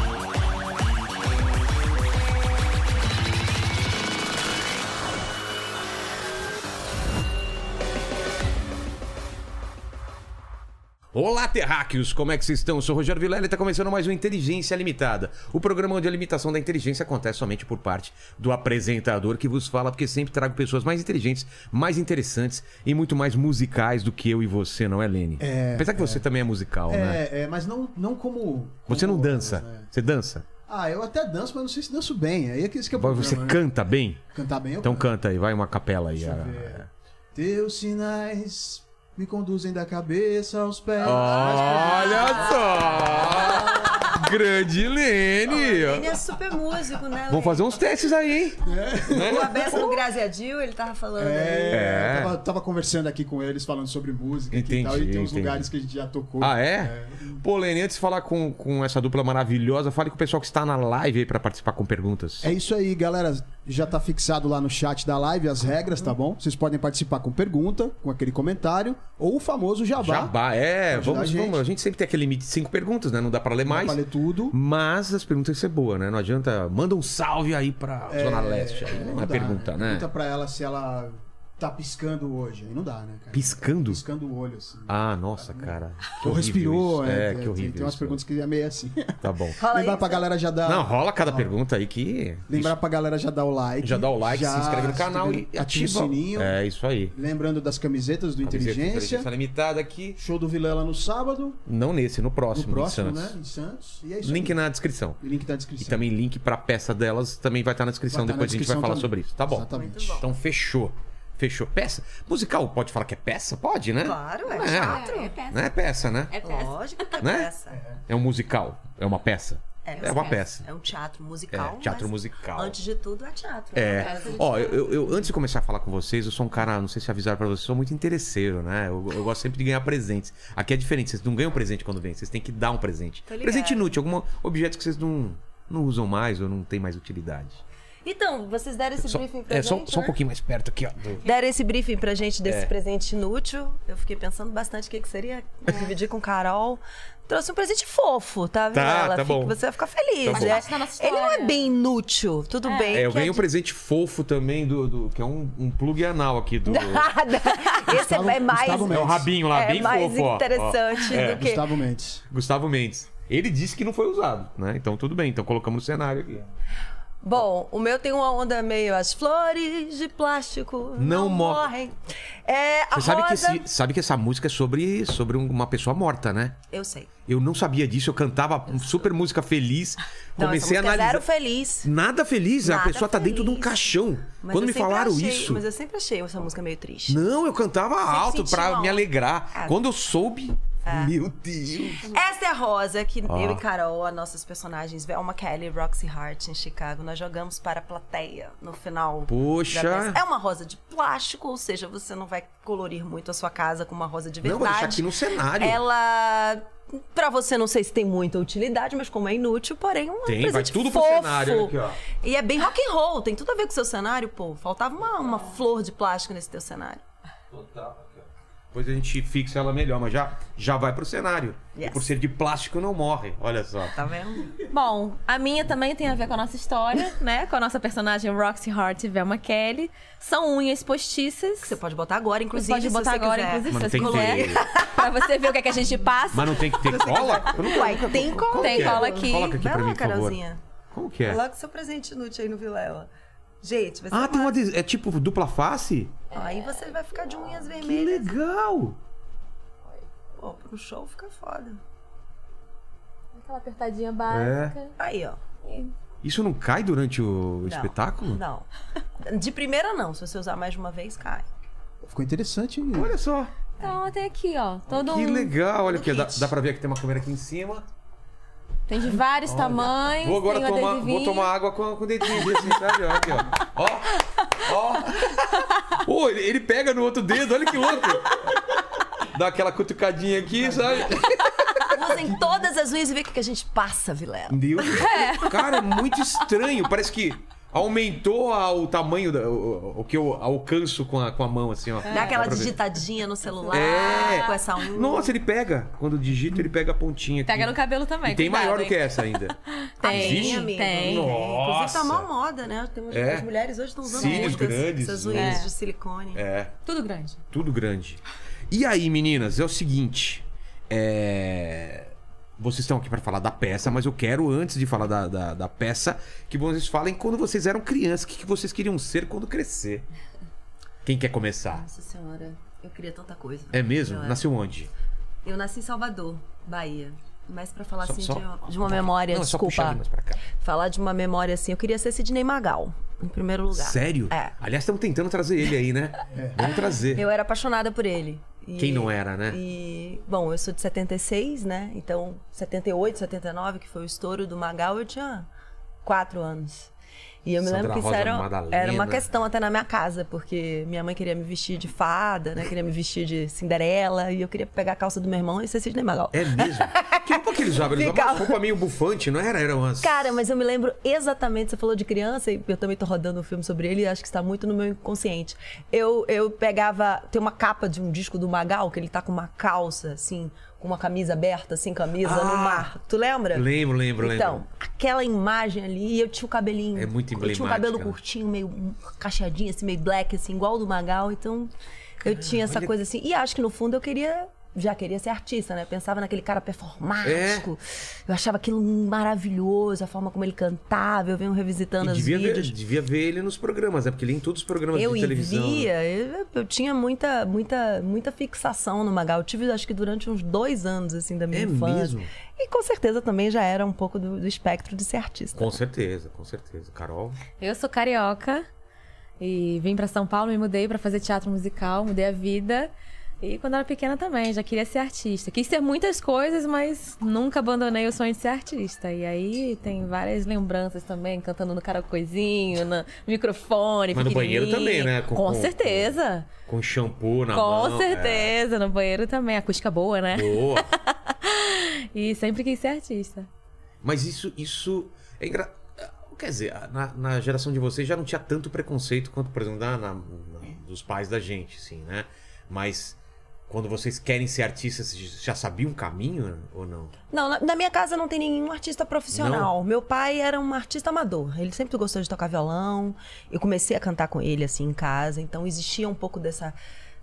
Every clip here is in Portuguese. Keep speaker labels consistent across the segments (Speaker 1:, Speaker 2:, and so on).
Speaker 1: Olá, terráqueos! Como é que vocês estão? Eu sou o Rogério Vilela e está começando mais um Inteligência Limitada, o programa onde a limitação da inteligência acontece somente por parte do apresentador que vos fala, porque sempre trago pessoas mais inteligentes, mais interessantes e muito mais musicais do que eu e você, não é, Lene?
Speaker 2: É,
Speaker 1: Apesar que você também é musical, né?
Speaker 2: É, é, mas não, não como, como
Speaker 1: Você não
Speaker 2: outras,
Speaker 1: dança,
Speaker 2: né?
Speaker 1: você dança?
Speaker 2: Ah, eu até danço, mas não sei se danço bem. Aí é que esse que é o problema.
Speaker 1: Você
Speaker 2: né?
Speaker 1: canta bem?
Speaker 2: Cantar bem eu
Speaker 1: Então
Speaker 2: canto.
Speaker 1: canta aí, vai uma capela aí.
Speaker 2: Deixa eu ver. Teus sinais me conduzem da cabeça aos pés.
Speaker 1: Olha só! Grande
Speaker 3: Ele
Speaker 1: Lene!
Speaker 3: é super músico, né?
Speaker 1: Vamos fazer uns testes aí, hein?
Speaker 3: O Abessa do Graziadil, ele tava falando. aí.
Speaker 1: É.
Speaker 2: É, eu Tava, tava conversando aqui com eles, falando sobre música aqui
Speaker 1: Entendi,
Speaker 2: e tal. E tem uns
Speaker 1: entendi.
Speaker 2: lugares que a gente já tocou.
Speaker 1: Ah, é? Pô, Lene, antes de falar com, com essa dupla maravilhosa, fale com o pessoal que está na live aí pra participar com perguntas.
Speaker 2: É isso aí, galera. Já tá fixado lá no chat da live as regras, tá bom? Vocês podem participar com pergunta, com aquele comentário, ou o famoso jabá.
Speaker 1: Jabá, é,
Speaker 2: Ajudar
Speaker 1: vamos,
Speaker 2: a gente.
Speaker 1: vamos. A gente sempre tem aquele limite de cinco perguntas, né? Não dá pra ler mais.
Speaker 2: Pra ler tudo.
Speaker 1: Mas as perguntas têm que ser boas, né? Não adianta. Manda um salve aí pra Zona Leste. Aí não é
Speaker 2: dá,
Speaker 1: pergunta, né?
Speaker 2: Pergunta pra ela se ela tá piscando hoje. Aí não dá, né, cara?
Speaker 1: Piscando?
Speaker 2: Piscando o olho, assim.
Speaker 1: Ah, nossa, cara. Que
Speaker 2: Ou
Speaker 1: horrível
Speaker 2: respirou,
Speaker 1: isso.
Speaker 2: é,
Speaker 1: É, que
Speaker 2: tem,
Speaker 1: horrível.
Speaker 2: tem umas
Speaker 1: isso.
Speaker 2: perguntas que é meio assim.
Speaker 1: Tá bom.
Speaker 3: Fala aí,
Speaker 2: Lembrar pra galera já dar.
Speaker 1: Não, rola cada pergunta aí que.
Speaker 2: Lembrar pra galera já dar o like.
Speaker 1: Já dá o like,
Speaker 2: já
Speaker 1: se inscreve no canal e ativa,
Speaker 2: o sininho.
Speaker 1: É, isso aí.
Speaker 2: Lembrando das camisetas do Inteligência.
Speaker 1: Inteligência limitada aqui.
Speaker 2: Show do Vilela no sábado.
Speaker 1: Não nesse, no
Speaker 2: No
Speaker 1: próximo. de
Speaker 2: próximo,
Speaker 1: Santos.
Speaker 2: né? Em Santos. E é isso.
Speaker 1: Link
Speaker 2: aí.
Speaker 1: na descrição.
Speaker 2: O link tá na
Speaker 1: E
Speaker 2: descrição.
Speaker 1: também link pra peça delas também vai estar na descrição.
Speaker 2: Vai tá na
Speaker 1: Depois a gente vai
Speaker 2: descrição
Speaker 1: falar
Speaker 2: também.
Speaker 1: sobre isso. Tá bom.
Speaker 2: Exatamente.
Speaker 3: Muito bom.
Speaker 1: Então fechou. Fechou. Peça? Musical pode falar que é peça? Pode, né?
Speaker 3: Claro, é
Speaker 1: Não
Speaker 3: teatro.
Speaker 4: É, é peça.
Speaker 1: Não é peça, né?
Speaker 4: É peça.
Speaker 3: Lógico que é
Speaker 1: Né?
Speaker 3: peça.
Speaker 1: É um musical. É uma peça.
Speaker 3: É.
Speaker 1: uma peça.
Speaker 3: É um teatro musical.
Speaker 1: É, teatro
Speaker 3: mas
Speaker 1: musical.
Speaker 3: Antes de tudo, é teatro.
Speaker 1: É. Ó,
Speaker 3: né?
Speaker 1: eu, eu- eu- antes de começar a falar com vocês, eu sou um cara, não sei se avisaram pra vocês, eu sou muito interesseiro, né? Eu, eu gosto sempre de ganhar presentes. Aqui é diferente, vocês não ganham presente quando vêm, vocês têm que dar um presente.
Speaker 3: Tô ligada.
Speaker 1: Presente inútil, algum objeto que vocês não, não usam mais ou não tem mais utilidade.
Speaker 3: Então, vocês deram esse
Speaker 1: Só-
Speaker 3: briefing pra
Speaker 1: é,
Speaker 3: gente.
Speaker 1: só, só um
Speaker 3: né?
Speaker 1: pouquinho É. mais perto aqui, ó. do-
Speaker 3: Deram esse briefing pra gente desse presente inútil. Eu fiquei pensando bastante o que, que seria. né, Dividir com Carol. Trouxe um presente fofo, tá, Vilela?
Speaker 1: tá
Speaker 3: Fica-
Speaker 1: bom.
Speaker 3: Você vai ficar feliz.
Speaker 1: Tá bom.
Speaker 3: é.
Speaker 4: Faz parte da nossa
Speaker 3: Ele não é
Speaker 4: história.
Speaker 3: bem inútil, tudo bem.
Speaker 1: É, eu
Speaker 3: que
Speaker 1: ganhei um
Speaker 3: de-
Speaker 1: presente fofo também, do, do- que é um, um plug anal aqui do. é
Speaker 3: Nada. Esse
Speaker 2: Gustavo-
Speaker 3: é mais.
Speaker 2: Gustavo Mendes.
Speaker 1: o rabinho lá,
Speaker 3: é
Speaker 1: bem
Speaker 3: mais
Speaker 1: fofo, ó.
Speaker 3: interessante
Speaker 1: ó. É.
Speaker 3: do que.
Speaker 2: Gustavo Mendes.
Speaker 1: Gustavo Mendes. Ele disse que não foi usado, né? Então tudo bem, então colocamos no cenário aqui.
Speaker 3: Bom, o meu tem uma onda meio as flores de plástico
Speaker 1: Não
Speaker 3: não,
Speaker 1: mo-
Speaker 3: morrem. É, a
Speaker 1: Você sabe que,
Speaker 3: rosa...
Speaker 1: esse- sabe que essa música é sobre, sobre uma pessoa morta, né?
Speaker 3: Eu sei.
Speaker 1: Eu não sabia disso, eu cantava super música feliz. comecei a
Speaker 3: Não, essa música é
Speaker 1: analisar.
Speaker 3: Zero feliz.
Speaker 1: Nada feliz, a
Speaker 3: Nada
Speaker 1: pessoa tá dentro de um
Speaker 3: feliz.
Speaker 1: caixão.
Speaker 3: Mas
Speaker 1: Quando
Speaker 3: eu
Speaker 1: me
Speaker 3: sempre
Speaker 1: falaram
Speaker 3: achei-
Speaker 1: isso.
Speaker 3: Mas eu sempre achei essa música meio triste.
Speaker 1: Não, eu cantava alto
Speaker 4: senti
Speaker 1: pra
Speaker 4: uma
Speaker 1: me
Speaker 4: onda.
Speaker 1: alegrar.
Speaker 3: É.
Speaker 1: Quando eu soube.
Speaker 3: Ah.
Speaker 1: Meu Deus.
Speaker 3: Essa é a Rosa, que
Speaker 1: Ó.
Speaker 3: eu e Carol, as nossas personagens, Velma Kelly e Roxy Hart em Chicago, nós jogamos para a plateia no final. da
Speaker 1: Poxa.
Speaker 3: peça. É uma rosa de plástico, ou seja, você não vai colorir muito a sua casa com uma rosa de
Speaker 1: Não, vou deixar aqui
Speaker 3: verdade.
Speaker 1: no cenário.
Speaker 3: Ela. Pra você, não sei se tem muita utilidade, mas como é inútil, porém, um
Speaker 1: Tem,
Speaker 3: presente
Speaker 1: vai tudo pro
Speaker 3: fofo.
Speaker 1: cenário, aqui, ó.
Speaker 3: E é bem rock and roll, tem tudo a ver com o seu cenário, pô. Faltava uma, uma flor de plástico nesse teu cenário.
Speaker 1: Depois a gente fixa ela melhor, mas já, já vai pro cenário.
Speaker 3: Yes.
Speaker 1: E por ser de plástico não morre. Olha só.
Speaker 3: Tá vendo?
Speaker 4: Bom, a minha também tem a ver com a nossa história, né? Com a nossa personagem Roxy Hart e Velma Kelly. São unhas postiças.
Speaker 3: Você pode botar agora,
Speaker 4: Você
Speaker 3: inclusive.
Speaker 4: pode botar
Speaker 3: se você
Speaker 4: agora,
Speaker 3: quiser.
Speaker 4: inclusive,
Speaker 1: Mas
Speaker 4: se
Speaker 1: não
Speaker 4: você
Speaker 1: tem
Speaker 4: quiser.
Speaker 1: que-
Speaker 4: pra você ver o que, é que a gente passa.
Speaker 1: Mas não tem que ter cola? Eu nunca-
Speaker 3: Uai, tem
Speaker 1: como
Speaker 3: cola.
Speaker 4: Tem
Speaker 1: que é?
Speaker 4: cola aqui.
Speaker 1: Coloca aqui
Speaker 3: Vai
Speaker 1: pra
Speaker 3: lá,
Speaker 1: mim, por favor.
Speaker 3: Carolzinha.
Speaker 1: Como que é?
Speaker 3: Coloca seu presente inútil aí no Vilela. Gente, vai ser
Speaker 1: Ah, tem
Speaker 3: uma-
Speaker 1: uma. des- É tipo dupla face?
Speaker 3: Aí você vai ficar de unhas
Speaker 1: Que
Speaker 3: vermelhas.
Speaker 1: legal!
Speaker 3: Pô, pro show fica foda.
Speaker 4: Aquela apertadinha
Speaker 1: É.
Speaker 4: básica.
Speaker 3: Aí, ó.
Speaker 1: Isso não cai durante o
Speaker 3: Não,
Speaker 1: Um espetáculo?
Speaker 3: Não. De primeira, não. Se você usar mais de uma vez, cai.
Speaker 2: Ficou interessante, hein?
Speaker 1: Olha só.
Speaker 4: Então até aqui, ó. Todo
Speaker 1: Que
Speaker 4: um-
Speaker 1: legal. Olha aqui, dá,
Speaker 3: kit.
Speaker 1: dá pra ver que tem uma câmera aqui em cima.
Speaker 4: Tem de vários tamanhos.
Speaker 1: Vou agora
Speaker 4: tem um
Speaker 1: tomar, vou
Speaker 4: adesivinho.
Speaker 1: tomar água com, com o dedinho Assim, desse, sabe? Ó, aqui, ó. Ó. Ó. Ô, ele, ele pega no outro dedo, olha que louco. Dá aquela cutucadinha aqui, sabe?
Speaker 3: Usem todas as unhas e vê o que que a gente passa, Vilela.
Speaker 1: Deus. Cara, é muito é estranho. Parece que Aumentou a- o tamanho, da- o, o que eu alcanço com a, com a mão, assim, ó.
Speaker 3: Dá aquela
Speaker 1: Dá pra ver.
Speaker 3: digitadinha no celular,
Speaker 1: É.
Speaker 3: com essa unha.
Speaker 1: Nossa, ele pega. Quando digita, ele pega a pontinha aqui.
Speaker 4: Pega no cabelo também.
Speaker 1: E tem
Speaker 4: cuidado,
Speaker 1: maior do
Speaker 4: hein?
Speaker 1: que essa ainda.
Speaker 4: Tem,
Speaker 1: Existe?
Speaker 4: tem.
Speaker 1: Nossa.
Speaker 3: Inclusive tá mó moda, né? Tem umas,
Speaker 1: É.
Speaker 3: As mulheres hoje estão usando
Speaker 1: Cílios
Speaker 3: muitas
Speaker 1: grandes,
Speaker 3: essas
Speaker 1: né?
Speaker 3: unhas
Speaker 4: É.
Speaker 3: de silicone.
Speaker 1: É.
Speaker 4: Tudo grande.
Speaker 1: Tudo grande. E aí, meninas, é o seguinte. É... Vocês estão aqui para falar da peça, mas eu quero, antes de falar da, da, da peça, que vocês falem quando vocês eram crianças, o que, que vocês queriam ser quando crescer. Quem quer começar?
Speaker 3: Nossa senhora, eu queria tanta coisa.
Speaker 1: É mesmo?
Speaker 3: Eu era-
Speaker 1: Nasceu onde?
Speaker 3: Eu nasci em Salvador, Bahia. Mas pra falar
Speaker 1: Só-
Speaker 3: assim
Speaker 1: só- um
Speaker 3: de uma, de uma memória,
Speaker 1: Não, é só puxar
Speaker 3: desculpa.
Speaker 1: ali mais pra cá.
Speaker 3: falar de uma memória assim, eu queria ser Sidney Magal, em primeiro lugar.
Speaker 1: Sério?
Speaker 3: É.
Speaker 1: Aliás, estamos tentando trazer ele aí, né? Vamos trazer.
Speaker 3: Eu era apaixonada por ele. E-
Speaker 1: Quem não era, né?
Speaker 3: E, bom, eu sou de 76, né? Então, 78, 79, que foi o estouro do Magal, eu tinha 4 anos. E eu me
Speaker 1: Sandra
Speaker 3: lembro que isso
Speaker 1: Rosa
Speaker 3: era, um,
Speaker 1: Madalena.
Speaker 3: era uma questão até na minha casa, porque minha mãe queria me vestir de fada, né? Queria me vestir de Cinderela, e eu queria pegar a calça do meu irmão e ser Sidney Magal.
Speaker 1: É mesmo? que roupa que eles usavam? Eles usavam
Speaker 3: Ficava.
Speaker 1: uma roupa meio bufante, não era? Era umas...
Speaker 3: Cara, mas eu me lembro exatamente, você falou de criança, e eu também tô rodando um filme sobre ele, e acho que está muito no meu inconsciente. Eu, eu pegava, tem uma capa de um disco do Magal, que ele tá com uma calça, assim, com uma camisa aberta, assim, camisa
Speaker 1: Ah!
Speaker 3: no mar. Tu lembra?
Speaker 1: Lembro, lembro,
Speaker 3: então,
Speaker 1: lembro.
Speaker 3: aquela imagem ali, e eu tinha o cabelinho.
Speaker 1: É muito
Speaker 3: Eu tinha um
Speaker 1: emblemática,
Speaker 3: cabelo
Speaker 1: né?
Speaker 3: curtinho, meio cacheadinho, assim, meio black, assim, igual o do Magal, então eu tinha essa
Speaker 1: olha-
Speaker 3: coisa assim. E acho que no fundo eu queria. Já queria ser artista, né? Pensava naquele cara performático.
Speaker 1: É?
Speaker 3: Eu achava aquilo maravilhoso, a forma como ele cantava. Eu venho revisitando
Speaker 1: E
Speaker 3: os
Speaker 1: devia ver,
Speaker 3: vídeos.
Speaker 1: devia ver ele nos programas, né? Porque ele ia em todos os programas
Speaker 3: Eu
Speaker 1: de
Speaker 3: e
Speaker 1: televisão. né?
Speaker 3: via, eu, eu tinha muita, muita, muita fixação no Magal. Eu tive, acho que durante uns dois anos, assim, da minha
Speaker 1: É
Speaker 3: infância.
Speaker 1: mesmo?
Speaker 3: E com certeza também já era um pouco do, do espectro de ser artista.
Speaker 1: Com certeza, com certeza. Carol,
Speaker 4: Eu sou carioca e vim pra São Paulo, me mudei pra fazer teatro musical, mudei a vida. E quando era pequena também, já queria ser artista. Quis ser muitas coisas, mas nunca abandonei o sonho de ser artista. E aí tem várias lembranças também, cantando no karaokezinho, no microfone,
Speaker 1: Mas no banheiro
Speaker 4: pequenininho.
Speaker 1: também, né? Com-
Speaker 4: Com,
Speaker 1: com-
Speaker 4: certeza.
Speaker 1: com shampoo na
Speaker 4: Com
Speaker 1: mão. é.
Speaker 4: certeza, no banheiro também. Acústica boa, né?
Speaker 1: Boa.
Speaker 4: E sempre quis ser artista.
Speaker 1: Mas isso, isso é engra... Quer dizer, na, na geração de vocês já não tinha tanto preconceito quanto, por exemplo, da- na- na- dos pais da gente, assim, né? Mas quando vocês querem ser artistas, já sabiam um caminho ou não?
Speaker 3: Não, na, na minha casa não tem nenhum artista profissional. Meu pai era um artista amador. Ele sempre gostou de tocar violão. Eu comecei a cantar com ele assim em casa, então existia um pouco dessa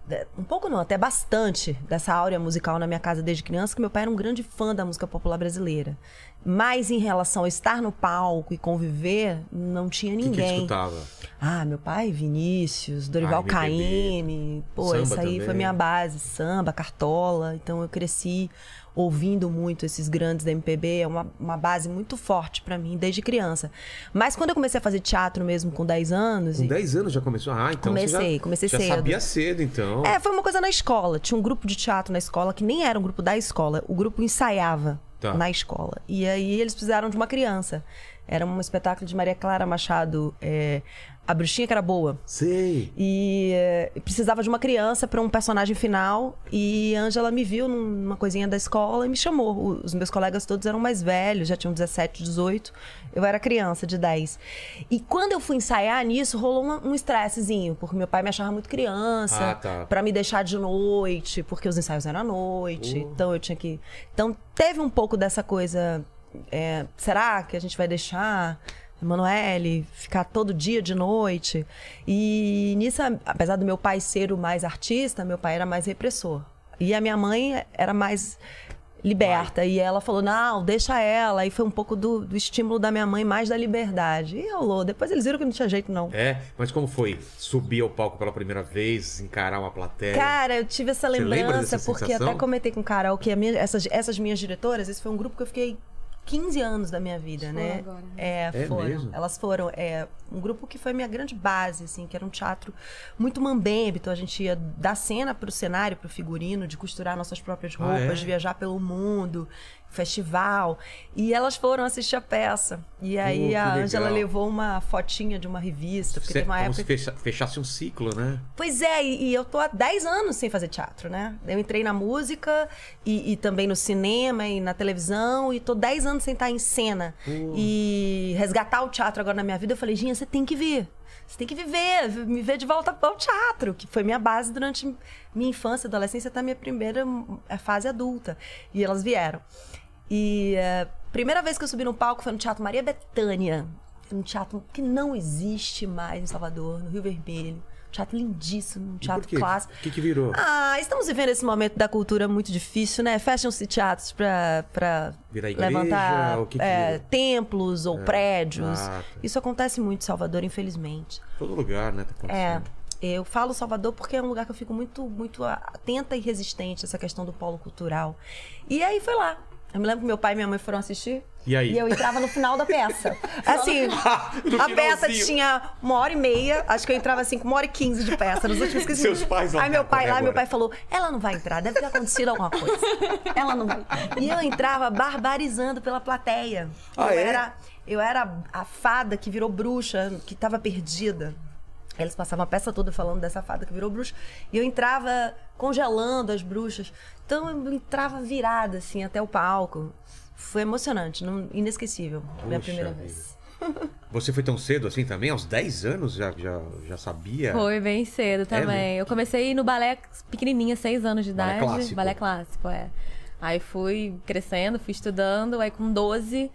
Speaker 3: de- um pouco não, até bastante dessa áurea musical na minha casa desde criança, que meu pai era um grande fã da música popular brasileira. Mas em relação a estar no palco e conviver, não tinha
Speaker 1: O que, que ele
Speaker 3: ninguém.
Speaker 1: escutava?
Speaker 3: Ah, meu pai, Vinícius, Dorival
Speaker 1: Ah, MPB.
Speaker 3: Caymmi, pô,
Speaker 1: Samba
Speaker 3: essa aí
Speaker 1: também.
Speaker 3: foi minha base, samba, cartola, então eu cresci ouvindo muito esses grandes da MPB, é uma, uma base muito forte pra mim desde criança. Mas quando eu comecei a fazer teatro mesmo com 10 anos,
Speaker 1: Com
Speaker 3: e-
Speaker 1: 10 anos já começou? Ah, então você já-
Speaker 3: Comecei, comecei
Speaker 1: já
Speaker 3: cedo.
Speaker 1: sabia cedo, então.
Speaker 3: é, foi uma coisa na escola. Tinha um grupo de teatro na escola que nem era um grupo da escola. O grupo ensaiava
Speaker 1: Tá.
Speaker 3: na escola. E aí eles precisaram de uma criança. Era um espetáculo de Maria Clara Machado, é, A Bruxinha que era boa.
Speaker 1: Sei.
Speaker 3: E eh, precisava de uma criança para um personagem final. E Ângela me viu num- numa coisinha da escola e me chamou. O- Os meus colegas todos eram mais velhos, já tinham 17, 18. Eu era criança de 10. E quando eu fui ensaiar nisso, rolou um, um estressezinho, porque meu pai me achava muito criança
Speaker 1: Ah, tá.
Speaker 3: para me deixar de noite, porque os ensaios eram à noite. Então eu tinha que. Então teve um pouco dessa coisa. é, será que a gente vai deixar a Emanuele ficar todo dia de noite? E nisso, a- apesar do meu pai ser o mais artista, meu pai era mais repressor. E a minha mãe era mais liberta. E ela falou: não, deixa ela. E foi um pouco do, do estímulo da minha mãe, mais da liberdade. E rolou. Depois eles viram que não tinha jeito, não.
Speaker 1: É, mas como foi subir ao palco pela primeira vez, encarar uma plateia?
Speaker 3: Cara, eu tive essa
Speaker 1: É. Você lembra
Speaker 3: lembrança,
Speaker 1: dessa
Speaker 3: porque
Speaker 1: sensação?
Speaker 3: até comentei com o Carol que a minha- essas, essas minhas diretoras, esse foi um grupo que eu fiquei 15 anos da minha vida,
Speaker 4: Foram
Speaker 3: né?
Speaker 4: agora, né?
Speaker 3: É,
Speaker 1: É
Speaker 3: foram.
Speaker 1: mesmo?
Speaker 3: Elas foram. É, um grupo que foi minha grande base, assim, que era um teatro muito mambembe. Então a gente ia da cena pro cenário, pro figurino, de costurar nossas próprias
Speaker 1: Ah,
Speaker 3: roupas,
Speaker 1: é?
Speaker 3: de viajar pelo mundo. festival. E elas foram assistir a peça. E aí
Speaker 1: que
Speaker 3: a Ângela
Speaker 1: legal.
Speaker 3: levou uma fotinha de uma revista, porque
Speaker 1: Cê-
Speaker 3: teve uma
Speaker 1: como
Speaker 3: época
Speaker 1: se fecha- fechasse um ciclo, né?
Speaker 3: Pois é, e, e eu tô há 10 anos sem fazer teatro, né? Eu entrei na música e, e também no cinema e na televisão e tô 10 anos sem estar em cena. E resgatar o teatro agora na minha vida, eu falei, Ginha, você tem que vir. Você tem que viver, me ver de volta ao teatro, que foi minha base durante minha infância, adolescência, até minha primeira eh, fase adulta. E elas vieram. E a primeira vez que eu subi no palco foi no Teatro Maria Bethânia, um teatro que não existe mais em Salvador, no Rio Vermelho. Um teatro lindíssimo, um
Speaker 1: E por
Speaker 3: teatro
Speaker 1: quê?
Speaker 3: clássico.
Speaker 1: O que, que virou?
Speaker 3: Ah, estamos vivendo esse momento da cultura muito difícil, né? Fecham-se teatros pra, pra
Speaker 1: Virar igreja,
Speaker 3: levantar
Speaker 1: o que É, que
Speaker 3: é,
Speaker 1: vira?
Speaker 3: templos ou prédios.
Speaker 1: Ah, tá.
Speaker 3: Isso acontece muito em Salvador, infelizmente.
Speaker 1: Todo lugar, né? Tá
Speaker 3: É,
Speaker 1: acontecendo.
Speaker 3: eu falo Salvador porque é um lugar que eu fico muito, muito atenta e resistente a essa questão do polo cultural. E aí foi lá. Eu me lembro que meu pai e minha mãe foram assistir.
Speaker 1: E aí?
Speaker 3: eu entrava no final da peça. Assim, a peça
Speaker 1: Ah, finalzinho.
Speaker 3: tinha uma hora e meia. Acho que eu entrava assim com uma hora e quinze de peça. Nos últimos 15
Speaker 1: Seus pais lá,
Speaker 3: Aí meu pai
Speaker 1: corre
Speaker 3: lá, meu
Speaker 1: agora.
Speaker 3: pai falou: ela não vai entrar, deve ter acontecido alguma coisa. Ela não vai. E eu entrava barbarizando pela plateia.
Speaker 1: Ah,
Speaker 3: eu
Speaker 1: é?
Speaker 3: era eu era a fada que virou bruxa, que tava perdida. Eles passavam a peça toda falando dessa fada que virou bruxa. E eu entrava congelando as bruxas. Então eu entrava virada, assim, até o palco. Foi emocionante, não- inesquecível. minha
Speaker 1: Puxa
Speaker 3: primeira
Speaker 1: vida.
Speaker 3: vez.
Speaker 1: Você foi tão cedo assim também? Aos 10 anos já, já, já sabia?
Speaker 5: Foi bem cedo também.
Speaker 1: É mesmo?
Speaker 5: eu comecei no balé pequenininha, seis anos de
Speaker 1: Balé
Speaker 5: idade.
Speaker 1: clássico.
Speaker 5: Balé clássico, é. Aí fui crescendo, fui estudando, aí com 12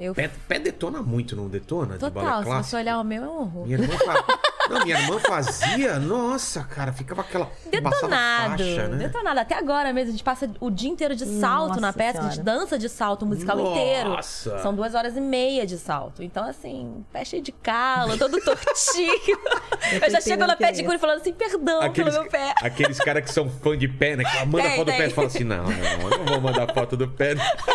Speaker 5: eu
Speaker 1: Pé, pé detona muito, não detona? de
Speaker 5: Total,
Speaker 1: balé
Speaker 5: se
Speaker 1: clássico?
Speaker 5: você olhar o meu é um horror.
Speaker 1: Minha irmã, fa... não, minha irmã fazia, nossa, cara, ficava aquela. passava
Speaker 5: Detonado,
Speaker 1: Faixa, né?
Speaker 5: detonado. Até agora mesmo, a gente passa o dia inteiro de salto
Speaker 3: Nossa
Speaker 5: na peça, a gente
Speaker 3: Senhora.
Speaker 5: dança de salto o musical
Speaker 1: Nossa!
Speaker 5: inteiro. São duas horas e meia de salto. Então, assim, pé cheio de calo, todo tortinho. Eu, já
Speaker 3: entendendo
Speaker 5: chego na
Speaker 3: o que é
Speaker 5: pedicure falando assim, perdão pelo meu pé.
Speaker 1: aqueles caras que são fã de pé, né? Que manda
Speaker 5: Tem,
Speaker 1: foto do pé
Speaker 5: tem.
Speaker 1: e fala assim: não, não, eu não vou mandar foto do pé.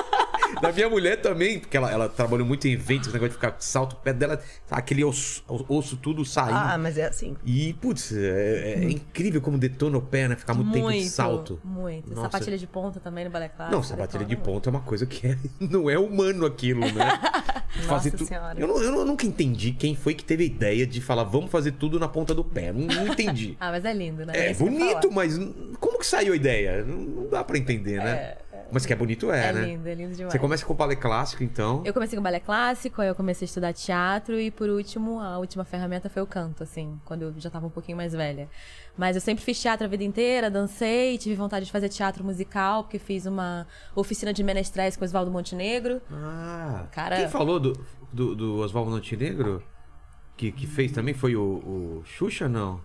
Speaker 1: Da minha mulher também, porque ela, ela trabalhou muito em eventos, esse negócio de ficar com salto, o pé dela, aquele osso, osso tudo saindo.
Speaker 3: Ah, mas é assim.
Speaker 1: E, putz, é, é incrível como detona o pé, né? Ficar muito, tempo de salto.
Speaker 5: Muito. Ah,
Speaker 1: Nossa.
Speaker 5: Sapatilha de ponta também no balé clássico.
Speaker 1: Não, sapatilha de
Speaker 5: detona muito.
Speaker 1: ponta é uma coisa que é- não é humano aquilo, né?
Speaker 3: Nossa Senhora.
Speaker 1: Eu, não- eu não- eu nunca entendi quem foi que teve a ideia de falar, vamos fazer tudo na ponta do pé. Não, não entendi.
Speaker 5: Ah, mas é lindo, né?
Speaker 1: é
Speaker 5: isso que eu ia falar.
Speaker 1: bonito, mas n- como que saiu a ideia? Não, não dá pra entender, né? Mas que é bonito é,
Speaker 5: É
Speaker 1: né?
Speaker 5: lindo, é lindo demais.
Speaker 1: Você começa com o balé clássico, então.
Speaker 5: Eu comecei com balé clássico, aí eu comecei a estudar teatro e por último, a última ferramenta foi o canto, assim, quando eu já tava um pouquinho mais velha. Mas eu sempre fiz teatro a vida inteira, dancei, tive vontade de fazer teatro musical, porque fiz uma oficina de menestréis com Oswaldo Montenegro.
Speaker 1: Ah,
Speaker 5: Cara-
Speaker 1: quem falou do, do, do Oswaldo Montenegro? Que, que fez também? Foi o, o Xuxa, não?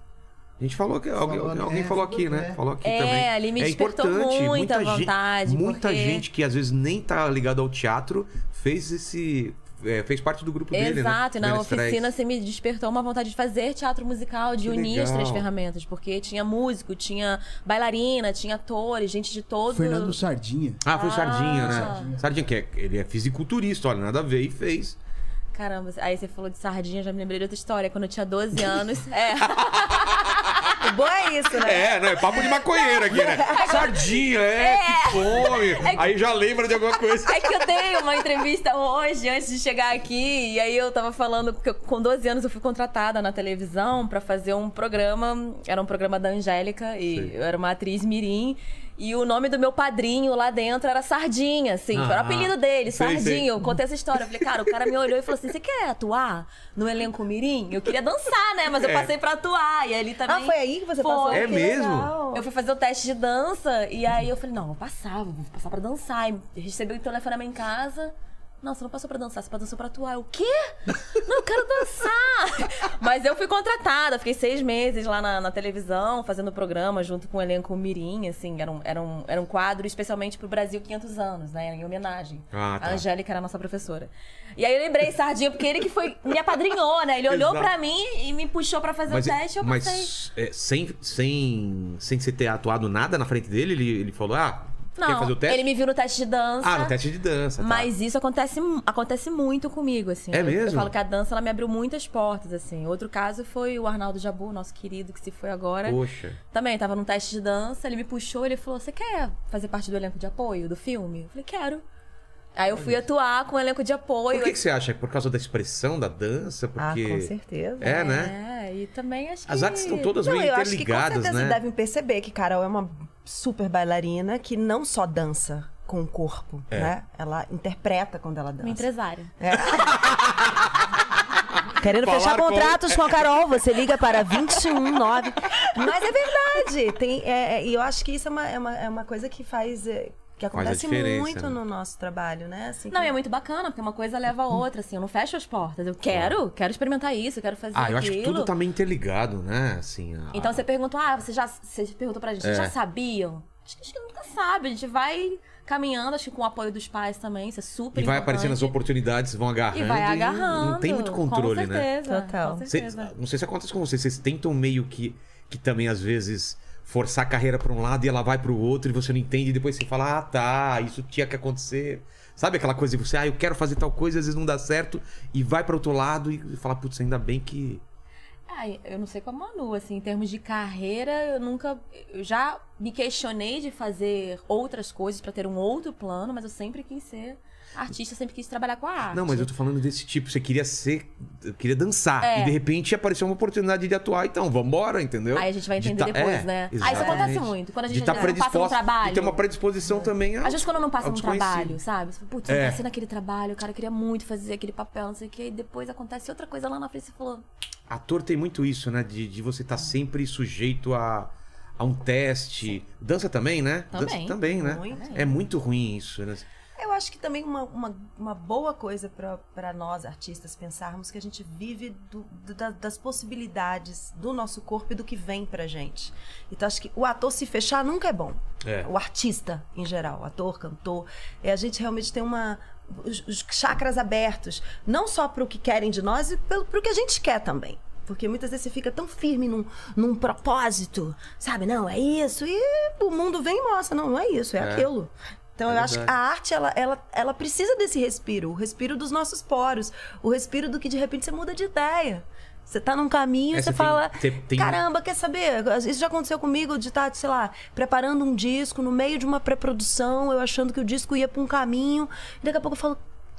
Speaker 1: A gente falou que alguém,
Speaker 2: Falou,
Speaker 1: alguém
Speaker 2: né?
Speaker 1: falou aqui, né?
Speaker 2: É.
Speaker 1: Falou aqui
Speaker 5: É,
Speaker 1: também.
Speaker 5: ali me despertou muita vontade,
Speaker 1: Gente, muita
Speaker 5: porque-
Speaker 1: gente que às vezes nem tá ligada ao teatro fez esse. é, fez parte do grupo dele, né?
Speaker 5: Exato, e na
Speaker 1: Menestrels.
Speaker 5: oficina você me despertou uma vontade de fazer teatro musical, de
Speaker 1: Que
Speaker 5: unir as três
Speaker 1: legal.
Speaker 5: ferramentas, porque tinha músico, tinha bailarina, tinha atores, gente de todo.
Speaker 2: Fernando Sardinha.
Speaker 1: Ah, foi o Sardinha, né?
Speaker 5: Sardinha.
Speaker 1: Sardinha, que é, ele é fisiculturista, olha, nada a ver e fez.
Speaker 5: Caramba, aí você falou de sardinha, já me lembrei de outra história. Quando eu tinha 12 anos. É.
Speaker 3: O bom é isso, né?
Speaker 1: É, não, é papo de maconheiro aqui, né? Sardinha, é, que fome. Aí já lembra de alguma coisa.
Speaker 5: É que eu dei uma entrevista hoje, antes de chegar aqui, e aí eu tava falando que eu- com 12 anos eu fui contratada na televisão pra fazer um programa, era um programa da Angélica, e
Speaker 1: Sei.
Speaker 5: eu era uma atriz mirim, e o nome do meu padrinho lá dentro era Sardinha, assim,
Speaker 1: Ah,
Speaker 5: era o apelido dele,
Speaker 1: sei,
Speaker 5: Sardinha.
Speaker 1: sei.
Speaker 5: Eu contei essa história, eu falei, cara, o cara me olhou e falou assim, você quer atuar no elenco mirim? Eu queria dançar, né, mas eu
Speaker 1: É.
Speaker 5: passei pra atuar, e ali também...
Speaker 3: Ah, foi aí que você passou?
Speaker 1: É
Speaker 3: Que
Speaker 1: mesmo?
Speaker 3: legal.
Speaker 5: Eu fui fazer o teste de dança e aí eu falei, não, vou passar, vou passar pra dançar. E recebi o telefone em casa. Não, você não passou pra dançar, você passou pra atuar. Eu, o quê? Não, eu quero dançar! Mas eu fui contratada, fiquei seis meses lá na, na televisão, fazendo programa junto com o elenco Mirim, assim, era um, era um, era um quadro especialmente pro Brasil 500 anos, né, em homenagem.
Speaker 1: Ah, tá.
Speaker 5: A Angélica era a nossa professora. E aí eu lembrei, Sardinha, porque ele que foi, me apadrinhou, né, ele olhou
Speaker 1: Exato.
Speaker 5: pra mim e me puxou pra fazer o teste e eu
Speaker 1: mas,
Speaker 5: passei.
Speaker 1: é, sem, sem, sem você ter atuado nada na frente dele, ele, ele falou: Ah, quer
Speaker 5: Não,
Speaker 1: fazer o teste?
Speaker 5: ele me viu no teste de dança.
Speaker 1: Ah, no teste de dança. tá.
Speaker 5: Mas isso acontece, acontece muito comigo, assim.
Speaker 1: É
Speaker 5: Eu- Eu
Speaker 1: mesmo?
Speaker 5: falo que a dança, ela me abriu muitas portas, assim. Outro caso foi o Arnaldo Jabu, nosso querido, que se foi agora.
Speaker 1: Poxa.
Speaker 5: Também, tava num teste de dança, ele me puxou, ele falou, você quer fazer parte do elenco de apoio do filme? Eu falei, quero. Aí eu fui atuar com um elenco de apoio.
Speaker 1: Por que, que você acha? Por causa da expressão, da dança?
Speaker 3: Ah,
Speaker 1: Porque...
Speaker 3: com certeza.
Speaker 1: É, né?
Speaker 5: É, e também acho que...
Speaker 1: As artes estão todas
Speaker 3: Não,
Speaker 1: meio
Speaker 3: eu acho que com
Speaker 1: interligadas,
Speaker 3: certeza
Speaker 1: né?
Speaker 3: devem perceber que Carol é uma super bailarina que não só dança com o corpo,
Speaker 1: É.
Speaker 3: né? Ela interpreta quando ela
Speaker 5: Uma
Speaker 3: dança.
Speaker 5: empresária.
Speaker 3: Querendo
Speaker 1: Falar
Speaker 3: fechar
Speaker 1: com-
Speaker 3: contratos com a Carol, você liga para 219. Mas é verdade. Tem, é, é, e eu acho que isso é uma, é uma, é uma coisa que faz. é, que
Speaker 1: a
Speaker 3: acontece
Speaker 1: diferença,
Speaker 3: muito
Speaker 1: né?
Speaker 3: no nosso trabalho, né? Assim,
Speaker 5: Não,
Speaker 3: que-
Speaker 5: e é muito bacana, porque uma coisa leva a outra, assim. Eu não fecho as portas. Eu quero, quero experimentar isso, eu quero fazer
Speaker 1: Ah, eu acho que
Speaker 5: aquilo.
Speaker 1: tudo tá meio interligado, né? Assim, a-
Speaker 5: Então você perguntou, ah, você já você perguntou pra gente, vocês
Speaker 1: É.
Speaker 5: já sabiam? Acho que a gente nunca sabe, a gente vai caminhando, acho que com o apoio dos pais também, isso é super
Speaker 1: E vai
Speaker 5: importante.
Speaker 1: aparecendo as oportunidades, vão agarrando.
Speaker 5: né? E vai
Speaker 1: não-
Speaker 5: agarrando.
Speaker 1: Não tem muito controle,
Speaker 5: com
Speaker 1: né?
Speaker 5: certeza,
Speaker 3: Total.
Speaker 5: Com
Speaker 1: Cês-
Speaker 5: certeza.
Speaker 1: não sei se acontece com vocês. Vocês tentam meio que, que também, às vezes, forçar a carreira pra um lado e ela vai pro outro e você não entende. E depois você fala, ah, tá, isso tinha que acontecer. Sabe aquela coisa de você, ah, eu quero fazer tal coisa, às vezes não dá certo. E vai pra outro lado e fala, putz, ainda bem que...
Speaker 5: Ai, eu não sei como a Manu, assim, em termos de carreira, eu nunca. Eu já me questionei de fazer outras coisas pra ter um outro plano, mas eu sempre quis ser artista, sempre quis trabalhar com a arte.
Speaker 1: Não, mas eu tô falando desse tipo. Você queria ser... Queria dançar.
Speaker 5: É.
Speaker 1: E, de repente, apareceu uma oportunidade de atuar. Então, vambora, entendeu?
Speaker 5: Aí a gente vai
Speaker 1: De tá-
Speaker 5: entender depois,
Speaker 1: é,
Speaker 5: né? Aí isso
Speaker 1: exatamente.
Speaker 5: acontece muito. Quando a
Speaker 1: De
Speaker 5: gente
Speaker 1: estar
Speaker 5: não passa no
Speaker 1: predisposta.
Speaker 5: trabalho.
Speaker 1: E ter uma
Speaker 3: É.
Speaker 1: predisposição também. a-
Speaker 5: Às vezes quando não passa
Speaker 1: ao
Speaker 5: num
Speaker 1: É desconhecido.
Speaker 5: trabalho, sabe? Você fala, Putz, eu
Speaker 1: É.
Speaker 5: passei naquele trabalho, o cara queria muito fazer aquele papel, não sei o quê. E depois acontece outra coisa lá na frente, você falou...
Speaker 1: Ator tem muito isso, né? De, de você estar sempre sujeito a, a um teste. Dança também, né? Dança
Speaker 5: Também.
Speaker 1: também, né?
Speaker 3: Muito.
Speaker 1: É muito ruim isso, né?
Speaker 3: Eu acho que também uma, uma, uma boa coisa para nós artistas pensarmos que a gente vive do- do- da- das possibilidades do nosso corpo e do que vem pra gente. Então acho que o ator se fechar nunca é bom.
Speaker 1: É.
Speaker 3: O artista em geral, ator, cantor, é a gente realmente tem uma os, os chakras abertos, não só para o que querem de nós e pelo pro que a gente quer também. Porque muitas vezes você fica tão firme num, num propósito, sabe? Não, é isso. E o mundo vem e mostra, não, não é isso, é,
Speaker 1: É.
Speaker 3: aquilo. Então
Speaker 1: É
Speaker 3: eu acho que a
Speaker 1: verdade.
Speaker 3: arte, ela, ela, ela precisa desse respiro, o respiro dos nossos poros, o respiro do que de repente você muda de ideia. Você tá num caminho e
Speaker 1: É,
Speaker 3: você
Speaker 1: você tem-
Speaker 3: fala,
Speaker 1: tem- tem-
Speaker 3: caramba, quer saber? Isso já aconteceu comigo de estar, sei lá, preparando um disco no meio de uma pré-produção, eu achando que o disco ia pra um caminho, e daqui a pouco eu falo,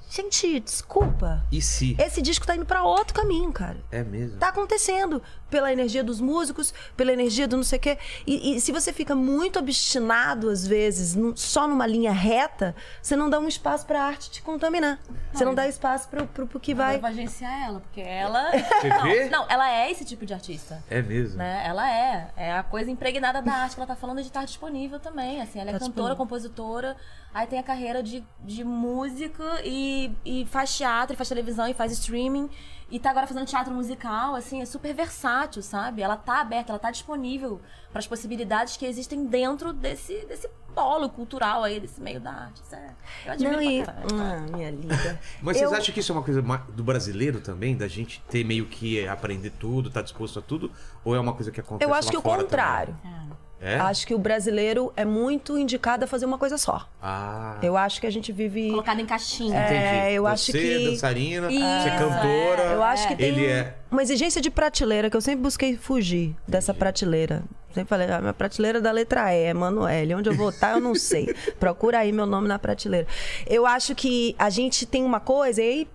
Speaker 3: gente, desculpa,
Speaker 1: E se?
Speaker 3: esse disco tá indo pra outro caminho, cara.
Speaker 1: É mesmo.
Speaker 3: Tá acontecendo pela energia dos músicos, pela energia do não sei o quê. E, e se você fica muito obstinado, às vezes, num- só numa linha reta, você não dá um espaço pra arte te contaminar. Você não dá espaço pro, pro, pro que
Speaker 5: Vai. Eu
Speaker 3: vai.
Speaker 5: vou agenciar ela, porque ela...
Speaker 1: Você vê?
Speaker 5: não, não, ela é esse tipo de artista.
Speaker 1: É mesmo.
Speaker 5: Né? Ela é. É a coisa impregnada da arte que ela tá falando de estar disponível também. Assim, ela é
Speaker 3: Tá
Speaker 5: cantora,
Speaker 3: disponível.
Speaker 5: compositora, aí tem a carreira de, de música e, e faz teatro, e faz televisão e faz streaming. E tá agora fazendo teatro musical, assim, é super versátil, sabe? Ela tá aberta, ela tá disponível para as possibilidades que existem dentro desse, desse polo cultural aí, desse meio da arte. Isso é, eu admiro
Speaker 3: Não, e.
Speaker 5: pra caralho.
Speaker 3: Ah, minha linda.
Speaker 1: Mas vocês
Speaker 3: Eu-
Speaker 1: acham que isso é uma coisa ma- do brasileiro também? Da gente ter meio que aprender tudo, tá disposto a tudo? Ou é uma coisa que acontece
Speaker 3: Eu acho
Speaker 1: lá
Speaker 3: que o
Speaker 1: fora
Speaker 3: contrário.
Speaker 1: também? É?
Speaker 3: Acho que o brasileiro é muito indicado a fazer uma coisa só.
Speaker 1: Ah,
Speaker 3: Eu acho que a gente vive.
Speaker 5: Colocado em caixinha.
Speaker 1: entendi.
Speaker 3: É, eu
Speaker 1: você
Speaker 3: acho
Speaker 1: é
Speaker 3: que-
Speaker 1: dançarina,
Speaker 5: Isso,
Speaker 1: você é
Speaker 5: é.
Speaker 1: cantora.
Speaker 3: Eu acho que tem
Speaker 1: Ele
Speaker 3: um-
Speaker 1: é.
Speaker 3: uma exigência de prateleira que eu sempre busquei fugir dessa prateleira. Sempre falei, ah, minha prateleira é da letra E, Emanuele. Onde eu vou estar, eu não sei. Procura aí meu nome na prateleira. Eu acho que a gente tem uma coisa, e aí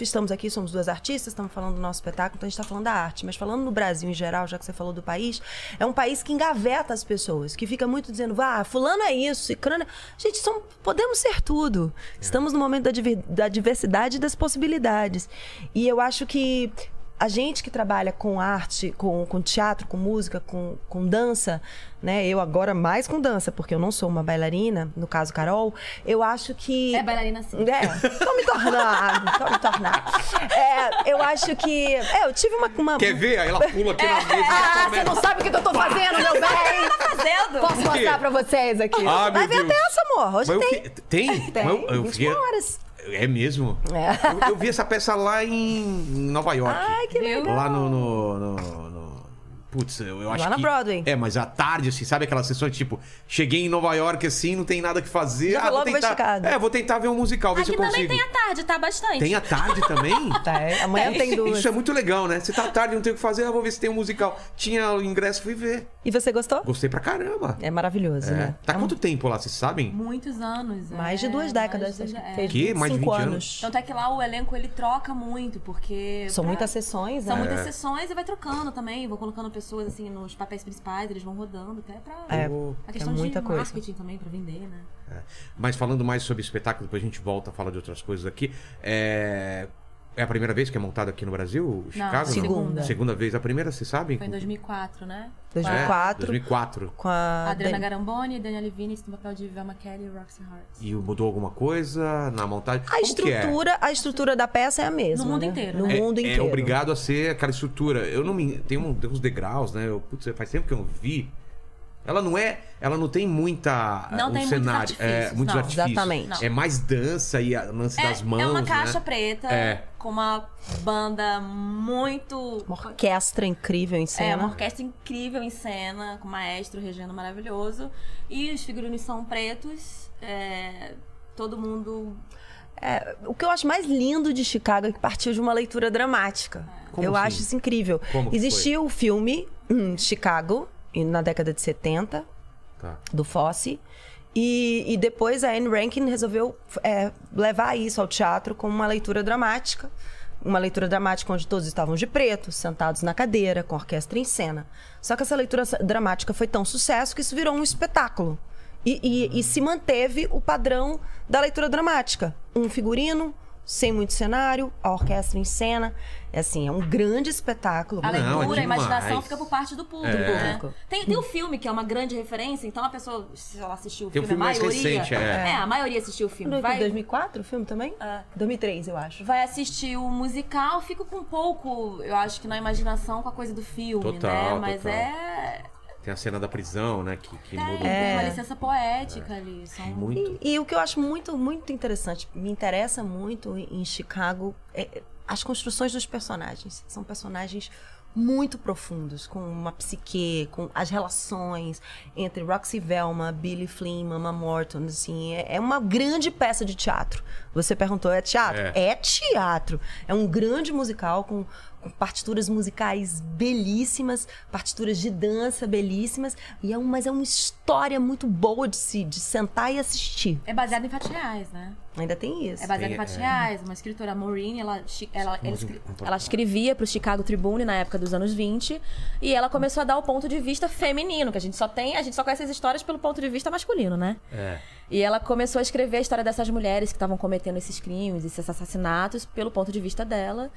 Speaker 3: estamos aqui, somos duas artistas, estamos falando do nosso espetáculo, então a gente está falando da arte. Mas falando no Brasil em geral, já que você falou do país, é um país que engaveta as pessoas, que fica muito dizendo, ah, fulano é isso, ciclano... é-". Gente, são- podemos ser tudo. Estamos no momento da, diver- da diversidade e das possibilidades. E eu acho que a gente que trabalha com arte, com, com teatro, com música, com, com dança, né? Eu agora mais com dança, porque eu não sou uma bailarina, no caso Carol, eu acho que.
Speaker 5: É bailarina sim.
Speaker 3: É, tô me tornando, tô me tornando. É, eu acho que. É, eu tive uma. uma-
Speaker 1: Quer ver? Aí ela pula aqui
Speaker 3: É.
Speaker 1: na mesa.
Speaker 6: Ah, você não sabe o que que eu tô fazendo, meu bem!
Speaker 5: Fazendo?
Speaker 6: Posso
Speaker 1: quê?
Speaker 6: mostrar pra vocês aqui?
Speaker 1: Ah,
Speaker 3: tá Vai
Speaker 1: meu Deus.
Speaker 3: ver até essa, amor. Hoje
Speaker 1: Mas
Speaker 3: tem. É,
Speaker 1: eu que- Tem?
Speaker 3: Tem,
Speaker 1: Mas eu, eu
Speaker 3: 21
Speaker 1: fiquei-
Speaker 3: horas. É.
Speaker 1: É mesmo? Eu, eu vi essa peça lá em Nova York.
Speaker 3: Ai, que
Speaker 5: Viu?
Speaker 3: legal.
Speaker 1: Lá no, no, no- no- Putz, eu, eu
Speaker 3: Lá
Speaker 1: acho
Speaker 3: na
Speaker 1: que-
Speaker 3: Broadway.
Speaker 1: É, mas à tarde, assim, sabe aquelas sessões tipo, cheguei em Nova York assim, não tem nada que fazer.
Speaker 3: Já
Speaker 1: ah,
Speaker 3: vou
Speaker 1: vou
Speaker 3: logo Ah, pra
Speaker 1: tentar.
Speaker 3: Chicago.
Speaker 1: É, vou tentar ver um musical, ver
Speaker 5: Aqui
Speaker 1: se eu
Speaker 5: também
Speaker 1: consigo.
Speaker 5: tem à tarde, tá? Bastante.
Speaker 1: Tem à tarde também?
Speaker 3: Tá, é, amanhã tem duas.
Speaker 1: Isso é muito legal, né? Você tá à tarde, não tem o que fazer, ah, vou ver se tem um musical. Tinha o ingresso, fui ver.
Speaker 3: E você gostou?
Speaker 1: Gostei pra caramba.
Speaker 3: É maravilhoso,
Speaker 1: É.
Speaker 3: né?
Speaker 1: Tá quanto tempo lá, vocês sabem?
Speaker 5: Muitos anos.
Speaker 3: Mais de
Speaker 5: é,
Speaker 3: duas décadas.
Speaker 5: mais de
Speaker 3: acho
Speaker 5: duas-
Speaker 3: que
Speaker 5: é.
Speaker 3: Fez
Speaker 1: Que? Mais de
Speaker 3: 25
Speaker 1: 20 anos?
Speaker 3: anos.
Speaker 5: Tanto é que lá o elenco ele troca muito, porque.
Speaker 3: São
Speaker 5: pra-
Speaker 3: muitas sessões,
Speaker 5: São
Speaker 3: né?
Speaker 1: É.
Speaker 5: muitas sessões e vai trocando também. Vão colocando pessoas assim nos papéis principais, eles vão rodando até pra.
Speaker 3: É,
Speaker 5: a questão
Speaker 3: é muita
Speaker 5: de
Speaker 3: coisa.
Speaker 5: marketing também pra vender, né?
Speaker 1: É. Mas falando mais sobre espetáculo, depois a gente volta a falar de outras coisas aqui. É. É a primeira vez que é montado aqui no Brasil? Chicago?
Speaker 3: segunda.
Speaker 1: Segunda vez. A primeira, vocês sabem?
Speaker 5: Foi em 2004, né?
Speaker 1: É,
Speaker 3: 2004.
Speaker 1: 2004.
Speaker 3: Com a
Speaker 5: Adriana
Speaker 3: Dan-
Speaker 5: Garamboni, Daniela Levine, esse papel de Velma Kelly e Roxy Hart.
Speaker 1: E mudou alguma coisa na montagem?
Speaker 3: A
Speaker 1: Como que é?
Speaker 3: estrutura, a estrutura da peça é a mesma.
Speaker 5: No mundo
Speaker 3: né?
Speaker 5: inteiro,
Speaker 3: No
Speaker 5: né?
Speaker 1: É-
Speaker 3: mundo
Speaker 1: é,
Speaker 3: inteiro.
Speaker 1: obrigado a ser aquela estrutura. Eu não me. Tem, um, tem uns degraus, né? Eu, putz, faz tempo que eu não vi. Ela não é. Ela não tem muita.
Speaker 5: Não
Speaker 1: um
Speaker 5: tem muitos
Speaker 1: cenário. é,
Speaker 5: artifícios,
Speaker 1: muitos
Speaker 5: não.
Speaker 1: artifícios.
Speaker 3: Exatamente.
Speaker 5: Não.
Speaker 1: É mais dança e a lance das mãos.
Speaker 5: é uma
Speaker 1: né?
Speaker 5: caixa preta
Speaker 1: É.
Speaker 5: com uma banda muito.
Speaker 3: Uma orquestra incrível em cena.
Speaker 5: É, uma orquestra incrível em cena, com o maestro Regina maravilhoso. E os figurinos são pretos. é, todo mundo.
Speaker 3: O que eu acho mais lindo de Chicago é que partiu de uma leitura dramática.
Speaker 1: Como
Speaker 3: eu
Speaker 1: assim?
Speaker 3: acho isso incrível.
Speaker 1: Como que
Speaker 3: Existia o filme hum, Chicago, em- na década de 70,
Speaker 1: Tá.
Speaker 3: do Fosse. E, e depois a Anne Rankin resolveu é, levar isso ao teatro com uma leitura dramática. Uma leitura dramática onde todos estavam de preto, sentados na cadeira, com a orquestra em cena. Só que essa leitura s- dramática foi tão sucesso que isso virou um espetáculo. E, e- e se manteve o padrão da leitura dramática. Um figurino, sem muito cenário, a orquestra em cena. É assim, é um grande espetáculo.
Speaker 5: A
Speaker 1: Não, é
Speaker 5: leitura, a imaginação
Speaker 1: demais.
Speaker 5: fica por parte do público,
Speaker 1: É.
Speaker 5: né? Tem, tem o filme que é uma grande referência, então a pessoa, se ela assistiu o
Speaker 1: Tem um
Speaker 5: filme,
Speaker 1: filme
Speaker 5: a
Speaker 1: mais
Speaker 5: maioria.
Speaker 1: recente, é.
Speaker 5: a maioria assistiu o filme. Vai, Ah.
Speaker 3: 2004 o filme também? 2003, eu acho.
Speaker 5: vai assistir o musical, fica com um pouco, eu acho que na imaginação, com a coisa do filme,
Speaker 1: Total,
Speaker 5: né? Mas
Speaker 1: total.
Speaker 5: é.
Speaker 1: Tem a cena da prisão, né? Que, que
Speaker 5: Tem,
Speaker 1: muda
Speaker 5: tem uma licença poética ali. São
Speaker 1: É. muito.
Speaker 3: E, e o que eu acho muito, muito interessante, me interessa muito em em Chicago, é as construções dos personagens. São personagens muito profundos, com uma psique, com as relações entre Roxy Velma, Billy Flynn, Mama Morton, assim, é, é uma grande peça de teatro. Você perguntou, é teatro?
Speaker 1: É.
Speaker 3: É teatro. É um grande musical com, com partituras musicais belíssimas, partituras de dança belíssimas, e é um, mas é uma história muito boa de se de sentar e assistir.
Speaker 5: É baseado em fatos reais, né?
Speaker 3: Ainda tem isso.
Speaker 5: É baseado
Speaker 1: Tem,
Speaker 5: em fatos
Speaker 1: é.
Speaker 5: reais. Uma escritora, a Maureen, ela, chi- ela, ela, escre-
Speaker 1: Maureen.
Speaker 5: ela escrevia pro Chicago Tribune na época dos anos 20. E ela começou a dar o ponto de vista feminino, que a gente só tem, a gente só conhece as histórias pelo ponto de vista masculino, né?
Speaker 1: É.
Speaker 5: E ela começou a escrever a história dessas mulheres que estavam cometendo esses crimes, esses assassinatos, pelo ponto de vista dela.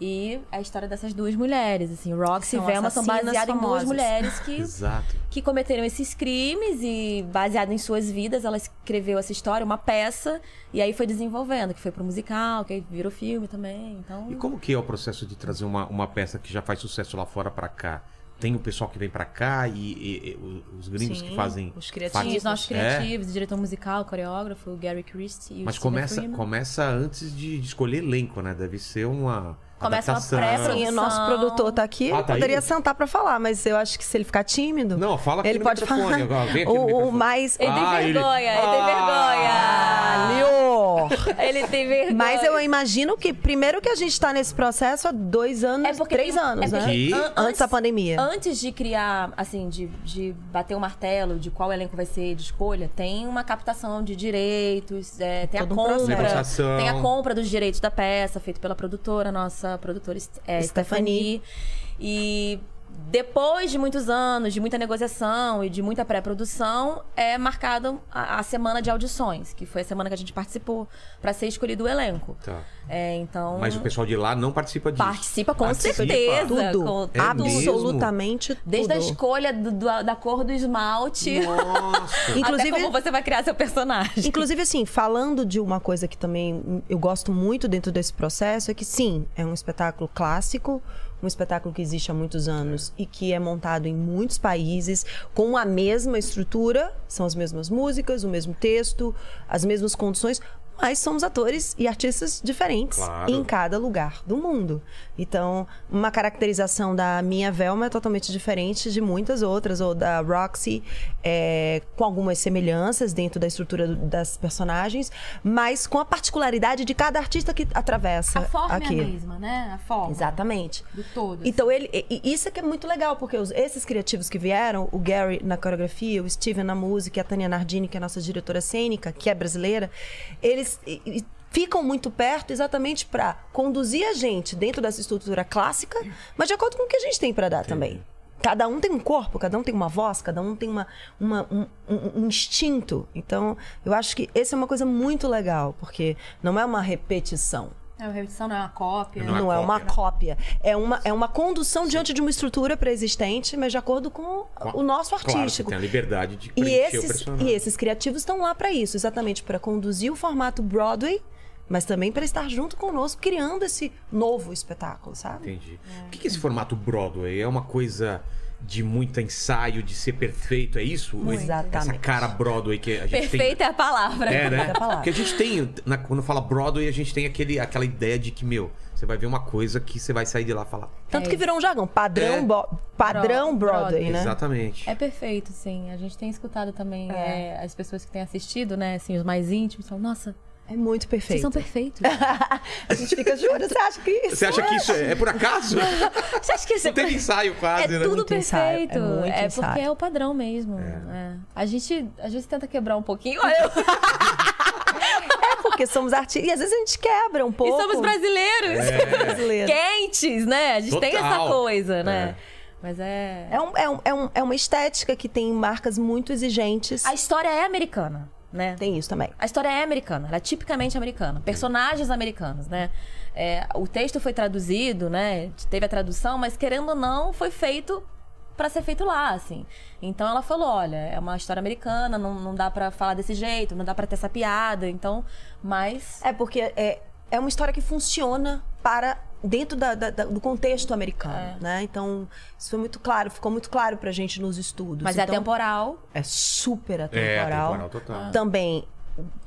Speaker 5: E a história dessas duas mulheres, assim, Roxy e
Speaker 3: São
Speaker 5: Velma são
Speaker 3: assassinas
Speaker 5: baseadas em duas
Speaker 3: famosas.
Speaker 5: mulheres que
Speaker 1: Exato.
Speaker 5: que cometeram esses crimes e baseado em suas vidas ela escreveu essa história, uma peça e aí foi desenvolvendo, que foi pro musical, que aí virou filme também, então
Speaker 1: E como que é o processo de trazer uma, uma peça que já faz sucesso lá fora pra cá? Tem o pessoal que vem pra cá e, e- e o- os gringos
Speaker 3: Sim,
Speaker 1: que fazem.
Speaker 3: os
Speaker 5: tinha
Speaker 3: criativos.
Speaker 5: os
Speaker 1: É.
Speaker 5: nossos criativos, o diretor musical, o coreógrafo, o Gary Christie e o
Speaker 1: Mas
Speaker 5: Steven
Speaker 1: começa,
Speaker 5: Freeman.
Speaker 1: começa antes de, de escolher elenco, né? Deve ser uma.
Speaker 5: Começa uma
Speaker 1: adaptação.
Speaker 5: pré-produção.
Speaker 3: Sim, o nosso produtor tá aqui,
Speaker 1: Ah, tá aí?
Speaker 3: poderia sentar pra falar, mas eu acho que se ele ficar tímido,
Speaker 1: Não, fala aqui
Speaker 3: ele
Speaker 1: no
Speaker 3: pode
Speaker 1: microfone
Speaker 3: falar.
Speaker 1: agora, vem aqui no
Speaker 3: o, o
Speaker 1: microfone.
Speaker 3: mais
Speaker 5: Ele tem
Speaker 1: Ah, ele-
Speaker 5: vergonha, ele... tem
Speaker 3: Ah,
Speaker 5: vergonha.
Speaker 3: Lior!
Speaker 5: Ele tem vergonha.
Speaker 3: Mas eu imagino que, primeiro que a gente tá nesse processo há dois anos, três
Speaker 5: tem-
Speaker 3: anos,
Speaker 5: é
Speaker 3: né?
Speaker 5: porque
Speaker 1: Que?
Speaker 5: an-
Speaker 3: Antes da pandemia.
Speaker 5: Antes de criar, assim, de, de bater o martelo de qual elenco vai ser de escolha, tem uma captação de direitos, é, tem
Speaker 3: Todo um
Speaker 5: a compra.
Speaker 3: processo.
Speaker 1: Negociação.
Speaker 5: Tem a compra dos direitos da peça, feito pela produtora, nossa produtora é,
Speaker 3: Stephanie.
Speaker 5: Stephanie. E depois de muitos anos, de muita negociação e de muita pré-produção, é marcada a, a semana de audições, que foi a semana que a gente participou, para ser escolhido o elenco.
Speaker 1: Tá.
Speaker 5: É, então.
Speaker 1: Mas o pessoal de lá não participa disso.
Speaker 5: Participa com
Speaker 1: Participa.
Speaker 5: certeza.
Speaker 3: Tudo.
Speaker 5: Com-
Speaker 1: É
Speaker 3: absolutamente tudo.
Speaker 5: Desde a escolha do- do- da cor do esmalte.
Speaker 1: Nossa!
Speaker 3: Inclusive-
Speaker 5: Inclusive, até como você vai criar seu personagem.
Speaker 3: Inclusive, assim, falando de uma coisa que também eu gosto muito dentro desse processo, é que sim, é um espetáculo clássico, um espetáculo que existe há muitos anos e que é montado em muitos países com a mesma estrutura, são as mesmas músicas, o mesmo texto, as mesmas condições, mas somos atores e artistas diferentes
Speaker 1: Claro.
Speaker 3: em cada lugar do mundo. Então, uma caracterização da minha Velma é totalmente diferente de muitas outras, ou da Roxy, é, com algumas semelhanças dentro da estrutura do- das personagens, mas com a particularidade de cada artista que atravessa
Speaker 4: A forma
Speaker 3: aqui.
Speaker 4: é a mesma, né? A forma.
Speaker 3: Exatamente.
Speaker 4: Do todo. assim.
Speaker 3: Então, ele, e- e isso é que é muito legal, porque os- esses criativos que vieram, o Gary na coreografia, o Steven na música, e a Tânia Nardini, que é a nossa diretora cênica, que é brasileira, eles e- e ficam muito perto exatamente para conduzir a gente dentro dessa estrutura clássica, mas de acordo com o que a gente tem para dar também. Cada um tem um corpo, cada um tem uma voz, cada um tem uma, uma- um, um- um instinto. Então, eu acho que essa é uma coisa muito legal, porque não é uma repetição
Speaker 4: É uma repetição, não é uma cópia.
Speaker 1: Não é
Speaker 3: não é uma
Speaker 1: cópia.
Speaker 3: cópia. É uma, é uma condução diante de uma estrutura pré-existente, mas de acordo com o nosso
Speaker 1: Claro,
Speaker 3: artístico.
Speaker 1: você tem a liberdade de
Speaker 3: e,
Speaker 1: preencher o
Speaker 3: esses,
Speaker 1: personagem.
Speaker 3: e esses criativos estão lá para isso, exatamente para conduzir o formato Broadway, mas também para estar junto conosco, criando esse novo espetáculo, sabe?
Speaker 1: Entendi. O que que é esse formato Broadway? É uma coisa de muito ensaio, de ser perfeito, é isso?
Speaker 3: Muito.
Speaker 1: Essa
Speaker 3: Exatamente.
Speaker 1: cara Broadway que a gente
Speaker 5: Perfeita é a palavra.
Speaker 1: tem. É, né?
Speaker 3: Essa palavra.
Speaker 1: Porque a gente tem, na- quando fala Broadway, a gente tem aquele, aquela ideia de que, meu, você vai ver uma coisa que você vai sair de lá e falar.
Speaker 3: Tanto que virou um jargão, padrão,
Speaker 1: É.
Speaker 3: bo- padrão
Speaker 4: Bro-
Speaker 3: Broadway,
Speaker 4: Broadway.
Speaker 3: né?
Speaker 1: Exatamente.
Speaker 4: É perfeito, sim. A gente tem escutado também é, as pessoas que têm assistido, né? Assim, os mais íntimos falam, nossa,
Speaker 3: É muito
Speaker 4: vocês
Speaker 3: perfeito.
Speaker 4: são perfeitos.
Speaker 3: a gente fica, jura, você acha que isso?
Speaker 1: Você acha que isso é, é por acaso?
Speaker 4: Você acha que isso
Speaker 1: Não
Speaker 4: é
Speaker 1: teve ensaio
Speaker 4: É
Speaker 1: quase, né?
Speaker 4: tudo
Speaker 3: Muito
Speaker 4: perfeito.
Speaker 3: ensaio, é muito
Speaker 4: É porque
Speaker 3: ensaio.
Speaker 4: é o padrão mesmo. é. A gente às vezes tenta quebrar um pouquinho. Olha, eu-
Speaker 3: É porque somos artistas. E às vezes a gente quebra um
Speaker 4: e
Speaker 3: pouco.
Speaker 4: somos brasileiros.
Speaker 3: brasileiros.
Speaker 4: Quentes, né? A gente tem essa
Speaker 1: Total.
Speaker 4: coisa, né?
Speaker 1: É.
Speaker 4: Mas é.
Speaker 3: É, um- é um- é um- é uma estética que tem marcas muito exigentes.
Speaker 5: A história é americana, né?
Speaker 3: Tem isso também.
Speaker 5: A história é americana, ela é tipicamente americana. Personagens americanos, né? É, o texto foi traduzido, né? Teve a tradução, mas querendo ou não, foi feito pra ser feito lá, assim. Então ela falou, olha, é uma história americana, não, não dá pra falar desse jeito, não dá pra ter essa piada, então... Mas...
Speaker 3: É porque é, é uma história que funciona para dentro da- da- da- do contexto
Speaker 5: É.
Speaker 3: americano, né? Então, isso foi muito claro, ficou muito claro pra gente nos estudos.
Speaker 5: Mas é
Speaker 3: Então,
Speaker 5: atemporal. Ah.
Speaker 3: É super
Speaker 1: É,
Speaker 3: atemporal.
Speaker 1: temporal total.
Speaker 3: Também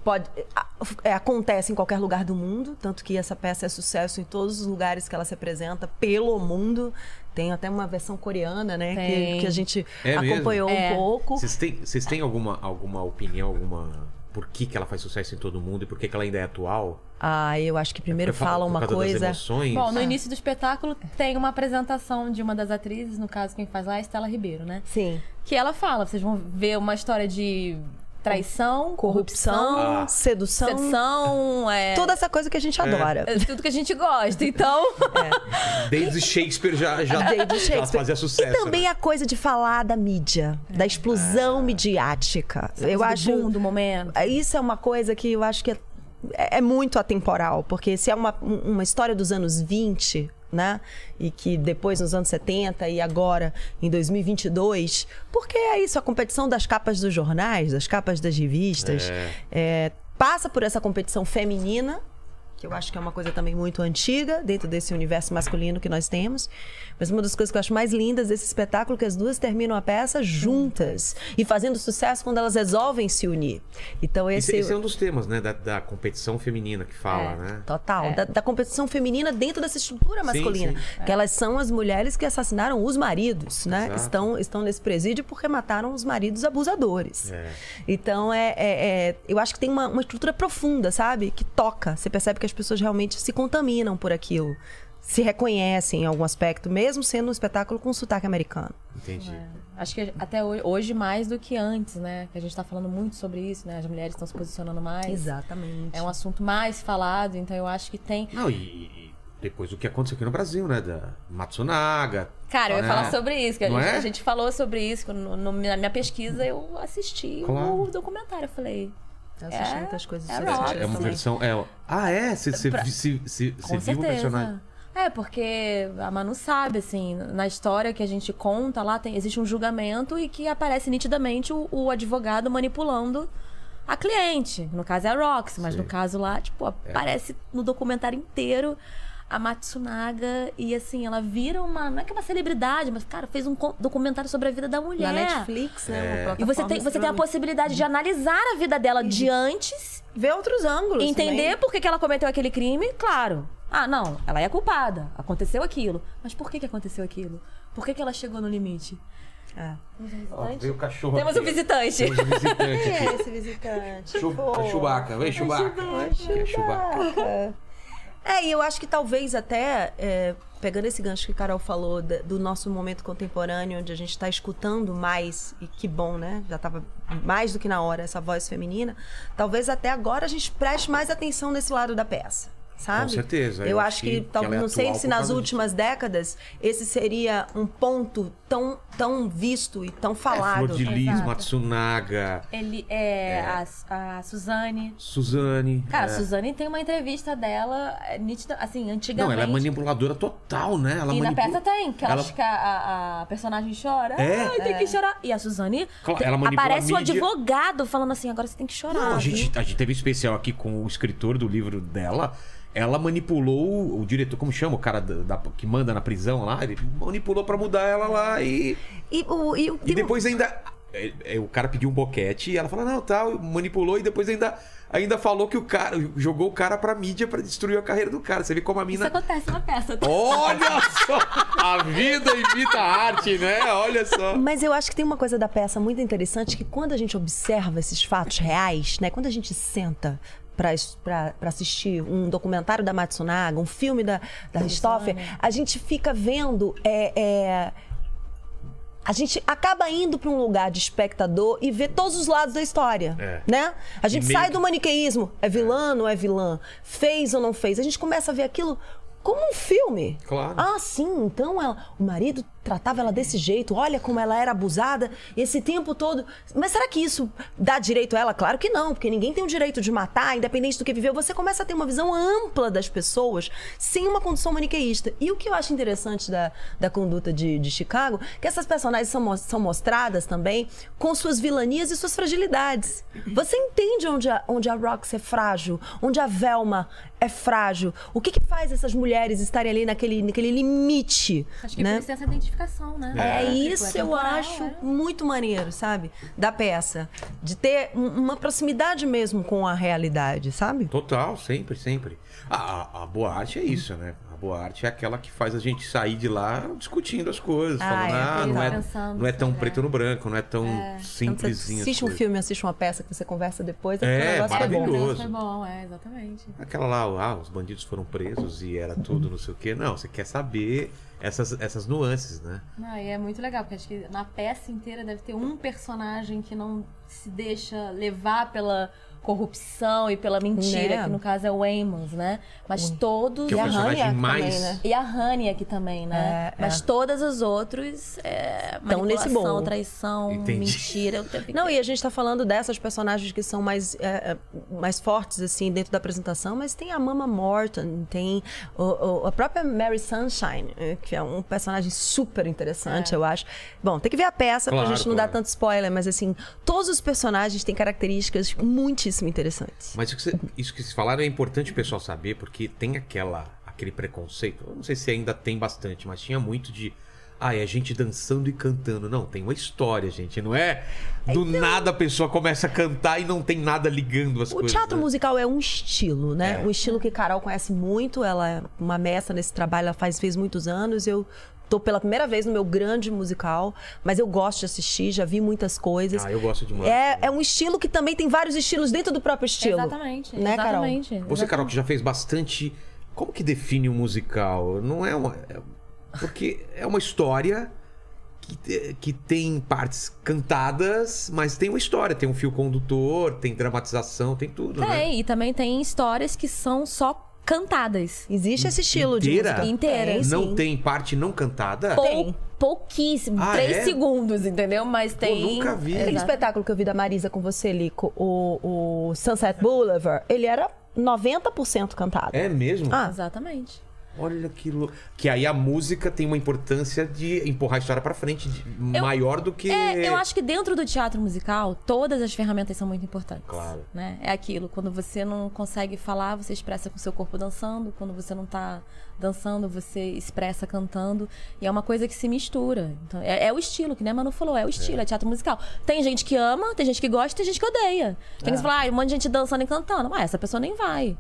Speaker 3: pode a- é, acontece em qualquer lugar do mundo, tanto que essa peça é sucesso em todos os lugares que ela se apresenta pelo mundo. Tem até uma versão coreana, né? Que,
Speaker 5: Tem.
Speaker 3: que a gente
Speaker 1: É mesmo?
Speaker 3: acompanhou
Speaker 5: É.
Speaker 3: um pouco.
Speaker 1: Vocês têm, vocês têm alguma, alguma opinião, alguma. Por que, que ela faz sucesso em todo mundo e por que, que ela ainda é atual?
Speaker 3: Ah, eu acho que primeiro
Speaker 1: É Por fa-
Speaker 3: fala
Speaker 1: por
Speaker 3: uma
Speaker 1: causa das
Speaker 3: coisa.
Speaker 1: emoções?
Speaker 4: Bom,
Speaker 3: É.
Speaker 4: no início do espetáculo tem uma apresentação de uma das atrizes, no caso quem faz lá é a Estela Ribeiro, né?
Speaker 3: Sim.
Speaker 4: Que ela fala, vocês vão ver uma história de traição,
Speaker 3: Corrupção,
Speaker 4: corrupção,
Speaker 1: Ah.
Speaker 3: sedução,
Speaker 5: Sedução, é...
Speaker 3: Toda essa coisa que a gente adora.
Speaker 4: é tudo que a gente gosta. Então,
Speaker 1: Desde Shakespeare já, já,
Speaker 3: Desde
Speaker 1: já
Speaker 3: Shakespeare.
Speaker 1: fazia sucesso.
Speaker 3: e também
Speaker 1: né? É.
Speaker 3: a coisa de falar da mídia, da explosão midiática. eu
Speaker 5: É. do
Speaker 3: acho.
Speaker 5: boom do momento.
Speaker 3: Isso é uma coisa que eu acho que é, é muito atemporal, porque se é uma, um- uma história dos anos 20, né? E que depois nos anos 70 e agora em 2022, porque é isso, a competição das capas dos jornais, das capas das revistas, é, passa por essa competição feminina, que eu acho que é uma coisa também muito antiga dentro desse universo masculino que nós temos. Mas uma das coisas que eu acho mais lindas desse espetáculo é que as duas terminam a peça juntas e fazendo sucesso quando elas resolvem se unir. Então
Speaker 1: Esse,
Speaker 3: esse,
Speaker 1: esse é um dos temas, né? Da, da competição feminina que fala,
Speaker 5: É.
Speaker 1: né?
Speaker 5: Então,
Speaker 3: total da, da competição feminina dentro dessa estrutura masculina,
Speaker 1: sim.
Speaker 3: que elas são as mulheres que assassinaram os maridos, né?
Speaker 1: Exato.
Speaker 3: Estão estão nesse presídio porque mataram os maridos abusadores.
Speaker 1: É.
Speaker 3: Então, é, é- é- eu acho que tem uma, uma estrutura profunda, sabe? Que toca. Você percebe que as pessoas realmente se contaminam por aquilo. Se reconhecem em algum aspecto, mesmo sendo um espetáculo com sotaque americano.
Speaker 1: Entendi.
Speaker 5: é.
Speaker 4: Acho que até ho- hoje mais do que antes, né? Que a gente tá falando muito sobre isso, né? As mulheres estão se posicionando mais.
Speaker 3: Exatamente.
Speaker 4: É um assunto mais falado, então eu acho que tem.
Speaker 1: Não, e, e depois do que aconteceu aqui no Brasil, né? Da Matsunaga.
Speaker 5: Cara, eu ia
Speaker 1: né?
Speaker 5: falar sobre isso, que a
Speaker 1: Não
Speaker 5: gente,
Speaker 1: é?
Speaker 5: a gente falou sobre isso no- no- na minha pesquisa, eu assisti
Speaker 1: Claro.
Speaker 5: o documentário, eu falei,
Speaker 3: Eu assisti
Speaker 5: É,
Speaker 3: muitas coisas
Speaker 5: é
Speaker 3: sobre
Speaker 5: lógico.
Speaker 3: isso.
Speaker 1: É uma
Speaker 5: Sim.
Speaker 1: versão. É, ó. ah, é? Você você vi- se- se- você
Speaker 5: Com
Speaker 1: viu o personagem?
Speaker 5: certeza. É, porque a Manu sabe, assim, na história que a gente conta lá, tem- existe um julgamento e que aparece nitidamente o, o advogado manipulando a cliente. No caso é a Rox, mas
Speaker 1: Sim. É.
Speaker 5: no caso lá, tipo, aparece no documentário inteiro a Matsunaga. E assim, ela vira uma. Não é que é uma celebridade, mas, cara, fez um co- documentário sobre a vida da mulher.
Speaker 3: Na Netflix, né? uma plataforma
Speaker 5: E você tem, você tem a
Speaker 3: streaming.
Speaker 5: possibilidade de analisar a vida dela de antes,
Speaker 3: Ver outros ângulos.
Speaker 1: assim,
Speaker 5: entender
Speaker 3: também.
Speaker 5: por que, que ela cometeu aquele crime, claro. Ah, não, ela é culpada, aconteceu aquilo. Mas por que, que aconteceu aquilo? Por que, que ela chegou no limite?
Speaker 3: Ah.
Speaker 1: Ó, veio o cachorro
Speaker 5: Temos
Speaker 1: aqui.
Speaker 5: um visitante.
Speaker 1: Temos um visitante
Speaker 3: Quem é
Speaker 1: aqui.
Speaker 3: esse visitante?
Speaker 1: Chu- é
Speaker 3: Pô.
Speaker 1: Chewbacca, vem Chewbacca. Aqui é Chewbacca.
Speaker 3: É, e eu acho que talvez até, é, pegando esse gancho que Carol falou da- do nosso momento contemporâneo, onde a gente está escutando mais, e que bom, né? Já estava mais do que na hora essa voz feminina, talvez até agora a gente preste mais atenção nesse lado da peça. Sabe?
Speaker 1: Com certeza,
Speaker 3: Eu, acho que, tal-
Speaker 1: ela é
Speaker 3: não sei
Speaker 1: atual
Speaker 3: se
Speaker 1: por
Speaker 3: nas
Speaker 1: causa
Speaker 3: últimas décadas esse seria um ponto tão, tão visto e tão
Speaker 1: É Flor
Speaker 3: falado.
Speaker 1: de Lis,
Speaker 5: Exato.
Speaker 1: Matsunaga,
Speaker 5: Ele é, A, a Suzane.
Speaker 1: Suzane.
Speaker 5: Cara,
Speaker 1: é.
Speaker 5: a Suzane tem uma entrevista dela, é, nítida, assim, antigamente.
Speaker 1: Não, ela é manipuladora total, né? Ela
Speaker 5: E na
Speaker 1: manipula-
Speaker 5: peça tem, que ela,
Speaker 1: Ela-
Speaker 5: acha que a, a- a personagem chora.
Speaker 1: É.
Speaker 5: Ai, tem que chorar. E a Suzane
Speaker 1: Claro,
Speaker 5: tem-
Speaker 1: ela manipula
Speaker 5: aparece
Speaker 1: a
Speaker 5: o
Speaker 1: mídia.
Speaker 5: advogado falando assim, agora você tem que chorar.
Speaker 1: Não, a
Speaker 5: viu?
Speaker 1: gente, a gente teve um especial aqui com o escritor do livro dela. Ela manipulou o- o diretor, como chama o cara da- da- que manda na prisão lá? Ele manipulou pra mudar ela lá e.
Speaker 3: E, o, e, o- um
Speaker 1: E
Speaker 5: um-
Speaker 1: depois ainda. é, é, O cara pediu um boquete e ela falou, não, tal, manipulou e depois ainda, ainda falou que o cara. jogou o cara pra mídia pra destruir a carreira do cara. Você vê como a
Speaker 5: Isso
Speaker 1: mina.
Speaker 5: acontece na peça. tá?
Speaker 1: Olha só! A vida imita a arte, né? Olha só.
Speaker 3: Mas eu acho que tem uma coisa da peça muito interessante que quando a gente observa esses fatos reais, né? Quando a gente senta pra es- pra pra assistir um documentário da Matsunaga, um filme da, da Richthofen, a gente fica vendo. é, é, a gente acaba indo pra um lugar de espectador e vê todos os lados da história,
Speaker 1: É.
Speaker 3: né? A gente
Speaker 1: E meio
Speaker 3: sai
Speaker 1: que-
Speaker 3: do maniqueísmo, é vilã, não é vilã, fez ou não fez. A gente começa a ver aquilo como um filme.
Speaker 1: Claro.
Speaker 3: Ah, ah, sim, então ela- o marido tratava ela desse jeito, olha como ela era abusada esse tempo todo. Mas será que isso dá direito a ela? Claro que não, porque ninguém tem o direito de matar, independente do que viveu. Você começa a ter uma visão ampla das pessoas sem uma condição maniqueísta. E o que eu acho interessante da, da conduta de, de Chicago, que essas personagens são, mos- são mostradas também com suas vilanias e suas fragilidades. Você entende onde a, onde a Rox é frágil, onde a Velma é frágil. O que, que faz essas mulheres estarem ali naquele, naquele limite?
Speaker 5: Acho que
Speaker 3: né?
Speaker 5: por isso tem essa identificação, né?
Speaker 3: É
Speaker 5: Tipo,
Speaker 3: isso, eu
Speaker 5: temporal,
Speaker 3: acho
Speaker 5: é.
Speaker 3: muito maneiro, sabe? Da peça. De ter um- uma proximidade mesmo com a realidade, sabe?
Speaker 1: Total, sempre, sempre. A, a- a boa arte é isso, né? A boa arte é aquela que faz a gente sair de lá discutindo as coisas,
Speaker 3: Ah,
Speaker 1: falando,
Speaker 3: é,
Speaker 1: ah, não,
Speaker 5: tá
Speaker 1: é,
Speaker 5: pensando,
Speaker 1: não é tão
Speaker 5: é.
Speaker 1: preto no branco, não é tão
Speaker 3: Quando você
Speaker 1: simplesinho. as
Speaker 3: assiste um
Speaker 1: coisas.
Speaker 3: filme, assiste uma peça que você conversa depois,
Speaker 1: É,
Speaker 3: aquele negócio é bom.
Speaker 1: maravilhoso.
Speaker 5: Nossa, Foi bom, é, exatamente.
Speaker 1: Aquela lá, ó, ah, os bandidos foram presos e era tudo não sei o quê. Não, você quer saber essas, essas nuances, né?
Speaker 5: Não, e é muito legal, porque acho que na peça inteira deve ter um personagem que não se deixa levar pela corrupção e pela mentira,
Speaker 3: Né?
Speaker 5: que no caso é o Amos, né? Mas todos.
Speaker 1: Que é o
Speaker 3: a
Speaker 1: personagem
Speaker 3: Rania
Speaker 1: mais.
Speaker 3: também, né?
Speaker 5: E a Honey aqui também, né?
Speaker 3: É,
Speaker 5: Mas
Speaker 3: é.
Speaker 5: todas as outras é,
Speaker 3: Tão nesse
Speaker 5: manipulação,
Speaker 3: bolo.
Speaker 5: traição,
Speaker 1: Entendi.
Speaker 5: mentira. O tempo
Speaker 3: Não, e a gente tá falando dessas personagens que são mais, é, é, mais fortes, assim, dentro da apresentação, mas tem a Mama Morton, tem o- o- a própria Mary Sunshine, é, que é um personagem super interessante, eu acho. Bom, tem que ver a peça pra
Speaker 1: Claro,
Speaker 3: gente não
Speaker 1: claro.
Speaker 3: dar tanto spoiler, mas assim, todos os personagens têm características muitíssimo interessantes.
Speaker 1: Mas isso que, você, isso que vocês falaram é importante o pessoal saber, porque tem aquela, aquele preconceito. Eu não sei se ainda tem bastante, mas tinha muito de. Ah, é gente dançando e cantando. Não, tem uma história, gente. Não é
Speaker 3: Então,
Speaker 1: do nada a pessoa começa a cantar e não tem nada ligando as
Speaker 3: O
Speaker 1: coisas.
Speaker 3: teatro
Speaker 1: né? É.
Speaker 3: musical é um estilo, né? Um estilo que Carol conhece muito, ela é uma mestra nesse trabalho, ela faz, fez muitos anos. Eu tô pela primeira vez no meu grande musical, mas eu gosto de assistir, já vi muitas coisas.
Speaker 1: Ah, eu gosto demais.
Speaker 3: É, é um estilo que também tem vários estilos dentro do próprio estilo.
Speaker 5: Exatamente.
Speaker 3: Né, Carol?
Speaker 5: exatamente.
Speaker 1: Você, Carol, que já fez bastante. Como que define um musical? Não é uma. é- Porque é uma história que, te- que tem partes cantadas, mas tem uma história, tem um fio condutor, tem dramatização, tem tudo,
Speaker 3: É,
Speaker 1: né?
Speaker 5: Tem, e também tem histórias que são só cantadas.
Speaker 3: Existe esse estilo
Speaker 1: Inteira?
Speaker 3: de música.
Speaker 5: Inteira.
Speaker 3: Tem,
Speaker 1: Ah. Não
Speaker 3: sim.
Speaker 1: tem parte não cantada?
Speaker 5: Pou,
Speaker 3: Tem.
Speaker 5: Pouquíssimo,
Speaker 1: Ah,
Speaker 5: três
Speaker 1: é?
Speaker 5: segundos, entendeu? Mas tem.
Speaker 1: nunca vi.
Speaker 3: Aquele
Speaker 5: Exato.
Speaker 3: espetáculo que eu vi da Marisa com você, Lico, o, o Sunset Boulevard, ele era 90% cantado.
Speaker 1: É mesmo?
Speaker 3: Ah,
Speaker 5: Exatamente.
Speaker 1: Olha que louco. Que aí a música tem uma importância de empurrar a história pra frente de- maior do que.
Speaker 5: É, eu acho que dentro do teatro musical, todas as ferramentas são muito importantes.
Speaker 1: Claro.
Speaker 5: né? É aquilo, quando você não consegue falar, você expressa com seu corpo dançando, quando você não tá dançando, você expressa cantando, e é uma coisa que se mistura. Então, é, é o estilo, que nem a Manu falou, é o estilo, é. teatro musical. Tem gente que ama, tem gente que gosta, tem gente que odeia. Tem
Speaker 1: É.
Speaker 5: que falar, ah, um monte de gente dançando e cantando. Mas essa pessoa nem vai.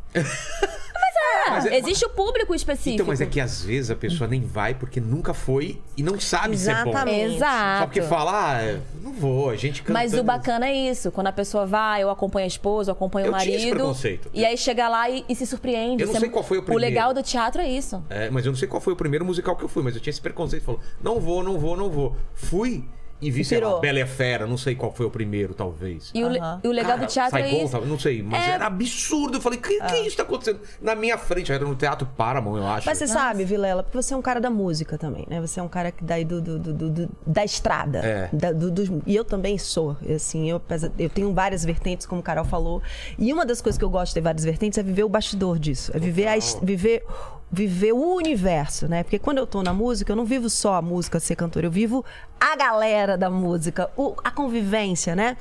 Speaker 5: mas é, existe o público específico.
Speaker 1: Então, mas é que às vezes a pessoa nem vai porque nunca foi e não sabe se é bom.
Speaker 3: Exatamente.
Speaker 5: Exato.
Speaker 1: Só porque fala, ah, é, não vou, a gente canta.
Speaker 5: Mas o bacana é isso, quando a pessoa vai, eu acompanho a esposa, eu acompanho
Speaker 1: Eu
Speaker 5: o
Speaker 1: tinha
Speaker 5: marido.
Speaker 1: esse preconceito.
Speaker 5: E aí chega lá e, e se surpreende.
Speaker 1: Eu não
Speaker 5: Isso é
Speaker 1: sei
Speaker 5: mu-
Speaker 1: qual foi o primeiro.
Speaker 5: O legal do teatro é isso.
Speaker 1: É, mas eu não sei qual foi o primeiro musical que eu fui, mas eu tinha esse preconceito. Falou, não vou, não vou, não vou. Fui e vi, sei lá,
Speaker 3: pirou.
Speaker 1: Bela e a Fera, não sei qual foi o primeiro, talvez.
Speaker 5: E, o, le-
Speaker 3: Aham.
Speaker 5: e o legal
Speaker 1: Cara,
Speaker 5: do teatro
Speaker 1: sai
Speaker 5: é
Speaker 1: bom, tá
Speaker 5: isso.
Speaker 1: sabe? não sei, mas
Speaker 5: É.
Speaker 1: era absurdo. Eu falei, que, que isso tá acontecendo? Na minha frente, era no Teatro Paramount, eu acho.
Speaker 3: Ah. Mas você sabe, Vilela, porque você é um cara da música também, né? Você é um cara que daí do, do- do- do- do- da estrada.
Speaker 1: É.
Speaker 3: Da- do- dos- e eu também sou. Assim, eu, apesar- eu tenho várias vertentes, como o Carol falou. E uma das coisas que eu gosto de ter várias vertentes é viver o bastidor disso. É viver, a, es- viver, viver o universo, né? Porque quando eu tô na música, eu não vivo só a música ser cantora, eu vivo a galera da música, o- a convivência, né?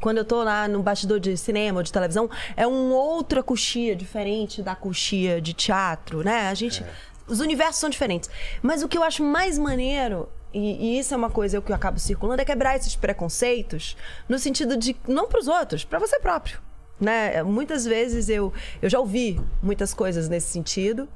Speaker 3: Quando eu tô lá no bastidor de cinema ou de televisão, é uma outra coxia diferente da coxia de teatro, né? A gente. Os universos são diferentes. Mas o que eu acho mais maneiro, e, e isso é uma coisa que eu acabo circulando, é quebrar esses preconceitos no sentido de. não pros outros, pra você próprio. Né? Muitas vezes eu, eu já ouvi muitas coisas nesse sentido.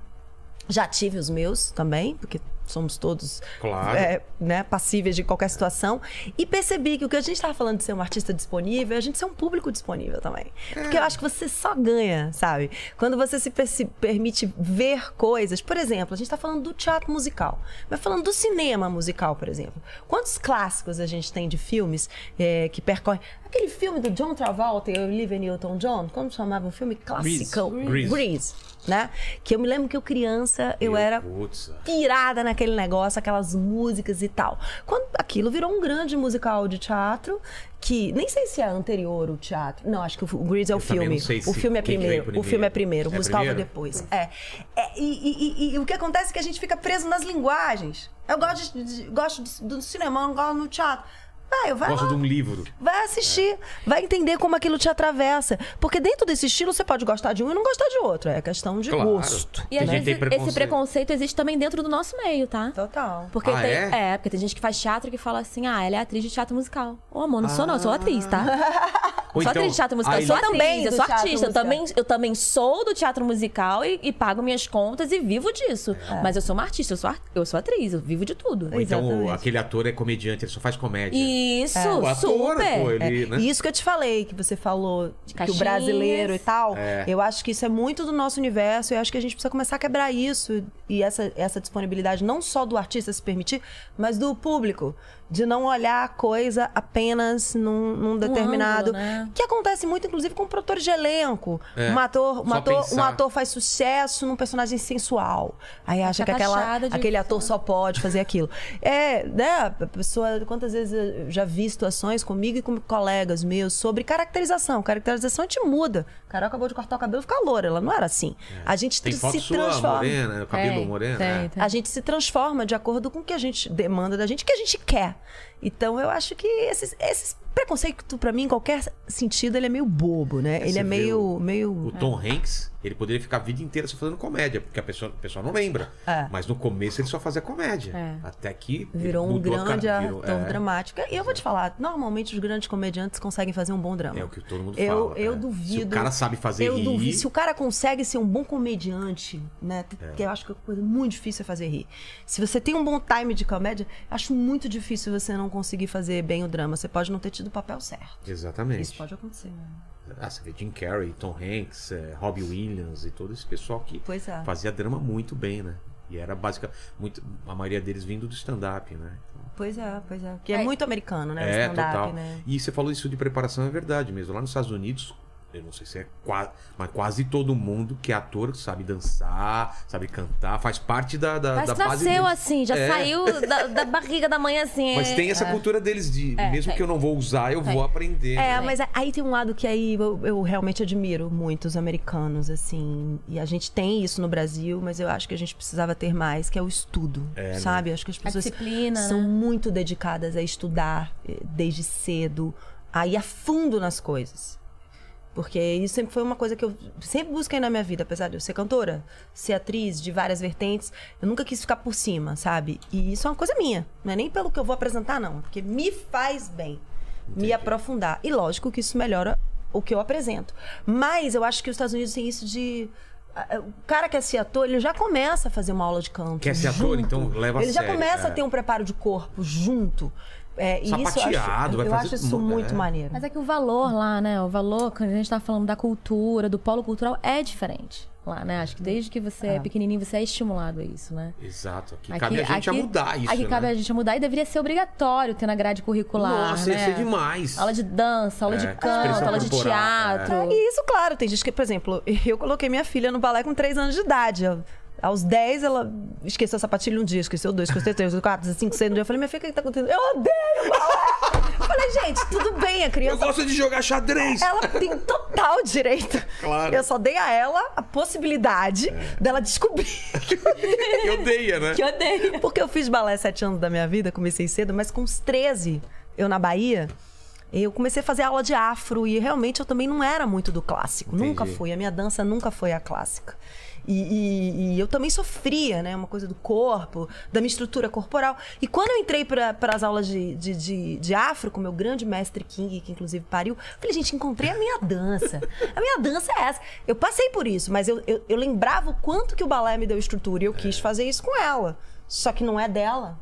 Speaker 3: Já tive os meus também, porque somos todos
Speaker 1: Claro.
Speaker 3: é, né, passíveis de qualquer situação. E percebi que o que a gente estava falando de ser um artista disponível, é a gente ser um público disponível também.
Speaker 1: É.
Speaker 3: Porque eu acho que você só ganha, sabe? Quando você se perci- permite ver coisas. Por exemplo, a gente está falando do teatro musical, mas falando do cinema musical, por exemplo. Quantos clássicos a gente tem de filmes é, que percorrem. Aquele filme do John Travolta e Olivia Newton-John, como chamava um filme clássico?
Speaker 1: Grease.
Speaker 3: Grease, né? Que eu me lembro que eu criança, eu,
Speaker 1: Eu,
Speaker 3: era
Speaker 1: putz.
Speaker 3: pirada naquele negócio, aquelas músicas e tal. Quando aquilo virou um grande musical de teatro, que nem sei se é anterior o teatro. Não, acho que o Grease é o
Speaker 1: também
Speaker 3: filme.
Speaker 1: não sei se-
Speaker 3: o filme é
Speaker 1: quem que veio
Speaker 3: primeiro, O
Speaker 1: primeiro.
Speaker 3: filme é primeiro, o
Speaker 1: É
Speaker 3: musical vai
Speaker 1: primeiro?
Speaker 3: depois. É. É, e, e- e- e o que acontece é que a gente fica preso nas linguagens. Eu gosto, de- de- gosto do, do cinema, eu não gosto no teatro. Vai, eu vai
Speaker 1: Gosto
Speaker 3: lá.
Speaker 1: de um livro.
Speaker 3: Vai assistir, vai entender como aquilo te atravessa. Porque dentro desse estilo você pode gostar de um e não gostar de outro. É questão de
Speaker 1: Claro.
Speaker 3: gosto.
Speaker 5: E às
Speaker 1: Tem gente
Speaker 5: vezes
Speaker 1: que tem
Speaker 5: esse preconceito existe também dentro do nosso meio, tá?
Speaker 3: Total.
Speaker 5: Porque
Speaker 1: Ah,
Speaker 5: tem,
Speaker 1: é?
Speaker 5: porque tem gente que faz teatro que fala assim: ah, ela é atriz de teatro musical. Ô, amor, não sou não, eu
Speaker 1: Ah.
Speaker 5: sou atriz, tá?
Speaker 1: Ou
Speaker 5: sou
Speaker 1: então,
Speaker 5: atriz de teatro musical,
Speaker 1: aí
Speaker 5: eu sou
Speaker 1: ele-
Speaker 5: atriz,
Speaker 7: Também
Speaker 5: eu
Speaker 7: do
Speaker 5: sou
Speaker 7: teatro
Speaker 5: artista. Eu
Speaker 7: musical.
Speaker 5: também, eu também sou do teatro musical e, e pago minhas contas e vivo disso.
Speaker 4: É.
Speaker 5: Mas eu sou uma artista, eu sou, ar- eu sou atriz, eu vivo de tudo.
Speaker 1: Ou então
Speaker 3: um- Exatamente.
Speaker 1: aquele ator é comediante, ele só faz comédia. É,
Speaker 5: Isso,
Speaker 4: É.
Speaker 1: O ator,
Speaker 5: super.
Speaker 1: pô, ele, né?
Speaker 3: É, E isso que eu te falei, que você falou de que o
Speaker 5: caixinhas.
Speaker 3: brasileiro e tal.
Speaker 1: É.
Speaker 3: Eu acho que isso é muito do nosso universo. Eu acho que a gente precisa começar a quebrar isso. E essa, essa disponibilidade não só do artista se permitir, mas do público. De não olhar a coisa apenas num, num determinado.
Speaker 5: ângulo, né?
Speaker 3: Que acontece muito, inclusive, com produtores de elenco.
Speaker 1: É.
Speaker 3: Um, ator, um,
Speaker 1: Só
Speaker 3: ator, um
Speaker 1: pensar.
Speaker 3: ator faz sucesso num personagem sensual. Aí acha
Speaker 5: Fica
Speaker 3: que aquela,
Speaker 5: taxada de-
Speaker 3: aquele ator só pode fazer aquilo. É, né? A pessoa, quantas vezes eu já vi situações comigo e com colegas meus sobre caracterização. Caracterização te muda. Carol acabou de cortar o cabelo e ficar loura. Ela não era assim. A gente
Speaker 1: É. Tem
Speaker 3: tr-
Speaker 1: foto
Speaker 3: se
Speaker 1: sua,
Speaker 3: transforma.
Speaker 1: morena, cabelo moreno.
Speaker 4: Tem,
Speaker 1: é.
Speaker 4: tem.
Speaker 3: A gente se transforma de acordo com o que a gente demanda da gente, o que a gente quer. Então eu acho que esses, esses preconceito pra mim em qualquer sentido ele é meio bobo, né? ele
Speaker 1: Você
Speaker 3: é
Speaker 1: vê
Speaker 3: meio
Speaker 1: o-
Speaker 3: meio
Speaker 1: O Tom Hanks, ele poderia ficar a vida inteira só fazendo comédia, porque a pessoa, o pessoal não lembra.
Speaker 3: É.
Speaker 1: Mas no começo ele só fazia comédia.
Speaker 4: É.
Speaker 1: Até que. ele
Speaker 3: Virou um
Speaker 1: mudou a
Speaker 3: grande
Speaker 1: cara- virou- é.
Speaker 3: ator dramático. E eu vou te falar, normalmente os grandes comediantes conseguem fazer um bom drama.
Speaker 1: É o que todo mundo
Speaker 3: eu,
Speaker 1: fala.
Speaker 3: Eu
Speaker 1: é.
Speaker 3: duvido.
Speaker 1: Se o cara sabe fazer
Speaker 3: eu
Speaker 1: rir,
Speaker 3: duvido. Se o cara consegue ser um bom comediante, né? Porque eu acho que é uma coisa muito difícil é fazer rir. Se você tem um bom time de comédia, acho muito difícil você não conseguir fazer bem o drama. Você pode não ter tido o papel certo.
Speaker 1: Exatamente.
Speaker 3: Isso pode acontecer. né?
Speaker 1: Ah, você vê Jim Carrey, Tom Hanks, eh, Robbie Williams e todo esse pessoal que
Speaker 3: Pois é.
Speaker 1: fazia drama muito bem, né? E era basicamente. Muito, a maioria deles vindo do stand-up, né?
Speaker 3: Pois é, pois é. Porque é,
Speaker 5: É.
Speaker 3: muito americano, né? o
Speaker 1: É,
Speaker 3: stand-up,
Speaker 1: total.
Speaker 3: né?
Speaker 1: E você falou isso de preparação, é verdade mesmo. Lá nos Estados Unidos, eu não sei se é quase, mas quase todo mundo que é ator sabe dançar, sabe cantar, faz parte da, é da,
Speaker 4: Mas
Speaker 1: da base.
Speaker 4: nasceu
Speaker 1: deles.
Speaker 4: assim, já
Speaker 1: É.
Speaker 4: saiu da, da barriga da mãe assim.
Speaker 5: é.
Speaker 4: É,
Speaker 1: Mas tem essa cultura deles de, mesmo que eu não vou usar, eu vou aprender.
Speaker 3: É,
Speaker 1: né?
Speaker 3: mas a- aí tem um lado que aí eu, eu realmente admiro muito os americanos, assim. E a gente tem isso no Brasil, mas eu acho que a gente precisava ter mais, que é o estudo, sabe? Eu Acho que as pessoas
Speaker 5: disciplina,
Speaker 3: são
Speaker 5: né?
Speaker 3: muito dedicadas a estudar eh, desde cedo, a ir a fundo nas coisas. Porque isso sempre foi uma coisa que eu sempre busquei na minha vida, apesar de eu ser cantora, ser atriz de várias vertentes, eu nunca quis ficar por cima, sabe? E isso é uma coisa minha, não é nem pelo que eu vou apresentar, não, é porque me faz bem me aprofundar. E lógico que isso melhora o que eu apresento. Mas eu acho que os Estados Unidos têm isso de. ah, O cara quer ser ator, ele já começa a fazer uma aula de canto.
Speaker 1: Quer ser ator?
Speaker 3: junto.
Speaker 1: Então leva a
Speaker 3: Ele já
Speaker 1: sério,
Speaker 3: começa
Speaker 1: é.
Speaker 3: a ter um preparo de corpo junto. É, e isso eu acho,
Speaker 1: Sapateado, vai
Speaker 3: eu
Speaker 1: fazer
Speaker 3: acho isso
Speaker 1: tudo,
Speaker 3: muito
Speaker 1: é.
Speaker 3: maneiro.
Speaker 4: Mas é que o valor lá, né? O valor, quando a gente tá falando da cultura, do polo cultural, é diferente lá, né? Acho que desde que você é pequenininho, você é estimulado a isso, né?
Speaker 1: Exato. Aqui, cabe a gente a
Speaker 4: aqui-
Speaker 1: mudar isso.
Speaker 4: Aqui cabe
Speaker 1: né?
Speaker 4: a gente a mudar e deveria ser obrigatório ter na grade curricular.
Speaker 1: Nossa,
Speaker 4: né?
Speaker 1: ia ser demais.
Speaker 4: Aula de dança, aula
Speaker 1: É,
Speaker 4: de canto,
Speaker 1: expressão
Speaker 4: aula de
Speaker 1: corporal, é.
Speaker 4: teatro.
Speaker 3: Ah, E isso, claro, tem gente que, por exemplo, eu coloquei minha filha no balé com 3 anos de idade. Eu- Aos 10, ela esqueceu a sapatilha um dia, esqueceu dois, esqueceu três, esqueceu quatro, esqueceu cinco, seis. Um dia eu falei, minha filha, o que que tá acontecendo? Eu odeio balé! Eu falei, gente, tudo bem, a
Speaker 1: Eu
Speaker 3: criança.
Speaker 1: gosto de jogar xadrez.
Speaker 3: Ela tem total direito.
Speaker 1: Claro.
Speaker 3: Eu só dei a ela a possibilidade dela descobrir
Speaker 1: Que odeia, né?
Speaker 5: Que odeio.
Speaker 3: porque eu fiz balé sete anos da minha vida, comecei cedo, mas com os 13, eu na Bahia, eu comecei a fazer aula de afro e realmente eu também não era muito do clássico. Nunca fui. A minha dança nunca foi a clássica. E, e- e eu também sofria, né? Uma coisa do corpo, da minha estrutura corporal. E quando eu entrei para as aulas de, de, de- de afro com meu grande mestre King, que inclusive pariu, eu falei, gente, encontrei a minha dança. A minha dança é essa. Eu passei por isso, mas eu, eu, eu lembrava o quanto que o balé me deu estrutura e eu
Speaker 1: É.
Speaker 3: quis fazer isso com ela. Só que não é dela.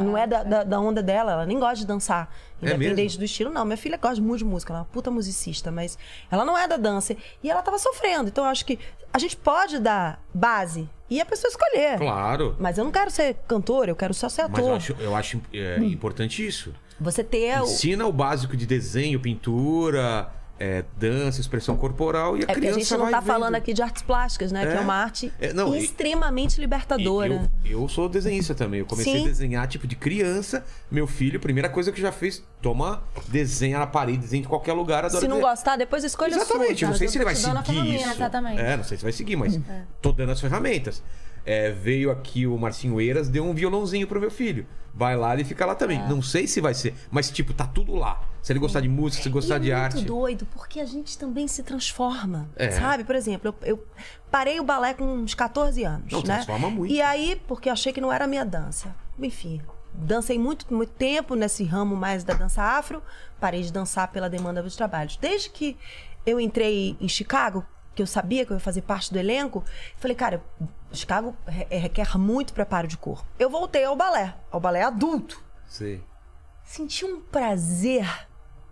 Speaker 3: não é da, da- da onda dela, ela nem gosta de dançar.
Speaker 1: É
Speaker 3: Independente
Speaker 1: mesmo?
Speaker 3: do estilo, não. Minha filha gosta muito de música, ela é uma puta musicista, mas ela não é da dança. E ela tava sofrendo. Então eu acho que a gente pode dar base e a pessoa escolher.
Speaker 1: Claro.
Speaker 3: Mas eu não quero ser cantora, eu quero só ser
Speaker 1: Mas
Speaker 3: ator.
Speaker 1: eu acho, eu acho é, importante isso.
Speaker 3: Você ter É o.
Speaker 1: Ensina o básico de desenho, pintura, é, dança, expressão corporal e a
Speaker 3: É porque a
Speaker 1: criança
Speaker 3: gente não
Speaker 1: vai
Speaker 3: tá
Speaker 1: vendo.
Speaker 3: falando aqui de artes plásticas, né? Que
Speaker 1: É.
Speaker 3: é uma arte
Speaker 1: É, não, e-
Speaker 3: extremamente
Speaker 1: E
Speaker 3: libertadora.
Speaker 1: Eu, eu sou desenhista também. Eu comecei
Speaker 3: né? Sim.
Speaker 1: a desenhar tipo de criança. Meu filho, a primeira coisa que já fez, toma, desenha na parede, desenha em qualquer lugar. adora
Speaker 3: Se não
Speaker 1: desenhar.
Speaker 3: gostar, depois escolha a sua.
Speaker 1: Exatamente, eu não
Speaker 3: cara.
Speaker 1: sei se ele
Speaker 3: tô
Speaker 1: vai
Speaker 3: te dando a Hum.
Speaker 1: seguir
Speaker 3: ferramenta.
Speaker 1: isso.
Speaker 4: exatamente.
Speaker 1: É, não sei se vai seguir, mas tô dando as ferramentas. É, veio aqui o Marcinho Eiras, deu um violãozinho pro meu filho. Vai lá, ele fica lá também.
Speaker 3: É.
Speaker 1: Não sei se vai ser, mas tipo, tá tudo lá. Se ele gostar de música, se ele gostar
Speaker 3: E
Speaker 1: de
Speaker 3: é
Speaker 1: arte.
Speaker 3: muito doido, porque a gente também se transforma,
Speaker 1: É.
Speaker 3: sabe? Por exemplo, eu, eu parei o balé com uns 14 anos,
Speaker 1: Não,
Speaker 3: né?
Speaker 1: transforma muito.
Speaker 3: E aí, porque eu achei que não era a minha dança. Enfim, dancei muito, muito tempo nesse ramo mais da dança afro, parei de dançar pela demanda dos trabalhos. Desde que eu entrei em Chicago, que eu sabia que eu ia fazer parte do elenco, falei, cara, Chicago re- requer muito preparo de corpo. Eu voltei ao balé, ao balé adulto
Speaker 1: Sei.
Speaker 3: senti um prazer,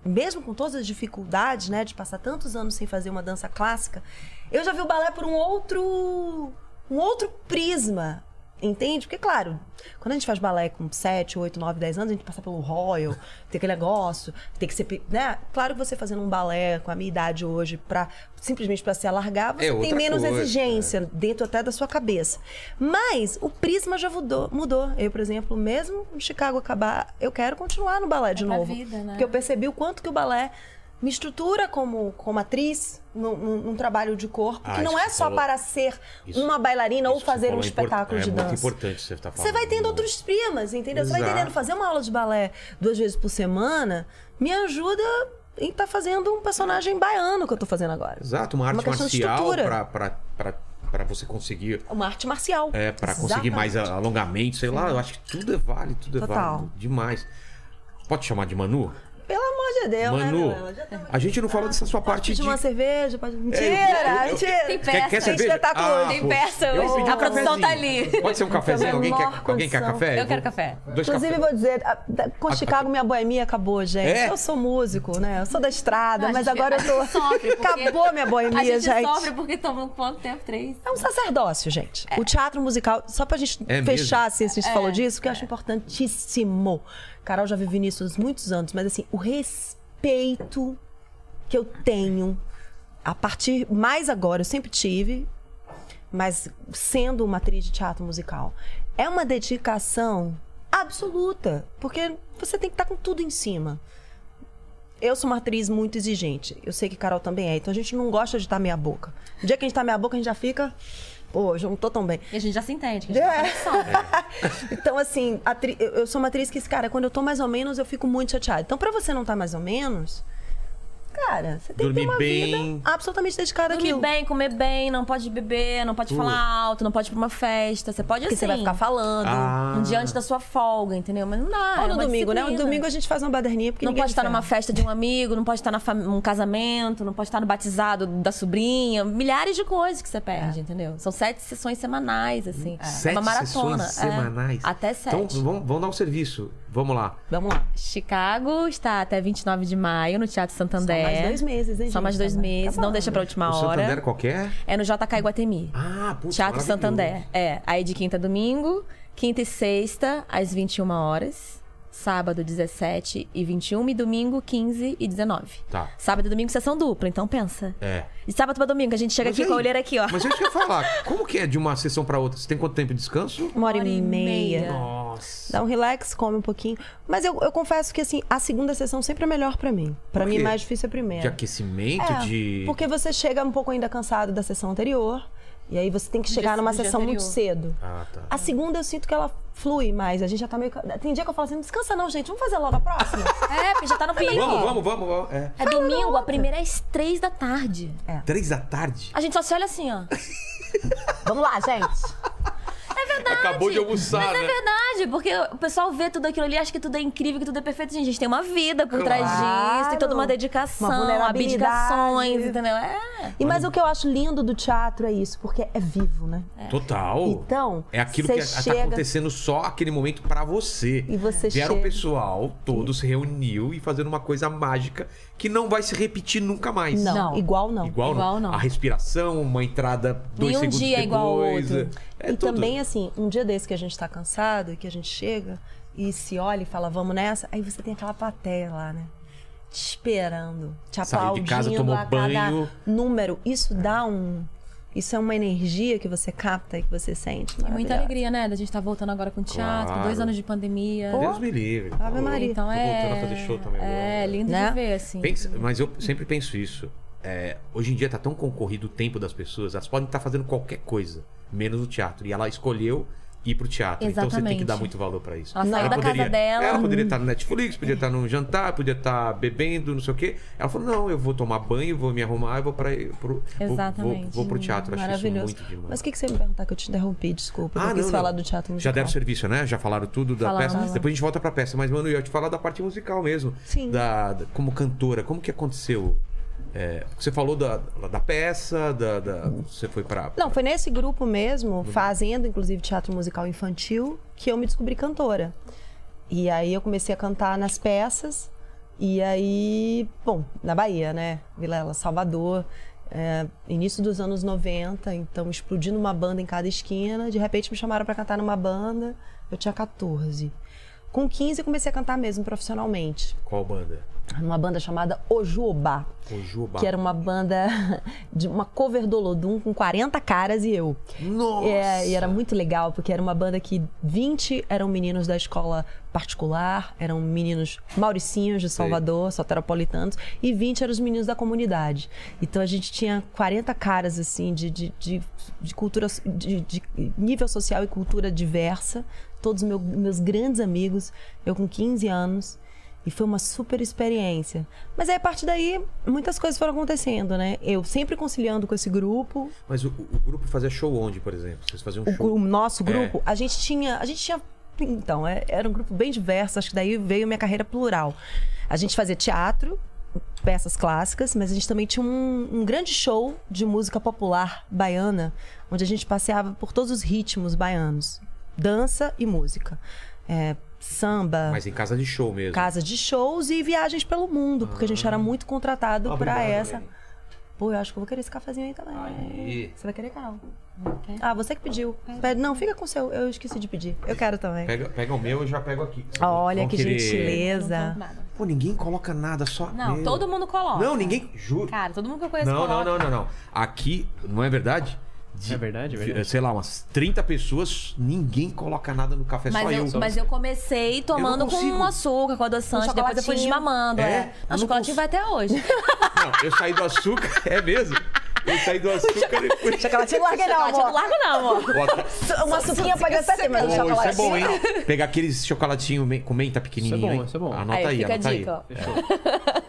Speaker 3: mesmo com todas as dificuldades, né, de passar tantos anos sem fazer uma dança clássica, eu já vi o balé por um outro, um outro prisma. Entende? Porque, claro, quando a gente faz balé com 7, 8, 9, 10 anos, a gente passa pelo Royal, tem aquele negócio, tem que ser. pe- Né? Claro que você fazendo um balé com a minha idade hoje, pra, simplesmente para se alargar, você tem
Speaker 1: É outra
Speaker 3: menos
Speaker 1: coisa,
Speaker 3: exigência influência dentro até da sua cabeça. Mas o prisma já mudou. mudou. Eu, por exemplo, mesmo em Chicago acabar, eu quero continuar no balé de
Speaker 4: pra
Speaker 3: novo.
Speaker 4: vida, né?
Speaker 3: Porque eu percebi o quanto que o balé me estrutura como, como atriz num, num- num trabalho de corpo,
Speaker 1: Ah,
Speaker 3: que não
Speaker 1: isso
Speaker 3: é
Speaker 1: que
Speaker 3: só
Speaker 1: falou-
Speaker 3: para ser
Speaker 1: isso-
Speaker 3: uma bailarina ou
Speaker 1: isso que você
Speaker 3: fazer um
Speaker 1: falou é import-
Speaker 3: espetáculo de
Speaker 1: É
Speaker 3: dança.
Speaker 1: muito importante você estar falando.
Speaker 3: Você vai tendo outros primas, entendeu? Você vai
Speaker 1: Exato.
Speaker 3: entendendo fazer uma aula de balé duas vezes por semana, me ajuda em estar fazendo um personagem baiano que eu tô fazendo agora.
Speaker 1: Exato, uma
Speaker 3: Uma
Speaker 1: arte
Speaker 3: questão de
Speaker 1: marcial
Speaker 3: estrutura.
Speaker 1: pra, pra, pra, pra você conseguir.
Speaker 3: Uma arte marcial.
Speaker 1: É, pra conseguir mais
Speaker 3: Exatamente.
Speaker 1: alongamento, sei lá. Eu acho que tudo é válido, tudo é
Speaker 3: Total.
Speaker 1: válido. Demais. Pode chamar de Manu?
Speaker 3: Pelo amor de Deus,
Speaker 5: é
Speaker 3: né,
Speaker 1: Manu,
Speaker 3: Manuela? Já
Speaker 5: tá
Speaker 3: tamo-
Speaker 1: a gente não
Speaker 5: Ah,
Speaker 1: falou dessa sua parte
Speaker 3: Pode
Speaker 1: de.
Speaker 3: pedir uma cerveja,
Speaker 5: É,
Speaker 3: pode... Mentira,
Speaker 1: eu- eu-
Speaker 3: mentira.
Speaker 5: Tem
Speaker 1: Quer, quer
Speaker 5: peça,
Speaker 1: cerveja?
Speaker 3: espetáculo hoje.
Speaker 1: pô,
Speaker 5: Tem peça
Speaker 1: eu
Speaker 5: tá hoje.
Speaker 1: pedi um
Speaker 5: A produção tá
Speaker 1: cafezinho.
Speaker 5: ali.
Speaker 1: Alguém
Speaker 3: Pela
Speaker 1: Alguém quer,
Speaker 3: menor
Speaker 1: alguém quer
Speaker 3: condição.
Speaker 1: café?
Speaker 5: Eu quero café.
Speaker 1: Dois
Speaker 3: Inclusive,
Speaker 1: cafés.
Speaker 3: vou dizer, a- da- com Chicago, minha boemia acabou, gente.
Speaker 1: É?
Speaker 3: Eu sou músico, né? Eu sou da estrada,
Speaker 5: Não, a
Speaker 3: mas
Speaker 5: gente-
Speaker 3: agora eu tô.
Speaker 5: a gente sofre porque-
Speaker 3: Acabou minha boemia,
Speaker 5: a gente,
Speaker 3: gente.
Speaker 5: sofre porque tomou quanto tempo? Três.
Speaker 3: É um sacerdócio, gente. O teatro musical, só pra gente
Speaker 1: É
Speaker 3: fechar, assim, se a gente falou disso, que eu acho importantíssimo. Carol já viu Vinícius há muitos anos, mas assim, o respeito que eu tenho a partir mais agora, eu sempre tive, mas sendo uma atriz de teatro musical, é uma dedicação absoluta, porque você tem que estar com tudo em cima. Eu sou uma atriz muito exigente. Eu sei que Carol também é, então a gente não gosta de estar meia boca. O dia que a gente tá meia boca, a gente já fica, pô, hoje eu não tô tão bem.
Speaker 5: E a gente já se entende, que a gente tem
Speaker 4: É.
Speaker 5: conexão.
Speaker 1: É.
Speaker 3: Então, assim, atri- eu eu sou uma atriz que, cara, quando eu tô mais ou menos, eu fico muito chateada. Então, pra você não estar mais ou menos, cara, você tem
Speaker 1: Dormir
Speaker 3: que ter uma
Speaker 1: bem.
Speaker 3: vida absolutamente dedicada
Speaker 5: Dormir
Speaker 3: àquilo.
Speaker 5: bem, comer bem, não pode beber, não pode falar alto, não pode ir pra uma festa. Você pode
Speaker 3: Porque
Speaker 5: assim.
Speaker 3: você vai ficar falando.
Speaker 1: Ah.
Speaker 5: Um dia antes da sua folga, entendeu? Mas não dá.
Speaker 3: Ou
Speaker 5: é
Speaker 3: no
Speaker 5: uma
Speaker 3: domingo,
Speaker 4: Um
Speaker 3: né? No
Speaker 5: disciplina.
Speaker 3: domingo a gente faz uma baderninha porque
Speaker 5: Não
Speaker 3: ninguém
Speaker 5: pode estar
Speaker 3: é de
Speaker 5: numa
Speaker 3: ferro.
Speaker 5: festa de um amigo, não pode estar num casamento, não pode estar no batizado da sobrinha. Milhares de coisas que você perde, entendeu? São sete sessões semanais, assim. É.
Speaker 1: Sete
Speaker 5: uma maratona.
Speaker 1: sessões
Speaker 5: é.
Speaker 1: semanais.
Speaker 5: Até sete.
Speaker 1: Então, vamos, vamos dar um serviço. Vamos lá.
Speaker 3: Vamos lá.
Speaker 5: Chicago está até 29 de maio no Teatro
Speaker 3: Só
Speaker 5: Santander.
Speaker 3: mais dois meses, hein?
Speaker 5: Só mais
Speaker 3: gente?
Speaker 5: dois
Speaker 3: Tá
Speaker 5: meses, não
Speaker 3: acabando.
Speaker 5: deixa pra última
Speaker 1: o
Speaker 5: hora.
Speaker 1: Santander qualquer?
Speaker 5: É no JK Iguatemi.
Speaker 1: Ah, putz,
Speaker 5: Teatro
Speaker 1: maravilhoso.
Speaker 5: Santander. É, aí de quinta a domingo, quinta e sexta, às 21 horas. Sábado, 17 e 21, e domingo, 15 e 19.
Speaker 1: Tá.
Speaker 5: Sábado e domingo, sessão dupla, então pensa.
Speaker 1: É.
Speaker 5: De sábado pra domingo, que a gente chega
Speaker 1: Mas
Speaker 5: aqui
Speaker 1: e
Speaker 5: com a
Speaker 1: aí?
Speaker 5: olheira aqui, ó.
Speaker 1: Mas eu ia falar, como que é de uma sessão pra outra? Você tem quanto tempo de descanso?
Speaker 3: Uma hora, e meia.
Speaker 5: É.
Speaker 1: Nossa.
Speaker 3: Dá um relax, come um pouquinho. Mas eu, eu confesso que, assim, a segunda sessão sempre é melhor pra mim. Pra
Speaker 1: Por
Speaker 3: mim,
Speaker 1: quê?
Speaker 3: mais difícil é a primeira.
Speaker 1: De aquecimento,
Speaker 3: É,
Speaker 1: de.
Speaker 3: Porque você chega um pouco ainda cansado da sessão anterior. E aí você tem que chegar
Speaker 5: dia-
Speaker 3: numa
Speaker 5: do dia
Speaker 3: sessão muito cedo.
Speaker 1: Ah, tá.
Speaker 3: A segunda eu sinto que ela flui mais. A gente já tá meio. ca- Tem dia que eu falo assim: não descansa não, gente, vamos fazer logo a próxima.
Speaker 5: É, porque já tá no pico.
Speaker 1: Vamos, vamos, vamos, vamos. É.
Speaker 5: É domingo, a primeira é às três da tarde.
Speaker 1: Três da tarde?
Speaker 5: A gente só se olha assim, ó.
Speaker 7: Vamos lá, gente.
Speaker 1: Acabou de almoçar,
Speaker 5: Mas é
Speaker 1: né?
Speaker 5: verdade, porque o pessoal vê tudo aquilo ali, acha que tudo é incrível, que tudo é perfeito. Gente, a gente tem uma vida por trás
Speaker 3: Claro.
Speaker 5: disso, tem toda uma dedicação,
Speaker 3: Uma vulnerabilidade.
Speaker 5: abdicações, entendeu? É.
Speaker 3: E mas o que eu acho lindo do teatro é isso, porque é vivo, né?
Speaker 1: Total.
Speaker 3: Então,
Speaker 1: é aquilo
Speaker 3: cê
Speaker 1: que tá
Speaker 3: chega-
Speaker 1: acontecendo só aquele momento pra você.
Speaker 3: E você
Speaker 1: Vieram o
Speaker 3: chega-
Speaker 1: pessoal, todos se reuniu e fazendo uma coisa mágica que não vai se repetir nunca mais.
Speaker 3: Não,
Speaker 5: Não.
Speaker 3: igual não.
Speaker 1: Igual,
Speaker 5: Igual
Speaker 1: não.
Speaker 5: não.
Speaker 1: A respiração, uma entrada dois
Speaker 5: Nenhum
Speaker 1: segundos
Speaker 5: dia é
Speaker 1: depois.
Speaker 5: igual ao outro.
Speaker 1: É
Speaker 3: e
Speaker 1: tudo.
Speaker 3: também, assim, um dia desse que a gente tá cansado e que a gente chega e se olha e fala, vamos nessa, aí você tem aquela plateia lá, né? Te esperando, te
Speaker 1: Saiu de
Speaker 3: aplaudindo
Speaker 1: casa, tomou
Speaker 3: a cada
Speaker 1: banho.
Speaker 3: número. Isso dá um. Isso é uma energia que você capta e que você sente.
Speaker 5: E muita
Speaker 3: Maravilhosa.
Speaker 5: alegria, né? Da gente tá voltando agora com o teatro,
Speaker 1: Claro.
Speaker 5: dois anos de pandemia.
Speaker 1: Deus me livre. tá
Speaker 3: é Ave
Speaker 1: louco.
Speaker 3: Maria.
Speaker 5: Então
Speaker 1: Tô
Speaker 5: é.
Speaker 1: voltando a fazer show também agora.
Speaker 5: É, lindo
Speaker 3: Né?
Speaker 5: de ver, assim.
Speaker 1: Pensa- mas eu sempre penso isso. É, hoje em dia tá tão concorrido o tempo das pessoas, elas podem estar fazendo qualquer coisa, menos o teatro. E ela escolheu ir pro teatro. Então você tem que
Speaker 5: Exatamente.
Speaker 1: dar muito valor pra isso.
Speaker 5: Ela saiu da casa dela.
Speaker 1: Ela poderia estar no Netflix, podia estar num jantar, podia estar bebendo, não sei o quê. Ela falou: não, eu vou tomar banho, vou me arrumar, eu vou pra. Pro, vou- Vou, vou,
Speaker 5: Exatamente.
Speaker 1: pro teatro. Eu Acho isso
Speaker 3: Maravilhoso.
Speaker 1: é muito demais. Ah,
Speaker 3: Mas o que, que você ia me perguntar que eu te interrompi? Desculpa, eu quis falar do teatro musical.
Speaker 1: Já deve o serviço, né? Já falaram tudo da
Speaker 5: Falamos.
Speaker 1: peça. Depois a gente volta pra peça. Mas, mano, eu ia te falar da parte musical mesmo.
Speaker 3: Sim.
Speaker 1: Da, da- como cantora, como que aconteceu? É, você falou da, da peça, da, da- você foi pra...
Speaker 3: Não, foi nesse grupo mesmo, fazendo inclusive teatro musical infantil, que eu me descobri cantora. E aí eu comecei a cantar nas peças. E aí, bom, na Bahia, né? Vilela, Salvador, é, início dos anos 90, então explodindo uma banda em cada esquina. De repente me chamaram pra cantar numa banda, eu tinha 14. Com 15 eu comecei a cantar mesmo profissionalmente,
Speaker 1: Qual banda?
Speaker 3: numa banda chamada Ojuobá
Speaker 1: O Juba.
Speaker 3: que era uma banda de uma cover do Olodum com 40 caras e eu.
Speaker 1: Nossa!
Speaker 3: É, e era muito legal, porque era uma banda que 20 eram meninos da escola particular, eram meninos mauricinhos de Salvador, soteropolitanos, e 20 eram os meninos da comunidade. Então a gente tinha 40 caras, assim, de, de, de, de cultura, de, de nível social e cultura diversa, todos meu, meus grandes amigos, eu com 15 anos. E foi uma super experiência. Mas aí, a partir daí, muitas coisas foram acontecendo, né? Eu sempre conciliando com esse grupo,
Speaker 1: Mas o, o grupo fazia show onde, por exemplo? Vocês faziam
Speaker 3: um o,
Speaker 1: show?
Speaker 3: gru- nosso
Speaker 1: É.
Speaker 3: grupo, a gente tinha. A gente tinha. Então, é- era um grupo bem diverso, acho que daí veio minha carreira plural. A gente fazia teatro, peças clássicas, mas a gente também tinha um, um grande show de música popular baiana, onde a gente passeava por todos os ritmos baianos. Dança e música. É, samba,
Speaker 1: Mas em casa de show mesmo.
Speaker 3: casa de shows e viagens pelo mundo, porque a gente era muito contratado pra
Speaker 1: Ah. Obrigado,
Speaker 3: essa.
Speaker 1: Lene.
Speaker 3: Pô, eu acho que eu vou querer esse cafezinho aí também.
Speaker 1: Aí.
Speaker 3: Você vai querer, Carol? Ah, você que pediu. Pede- Não, fica com o seu. Eu esqueci de pedir. Eu quero também.
Speaker 1: Pega, pega o meu, eu já pego aqui.
Speaker 3: Olha
Speaker 1: Vão
Speaker 3: que
Speaker 1: querer-
Speaker 3: gentileza.
Speaker 4: Nada.
Speaker 1: Pô, ninguém coloca nada, só.
Speaker 4: Não,
Speaker 1: meu.
Speaker 4: todo mundo coloca.
Speaker 1: Não, ninguém. Juro.
Speaker 4: Cara, todo mundo que eu conheço
Speaker 1: Não, não,
Speaker 4: coloca.
Speaker 1: não, não, não. Aqui, não é verdade? De-
Speaker 8: É verdade, é verdade.
Speaker 1: de- Sei lá, umas 30 pessoas, ninguém coloca nada no café, é só
Speaker 5: Mas
Speaker 1: eu.
Speaker 5: eu, mas eu comecei tomando
Speaker 1: consigo.
Speaker 5: com açúcar, com adoçante,
Speaker 7: Com
Speaker 5: depois eu fui
Speaker 7: chocolatinho.
Speaker 5: desmamando.
Speaker 1: É?
Speaker 5: É?
Speaker 1: Eu não
Speaker 5: Mas chocolatinho
Speaker 1: cons-
Speaker 5: vai até hoje.
Speaker 1: Não, eu saí do açúcar, é mesmo? Eu saí do açúcar e fui.
Speaker 7: Chocolatinho não larga, não,
Speaker 5: Chocolate eu não
Speaker 7: amor.
Speaker 5: largo, não, amor.
Speaker 1: Ó,
Speaker 7: Uma suquinha pode até ter, mas
Speaker 1: Ô,
Speaker 7: um
Speaker 1: isso é bom, hein?
Speaker 7: chocolatinho.
Speaker 1: Pegar aqueles chocolatinho me- com menta pequenininho.
Speaker 8: bom,
Speaker 1: hein?
Speaker 8: isso é bom.
Speaker 1: Anota aí,
Speaker 5: aí, fica a
Speaker 1: anota
Speaker 5: dica, ó.
Speaker 1: aí.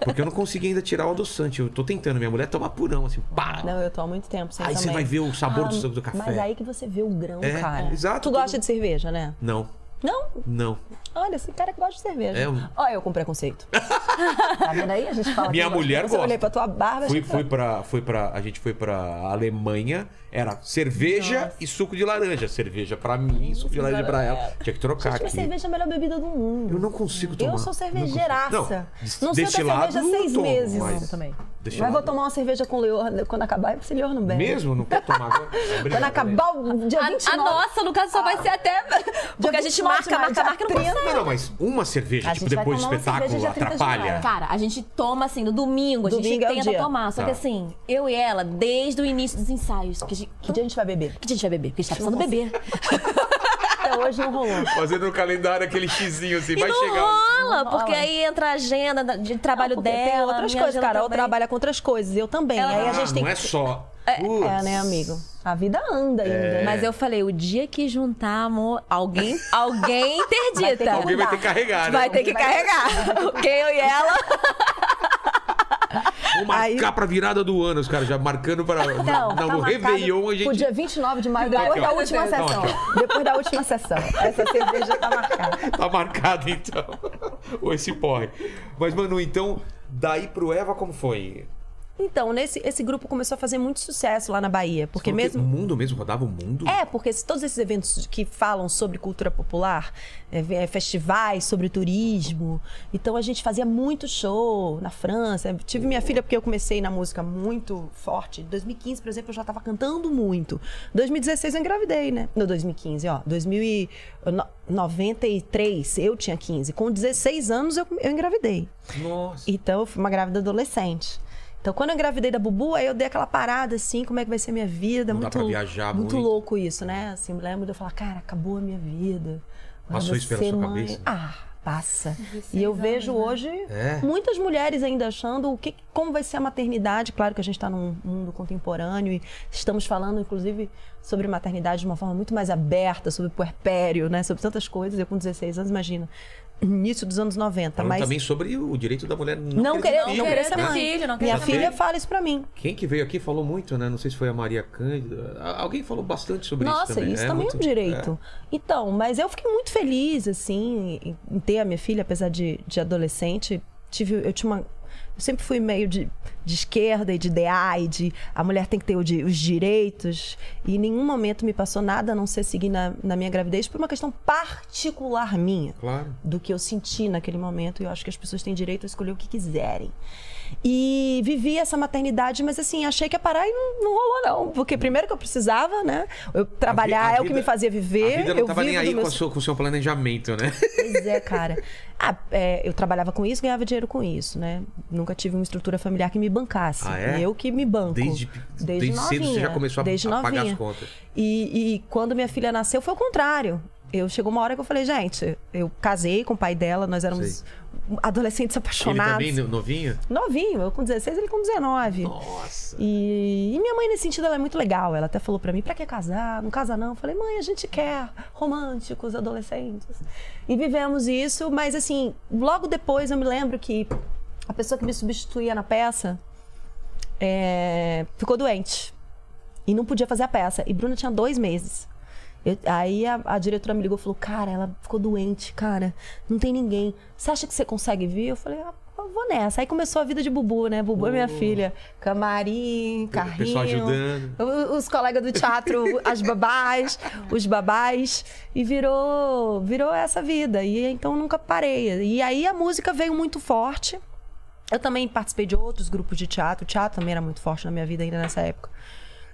Speaker 1: Porque eu não consegui ainda tirar o adoçante. Eu tô tentando. Minha mulher toma purão, assim, pá.
Speaker 3: Não, eu tô há muito tempo sem
Speaker 1: aí você
Speaker 3: também.
Speaker 1: vai ver o sabor
Speaker 3: Ah,
Speaker 1: do suco do café.
Speaker 3: Mas aí que você vê o grão,
Speaker 1: É,
Speaker 3: cara.
Speaker 1: exato,
Speaker 3: Tu
Speaker 1: tudo-
Speaker 3: gosta de cerveja, né?
Speaker 1: Não,
Speaker 3: Não?
Speaker 1: não.
Speaker 3: Olha, esse cara que gosta de cerveja.
Speaker 1: É, eu-
Speaker 3: Olha eu com preconceito.
Speaker 7: Tá vendo aí? A gente fala
Speaker 1: Minha
Speaker 7: que gosta.
Speaker 1: mulher
Speaker 3: Eu olhei
Speaker 1: gosta.
Speaker 3: pra tua barba e
Speaker 1: Fui,
Speaker 3: achei que-
Speaker 1: fui pra, fui pra, a gente foi pra Alemanha, era cerveja e suco de laranja. Cerveja pra mim,
Speaker 3: Hum,
Speaker 1: suco de laranja pra ela. Tinha que trocar
Speaker 3: Gente, mas
Speaker 1: aqui.
Speaker 3: cerveja é a melhor bebida do mundo.
Speaker 1: Eu não consigo tomar.
Speaker 3: Eu sou
Speaker 1: Não,
Speaker 3: cervejeiraça.
Speaker 1: consigo.
Speaker 3: Não, sei
Speaker 1: destilado,
Speaker 3: cerveja há seis
Speaker 1: eu tomo,
Speaker 3: meses.
Speaker 1: mas
Speaker 3: Não, também. Mas
Speaker 1: destilado-
Speaker 3: vou tomar uma cerveja com o Leor quando acabar, esse Leor não bebe.
Speaker 1: Mesmo? Não quero tomar agora.
Speaker 3: Quando acabar o dia
Speaker 5: A,
Speaker 3: 29.
Speaker 5: a nossa, no caso, só vai ser até. Porque a
Speaker 3: 29
Speaker 5: gente
Speaker 3: de
Speaker 5: marca,
Speaker 3: maio,
Speaker 5: marca, marca,
Speaker 3: dia
Speaker 5: não consegue.
Speaker 1: Não, não, mas uma cerveja,
Speaker 7: A
Speaker 1: tipo,
Speaker 7: gente vai
Speaker 1: depois do
Speaker 7: tomar uma
Speaker 1: espetáculo,
Speaker 7: cerveja dia 30 de
Speaker 1: atrapalha.
Speaker 3: Tá.
Speaker 5: Cara, a gente toma assim, no domingo, a gente
Speaker 3: Domingo é o
Speaker 5: tenta
Speaker 3: dia.
Speaker 5: tomar. Só
Speaker 1: Tá.
Speaker 5: que assim, eu e ela, desde o início dos ensaios, porque a gente,
Speaker 3: Que dia a gente vai beber?
Speaker 5: que a gente vai beber? Porque a gente tá precisando beber.
Speaker 3: Até hoje não rolou.
Speaker 1: Fazendo no calendário aquele xizinho assim,
Speaker 5: E não rola, porque aí entra a agenda da- de trabalho
Speaker 3: Porque
Speaker 5: dela.
Speaker 3: tem outras
Speaker 5: minha
Speaker 3: coisas,
Speaker 5: agenda
Speaker 3: Carol
Speaker 5: também.
Speaker 3: trabalha com outras coisas, eu também.
Speaker 5: Ela-
Speaker 3: Aí a
Speaker 1: Ah,
Speaker 3: gente tem
Speaker 1: não é
Speaker 3: que-
Speaker 1: só.
Speaker 3: É, né, amigo? A vida anda
Speaker 1: É.
Speaker 3: ainda. né?
Speaker 5: Mas eu falei, o dia que juntar, amor, alguém, alguém interdita.
Speaker 1: Alguém vai ter que carregar, né?
Speaker 5: Vai ter que carregar. Porque eu e ela.
Speaker 1: Vou marcar pra virada do ano, os caras já marcando para
Speaker 7: Não, tá
Speaker 1: no Réveillon a
Speaker 7: marcado
Speaker 1: gente.
Speaker 7: pro dia 29 de maio,
Speaker 1: Aqui,
Speaker 7: depois
Speaker 1: ó.
Speaker 7: da última
Speaker 1: Não,
Speaker 7: sessão.
Speaker 1: aqui,
Speaker 7: Depois da última sessão. Essa cerveja tá marcada.
Speaker 1: Tá marcado então. Ou esse porre. Mas, mano, então, daí pro Eva como foi?
Speaker 3: Então, nesse, esse grupo começou a fazer muito sucesso lá na Bahia. Porque
Speaker 1: Falou que
Speaker 3: mesmo.
Speaker 1: O mundo mesmo rodava o mundo?
Speaker 3: É, porque se todos esses eventos que falam sobre cultura popular, é, é, festivais sobre turismo, então a gente fazia muito show na França. Eu Tive minha filha porque eu comecei na música muito forte. Em 2015, por exemplo, eu já estava cantando muito. 2016 eu engravidei, né? No 2015, ó, 2093 eu tinha 15. Com 16 anos eu, eu engravidei.
Speaker 1: Nossa.
Speaker 3: Então, eu fui uma grávida adolescente. Então, quando eu engravidei da Bubu, aí eu dei aquela parada, assim, como é que vai ser a minha vida.
Speaker 1: Não dá
Speaker 3: muito,
Speaker 1: pra viajar muito.
Speaker 3: louco isso, né? Assim, me lembro de eu falar, cara, acabou a minha vida. Agora
Speaker 1: Passou
Speaker 3: vou
Speaker 1: isso pela
Speaker 3: ser
Speaker 1: sua
Speaker 3: mãe.
Speaker 1: cabeça?
Speaker 3: Ah, passa. E eu vejo hoje
Speaker 1: É?
Speaker 3: muitas mulheres ainda achando o que, como vai ser a maternidade. Claro que a gente está num mundo contemporâneo e estamos falando, inclusive, sobre maternidade de uma forma muito mais aberta, sobre puerpério, né? Sobre tantas coisas. Eu com 16 anos, imagina, início dos anos 90.
Speaker 1: Falando
Speaker 3: mas...
Speaker 1: também sobre o direito da mulher não,
Speaker 3: Não querer-
Speaker 1: filho.
Speaker 3: não querer ser
Speaker 1: né?
Speaker 3: mãe.
Speaker 5: filho, não
Speaker 3: Minha
Speaker 1: Sabe?
Speaker 3: filha fala isso pra mim.
Speaker 1: Quem que veio aqui falou muito, né? Não sei se foi a Maria Cândida. A- Alguém falou bastante sobre
Speaker 3: Nossa,
Speaker 1: isso também.
Speaker 3: isso também é um
Speaker 1: muito-
Speaker 3: direito. Então, mas eu fiquei muito feliz, assim, em- em ter a minha filha, apesar de, de adolescente. Tive, eu tinha uma. Eu sempre fui meio de, de esquerda e de ideia e de a mulher tem que ter o di- os direitos. E em nenhum momento me passou nada a não ser seguir na, na minha gravidez por uma questão particular minha
Speaker 1: é, Claro.
Speaker 3: do que eu senti naquele momento. E eu acho que as pessoas têm direito a escolher o que quiserem. E vivi essa maternidade, mas assim, achei que ia parar e não, não rolou, não. Porque primeiro que eu precisava, né? Eu trabalhar
Speaker 1: vi- a
Speaker 3: é o que
Speaker 1: vida-
Speaker 3: me fazia viver.
Speaker 1: a vida não
Speaker 3: eu
Speaker 1: tava
Speaker 3: vivo
Speaker 1: nem
Speaker 3: do
Speaker 1: aí
Speaker 3: meu
Speaker 1: com, a sua- com o seu planejamento, né?
Speaker 3: Pois é, cara. Ah, é, eu trabalhava com isso, ganhava dinheiro com isso, né? Nunca tive uma estrutura familiar que me bancasse.
Speaker 1: Ah, é?
Speaker 3: Eu que me banco.
Speaker 1: Desde- desde cedo você já começou a-
Speaker 3: desde
Speaker 1: a pagar
Speaker 3: novinha.
Speaker 1: as contas.
Speaker 3: E, e quando minha filha nasceu, foi o contrário. Eu chegou uma hora que eu falei, gente, eu casei com o pai dela, nós éramos
Speaker 1: Sei.
Speaker 3: adolescentes
Speaker 1: Ele
Speaker 3: apaixonados.
Speaker 1: também, no- novinho?
Speaker 3: Novinho, eu com 16, ele com 19.
Speaker 1: Nossa.
Speaker 3: E, e minha mãe, nesse sentido, ela é muito legal. Ela até falou pra mim, pra que casar? Não casa não. Eu falei, mãe, a gente quer românticos, adolescentes. E vivemos isso, mas assim, logo depois eu me lembro que a pessoa que me substituía na peça é, ficou doente. E não podia fazer a peça. E Bruna tinha dois meses. Eu- aí a, a diretora me ligou e falou, cara, ela ficou doente, cara. Não tem ninguém. Você acha que você consegue vir? Eu falei, ah, eu vou nessa. Aí começou a vida de Bubu, né? Bubu é minha filha. Camarim, carrinho.
Speaker 1: pessoal ajudando.
Speaker 3: o- Os colegas do teatro, as babás, os babás. E virou, virou essa vida. E então eu nunca parei. E aí a música veio muito forte. Eu também participei de outros grupos de teatro. O teatro também era muito forte na minha vida ainda nessa época.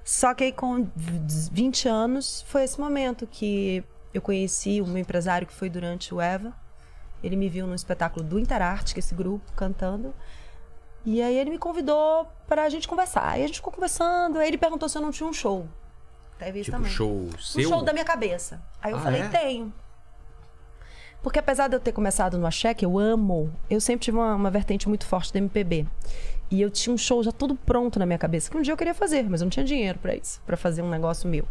Speaker 3: Só que aí com 20 anos foi esse momento que eu conheci um empresário que foi durante o EVA. Ele me viu num espetáculo do Interarte, que é esse grupo, cantando. E aí ele me convidou pra gente conversar. Aí a gente ficou conversando, aí ele perguntou se eu não tinha um show. Teve isso
Speaker 1: Tipo,
Speaker 3: também.
Speaker 1: show
Speaker 3: Um
Speaker 1: seu?
Speaker 3: show da minha cabeça. Aí eu
Speaker 1: Ah,
Speaker 3: falei,
Speaker 1: é?
Speaker 3: tenho. Porque apesar de eu ter começado no axé, que eu amo, eu sempre tive uma, uma vertente muito forte do MPB. E eu tinha um show já todo pronto na minha cabeça, que um dia eu queria fazer, mas eu não tinha dinheiro pra isso, pra fazer um negócio meu.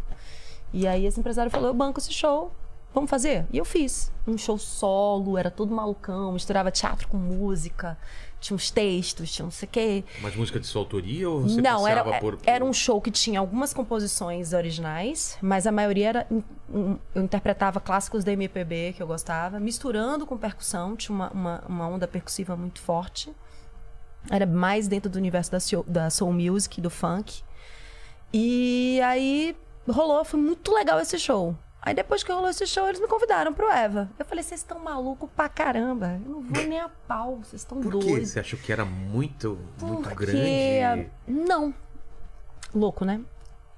Speaker 3: E aí esse empresário falou, eu banco esse show, vamos fazer? E eu fiz. Um show solo, era todo malucão, misturava teatro com música, tinha uns textos, tinha não sei o quê
Speaker 1: Mas música de sua autoria ou você
Speaker 3: não, era,
Speaker 1: passava por...
Speaker 3: era um show que tinha algumas composições originais, mas a maioria era. in- in- Eu interpretava clássicos da MPB que eu gostava, misturando com percussão, tinha uma, uma, uma onda percussiva muito forte. Era mais dentro do universo da, sio- da soul music, do funk. E aí rolou, foi muito legal esse show. Aí depois que rolou esse show, eles me convidaram pro Eva. Eu falei, vocês estão malucos pra caramba. Eu não vou nem a pau, vocês estão
Speaker 1: Por
Speaker 3: doidos.
Speaker 1: quê? Você achou que era muito, muito
Speaker 3: Porque-
Speaker 1: grande?
Speaker 3: Não. Louco, né?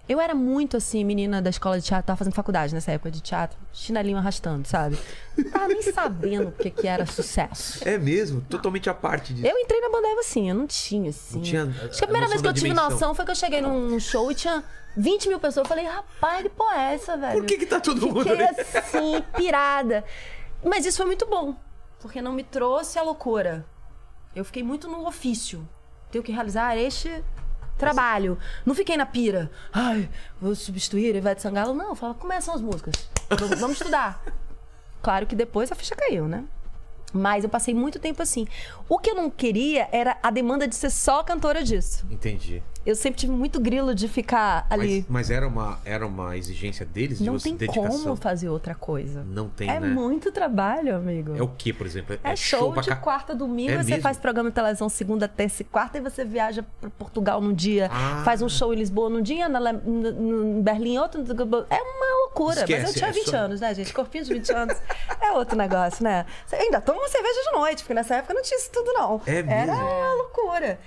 Speaker 3: Eu era muito assim, menina da escola de teatro, tava fazendo faculdade nessa época de teatro, chinelinho arrastando, sabe? Não tava nem sabendo o que, que era sucesso.
Speaker 1: É mesmo? Totalmente à parte disso.
Speaker 3: Eu entrei na Bandeva assim, eu não tinha assim.
Speaker 1: Não tinha
Speaker 3: Acho que a primeira
Speaker 1: noção
Speaker 3: vez que
Speaker 1: da
Speaker 3: eu tive
Speaker 1: dimensão.
Speaker 3: noção foi que eu cheguei num show e tinha 20 mil pessoas. Eu falei, rapaz, que porra é essa, velho?
Speaker 1: Por que que tá todo mundo
Speaker 3: Fiquei
Speaker 1: ali?
Speaker 3: assim, pirada. Mas isso foi muito bom, porque não me trouxe a loucura. Eu fiquei muito no ofício. Tenho que realizar este trabalho. Não fiquei na pira. Ai, vou substituir Ivete Sangalo. Não, fala, começam as músicas. V- Vamos estudar. Claro que depois a ficha caiu, né? Mas eu passei muito tempo assim. O que eu não queria era a demanda de ser só cantora disso.
Speaker 1: Entendi.
Speaker 3: Eu sempre tive muito grilo de ficar ali.
Speaker 1: Mas, mas era, uma, era uma exigência deles de
Speaker 3: não
Speaker 1: você
Speaker 3: tem
Speaker 1: dedicação?
Speaker 3: como fazer outra coisa.
Speaker 1: Não tem,
Speaker 3: É
Speaker 1: né?
Speaker 3: muito trabalho, amigo.
Speaker 1: É o que, por exemplo?
Speaker 3: É show
Speaker 1: pra
Speaker 3: de
Speaker 1: ca-
Speaker 3: quarta, domingo,
Speaker 1: É
Speaker 3: você
Speaker 1: mesmo?
Speaker 3: faz programa de televisão segunda, terça e quarta, e você viaja para Portugal num dia,
Speaker 1: Ah.
Speaker 3: faz um show em Lisboa num dia, na, Ale- n- n- em Berlim outro. É uma loucura. Mas
Speaker 1: Esquece,
Speaker 3: eu tinha
Speaker 1: é
Speaker 3: 20
Speaker 1: só-
Speaker 3: anos, né, gente? Corpinho de 20 anos. é outro negócio, né? Você ainda toma uma cerveja de noite, porque nessa época não tinha isso tudo, não.
Speaker 1: É
Speaker 3: Era
Speaker 1: mesmo?
Speaker 3: uma loucura.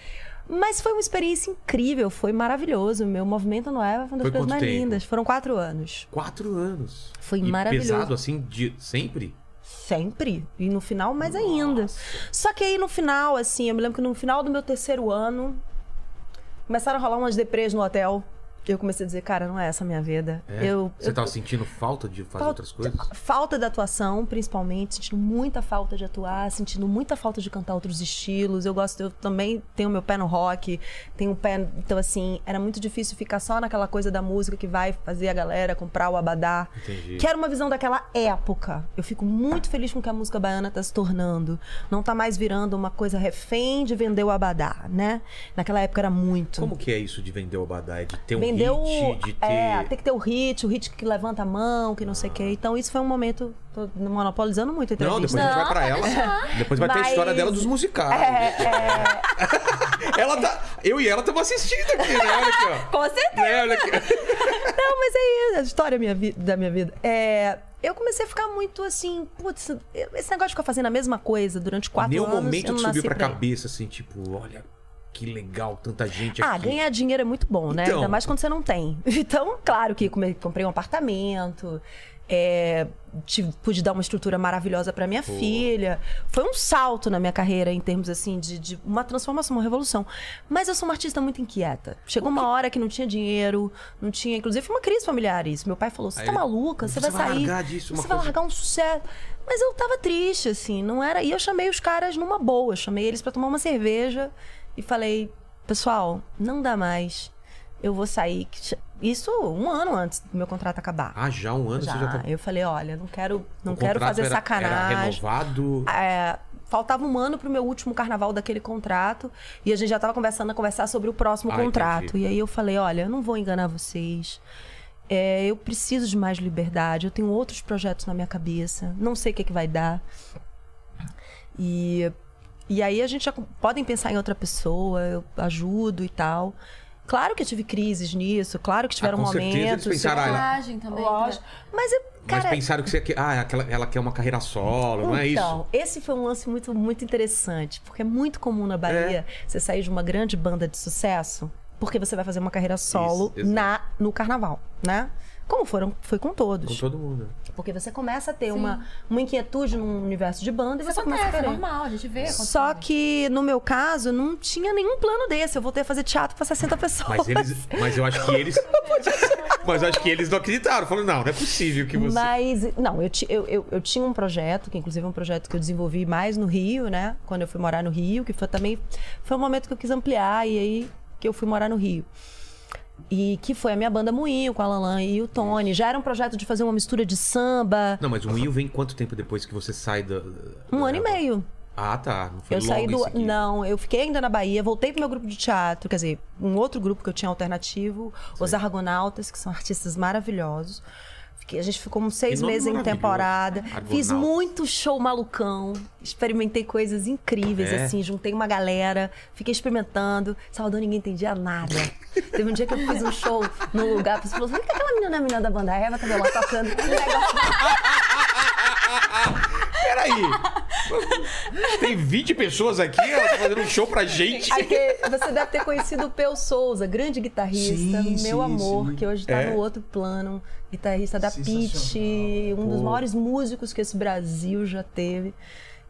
Speaker 3: Mas foi uma experiência incrível, foi maravilhoso. Meu movimento no Eva foi
Speaker 1: Foi
Speaker 3: uma das coisas
Speaker 1: quanto
Speaker 3: mais
Speaker 1: tempo?
Speaker 3: lindas. Foram quatro anos.
Speaker 1: Quatro anos.
Speaker 3: Foi
Speaker 1: E
Speaker 3: maravilhoso.
Speaker 1: pesado assim, de... sempre?
Speaker 3: Sempre. E no final, mais ainda. Só que aí no final, assim, eu me lembro que no final do meu terceiro ano, começaram a rolar umas deprês no hotel. Eu comecei a dizer, cara, não é essa a minha vida.
Speaker 1: É?
Speaker 3: Eu,
Speaker 1: Você
Speaker 3: eu-
Speaker 1: tava sentindo falta de fazer
Speaker 3: Fal-
Speaker 1: outras coisas?
Speaker 3: Falta da atuação, principalmente, sentindo muita falta de atuar, sentindo muita falta de cantar outros estilos. Eu gosto, eu também tenho meu pé no rock, tenho o pé. Então, assim, era muito difícil ficar só naquela coisa da música que vai fazer a galera comprar o abadá.
Speaker 1: Entendi.
Speaker 3: Que era uma visão daquela época. Eu fico muito feliz com o que a música baiana tá se tornando. Não tá mais virando uma coisa refém de vender o abadá, né? Naquela época era muito.
Speaker 1: Como que é isso de vender o Badai? De ter um
Speaker 3: Vendeu.
Speaker 1: hit, de ter...
Speaker 3: É, tem que ter o hit, o hit que levanta a mão, que não sei o quê. Então, isso foi um momento. Tô monopolizando muito a
Speaker 1: Não, depois
Speaker 3: entrevista.
Speaker 1: a gente vai pra ela. Depois vai ter a
Speaker 3: Mas- É,
Speaker 1: história dela dos musicais. ela tá... Eu e ela estamos assistindo aqui, né? Olha aqui, ó.
Speaker 5: Com certeza.
Speaker 1: Né? Olha aqui.
Speaker 3: Não, mas é isso, a história minha vi- da minha vida. É, eu comecei a ficar muito assim, putz, esse negócio de ficar fazendo a mesma coisa durante quatro
Speaker 1: Nenhum
Speaker 3: anos.
Speaker 1: um momento
Speaker 3: eu
Speaker 1: te
Speaker 3: não
Speaker 1: subiu
Speaker 3: nasci
Speaker 1: pra
Speaker 3: pra ele.
Speaker 1: cabeça, assim, tipo, olha, que legal, tanta gente
Speaker 3: Ah,
Speaker 1: aqui.
Speaker 3: ganhar dinheiro é muito bom, né?
Speaker 1: Então.
Speaker 3: Ainda mais quando você não tem. Então, claro que come- comprei um apartamento, é, tive- pude dar uma estrutura maravilhosa pra minha filha. Foi um salto na minha carreira em termos assim de, de uma transformação, uma revolução. Mas eu sou uma artista muito inquieta. Chegou uma hora que não tinha dinheiro, não tinha, inclusive, foi uma crise familiar isso. Meu pai falou: "Você
Speaker 1: Aí
Speaker 3: tá
Speaker 1: ele-
Speaker 3: maluca? Você
Speaker 1: Você
Speaker 3: vai
Speaker 1: vai
Speaker 3: sair?
Speaker 1: largar disso, uma
Speaker 3: Você vai
Speaker 1: coisa-
Speaker 3: largar um sucesso?" Mas eu tava triste assim, não era. E eu chamei os caras numa boa, eu chamei eles pra tomar uma cerveja e falei: "Pessoal, não dá mais. Eu vou sair." Isso um ano antes do meu contrato acabar.
Speaker 1: Ah, já um ano você já tá...
Speaker 3: Eu falei, olha, não quero, não
Speaker 1: O
Speaker 3: quero
Speaker 1: contrato
Speaker 3: fazer
Speaker 1: era- Era
Speaker 3: sacanagem.
Speaker 1: renovado.
Speaker 3: É, faltava um ano pro meu último carnaval daquele contrato e a gente já tava conversando a conversar sobre o próximo
Speaker 1: Ah,
Speaker 3: contrato.
Speaker 1: entendi.
Speaker 3: E aí eu falei, olha, eu não vou enganar vocês. É, eu preciso de mais liberdade, eu tenho outros projetos na minha cabeça, não sei o que, é que vai dar. E, e aí a gente já podem pensar em outra pessoa, eu ajudo e tal. Claro que eu tive crises nisso, claro que tiveram
Speaker 1: Ah, com certeza eles
Speaker 3: momentos.
Speaker 1: pensaram, ah, ela-
Speaker 5: Coragem também.
Speaker 7: né?
Speaker 3: lógico. Mas, eu-
Speaker 1: Mas
Speaker 3: cara,
Speaker 1: pensaram que você quer... Ah, aquela- ela quer uma carreira solo, não é isso?
Speaker 3: então, esse foi um lance
Speaker 1: É.
Speaker 3: muito, muito interessante, porque é muito comum na Bahia você sair de uma grande banda de sucesso Porque você vai fazer uma carreira solo
Speaker 1: Isso, exato.
Speaker 3: na, no carnaval, né? Como foram, foi com todos.
Speaker 1: Com todo mundo.
Speaker 3: Porque você começa a ter uma, uma inquietude num universo de banda e
Speaker 4: Isso
Speaker 3: você começa a
Speaker 4: acontece, é
Speaker 7: né?
Speaker 3: querer.
Speaker 4: normal, a gente vê. acontece.
Speaker 3: Só que no meu caso, não tinha nenhum plano desse. Eu vou ter que fazer teatro pra 60 pessoas.
Speaker 1: Mas eles. Mas eu acho que eles. mas eu acho que eles não acreditaram. Falaram, não, não é possível que você.
Speaker 3: Mas, não, eu, ti- eu, eu, eu tinha um projeto, que inclusive é um projeto que eu desenvolvi mais no Rio, né? Quando eu fui morar no Rio, que foi também. Foi um momento que eu quis ampliar, e aí que eu fui morar no Rio. E que foi a minha banda Moinho, com a Lalan e o Tony. Já era um projeto de fazer uma mistura de samba.
Speaker 1: Não, mas o moinho vem quanto tempo depois que você sai da.
Speaker 3: Um
Speaker 1: da-
Speaker 3: ano e meio.
Speaker 1: Ah, tá. Não foi
Speaker 3: eu
Speaker 1: logo
Speaker 3: saí do.
Speaker 1: isso aqui.
Speaker 3: Não, eu fiquei ainda na Bahia, voltei pro meu grupo de teatro, quer dizer, um outro grupo que eu tinha alternativo, os Argonautas, que são artistas maravilhosos. Fiquei- a gente ficou uns seis
Speaker 1: Que nome
Speaker 3: meses em
Speaker 1: é maravilhoso.
Speaker 3: temporada. Fiz
Speaker 1: Argonautas.
Speaker 3: muito show malucão. Experimentei coisas incríveis,
Speaker 1: É?
Speaker 3: assim. Juntei uma galera, fiquei experimentando. Salvador, ninguém entendia nada. Teve um dia que eu fiz um show num lugar, a pessoa falou assim: "Por que aquela menina é a menina da banda Eva, cabelo lá tocando. Que negócio
Speaker 1: Peraí! Tem 20 pessoas aqui, ela tá fazendo um show pra gente.
Speaker 3: Aí que você deve ter conhecido o Peu Souza, grande guitarrista,
Speaker 2: Sim,
Speaker 3: meu
Speaker 2: sim,
Speaker 3: amor,
Speaker 2: sim.
Speaker 3: que hoje tá
Speaker 1: É.
Speaker 3: no outro plano, guitarrista da Pit,
Speaker 2: Sensacional.
Speaker 3: um dos
Speaker 1: Pô.
Speaker 3: maiores músicos que esse Brasil já teve.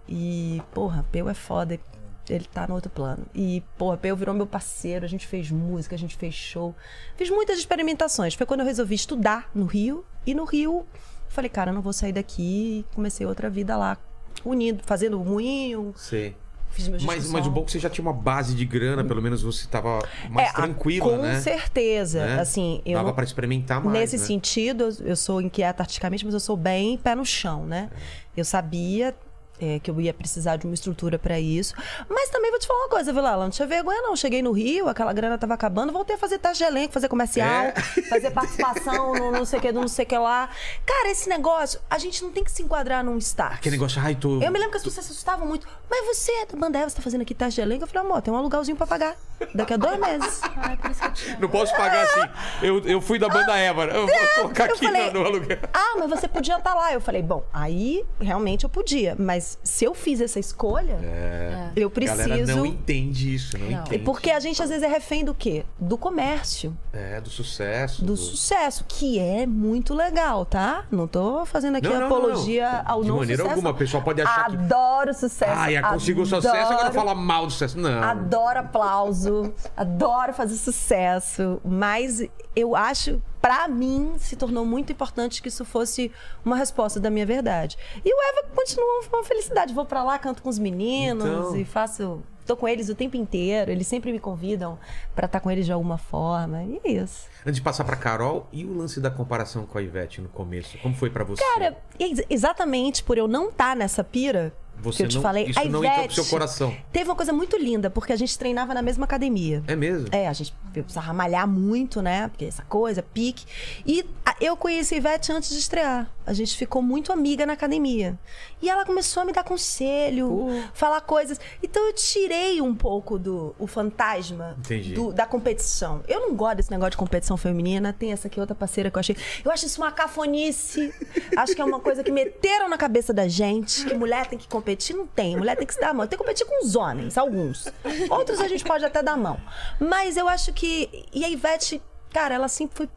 Speaker 3: E, porra, Peu é foda. Ele tá no outro plano. E, porra, Peu virou meu parceiro. A gente fez música, a gente fez show. Fiz muitas experimentações. Foi quando eu resolvi estudar no Rio. E no Rio, falei, cara, eu não vou sair daqui. E comecei outra vida lá, unindo, fazendo moinho.
Speaker 1: Sei.
Speaker 3: Fiz meus
Speaker 1: Mas, mas o bom é que você já tinha uma base de grana, pelo menos você tava mais
Speaker 3: É, a-
Speaker 1: tranquila,
Speaker 3: com
Speaker 1: né?
Speaker 3: certeza.
Speaker 1: Né?
Speaker 3: Assim, eu
Speaker 1: Dava
Speaker 3: não-
Speaker 1: pra experimentar mais.
Speaker 3: nesse
Speaker 1: né?
Speaker 3: sentido, eu, eu sou inquieta artisticamente, mas eu sou bem pé no chão, né? Eu sabia é, que eu ia precisar de uma estrutura pra isso. Mas também vou te falar uma coisa, Vilela, não tinha vergonha não. Cheguei no Rio, aquela grana tava acabando, voltei a fazer teste de elenco, fazer comercial,
Speaker 1: É?
Speaker 3: fazer participação no não sei o que, no não sei o que lá. Cara, esse negócio, a gente não tem que se enquadrar num status.
Speaker 1: Aquele negócio, ai, tô.
Speaker 3: Eu me lembro que as pessoas se assustavam muito. Mas você é da Banda Eva, você tá fazendo aqui teste de elenco? Eu falei, amor, tem um aluguelzinho pra pagar. Daqui a dois meses.
Speaker 1: Não posso pagar assim. Eu, eu fui da banda Évora. Eu vou colocar
Speaker 3: eu
Speaker 1: aqui
Speaker 3: falei-
Speaker 1: no, no aluguel.
Speaker 3: Ah, mas você podia estar lá. Eu falei, bom, aí realmente eu podia. Mas se eu fiz essa escolha, eu
Speaker 1: É. A galera não
Speaker 3: preciso.
Speaker 1: entende isso, não, entende.
Speaker 3: Porque a gente às vezes é refém do quê? Do comércio,
Speaker 1: É, do sucesso.
Speaker 3: do sucesso, que é muito legal, tá? Não tô fazendo aqui
Speaker 1: Não, não, não, não.
Speaker 3: apologia ao
Speaker 1: De
Speaker 3: não
Speaker 1: maneira
Speaker 3: sucesso.
Speaker 1: alguma, a pessoa pode achar que-
Speaker 3: Adoro sucesso.
Speaker 1: Ai, conseguiu sucesso, agora fala mal do sucesso. Não.
Speaker 3: Adoro aplauso, adoro fazer sucesso, mas eu acho, pra mim, se tornou muito importante que isso fosse uma resposta da minha verdade. E o Eva continua uma felicidade. Vou pra lá, canto com os meninos
Speaker 1: Então.
Speaker 3: e faço. Tô com eles o tempo inteiro, eles sempre me convidam pra estar com eles de alguma forma. E é isso.
Speaker 1: Antes de passar pra Carol, e o lance da comparação com a Ivete no começo? Como foi pra você?
Speaker 3: Cara, ex- exatamente por eu não estar nessa pira
Speaker 1: você
Speaker 3: que eu te
Speaker 1: não,
Speaker 3: falei,
Speaker 1: isso
Speaker 3: a Ivete
Speaker 1: não entrou pro seu coração.
Speaker 3: teve uma coisa muito linda, porque a gente treinava na mesma academia.
Speaker 1: É mesmo?
Speaker 3: É, a gente eu precisava malhar muito, né? Porque essa coisa, pique. E a- eu conheci a Ivete antes de estrear. A gente ficou muito amiga na academia. E ela começou a me dar conselho, falar coisas. Então eu tirei um pouco do o fantasma
Speaker 1: Entendi.
Speaker 3: do- da competição. Eu não gosto desse negócio de competição feminina. Tem essa aqui, outra parceira que eu achei. Eu acho isso uma cafonice. acho que é uma coisa que meteram na cabeça da gente. Que mulher tem que competir. Não tem. Mulher tem que se dar a mão. Tem que competir com os homens, alguns. Outros a gente pode até dar a mão. Mas eu acho que. E a Ivete, cara, ela sempre foi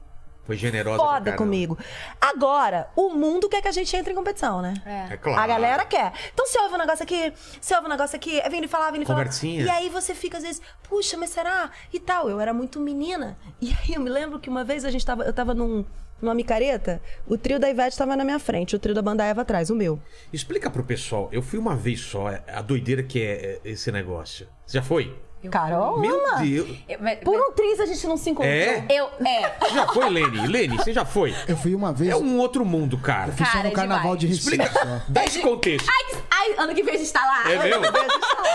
Speaker 1: Foi generosa pra
Speaker 3: foda
Speaker 1: caramba.
Speaker 3: comigo. Agora, o mundo quer que a gente entre em competição, né?
Speaker 1: É claro.
Speaker 3: A galera quer. Então você ouve um negócio aqui, você ouve um negócio aqui, aí vem ele falar, vem ele falar.
Speaker 1: Conversinha.
Speaker 3: E aí você fica às vezes, puxa, mas será? E tal. Eu era muito menina. E aí eu me lembro que uma vez a gente tava, eu tava num, numa micareta, o trio da Ivete tava na minha frente, o trio da banda Eva atrás, o meu.
Speaker 1: Explica pro pessoal, eu fui uma vez só, é- a doideira que é é, esse negócio. Você já foi?
Speaker 7: Carol,
Speaker 1: Meu Deus.
Speaker 5: Eu- mas-
Speaker 7: por um triz a gente não se encontrou.
Speaker 1: É?
Speaker 5: mas- Eu, é.
Speaker 1: Você já foi, Lene? Lene, você já foi?
Speaker 2: Eu fui uma vez,
Speaker 1: É um outro mundo, cara.
Speaker 2: fui só
Speaker 5: Cara,
Speaker 2: no
Speaker 5: é
Speaker 2: um carnaval de Recife.
Speaker 1: Explica.
Speaker 2: só.
Speaker 1: Dá esse contexto.
Speaker 5: Ai, ai, ano que vem a gente tá lá.
Speaker 1: É mesmo?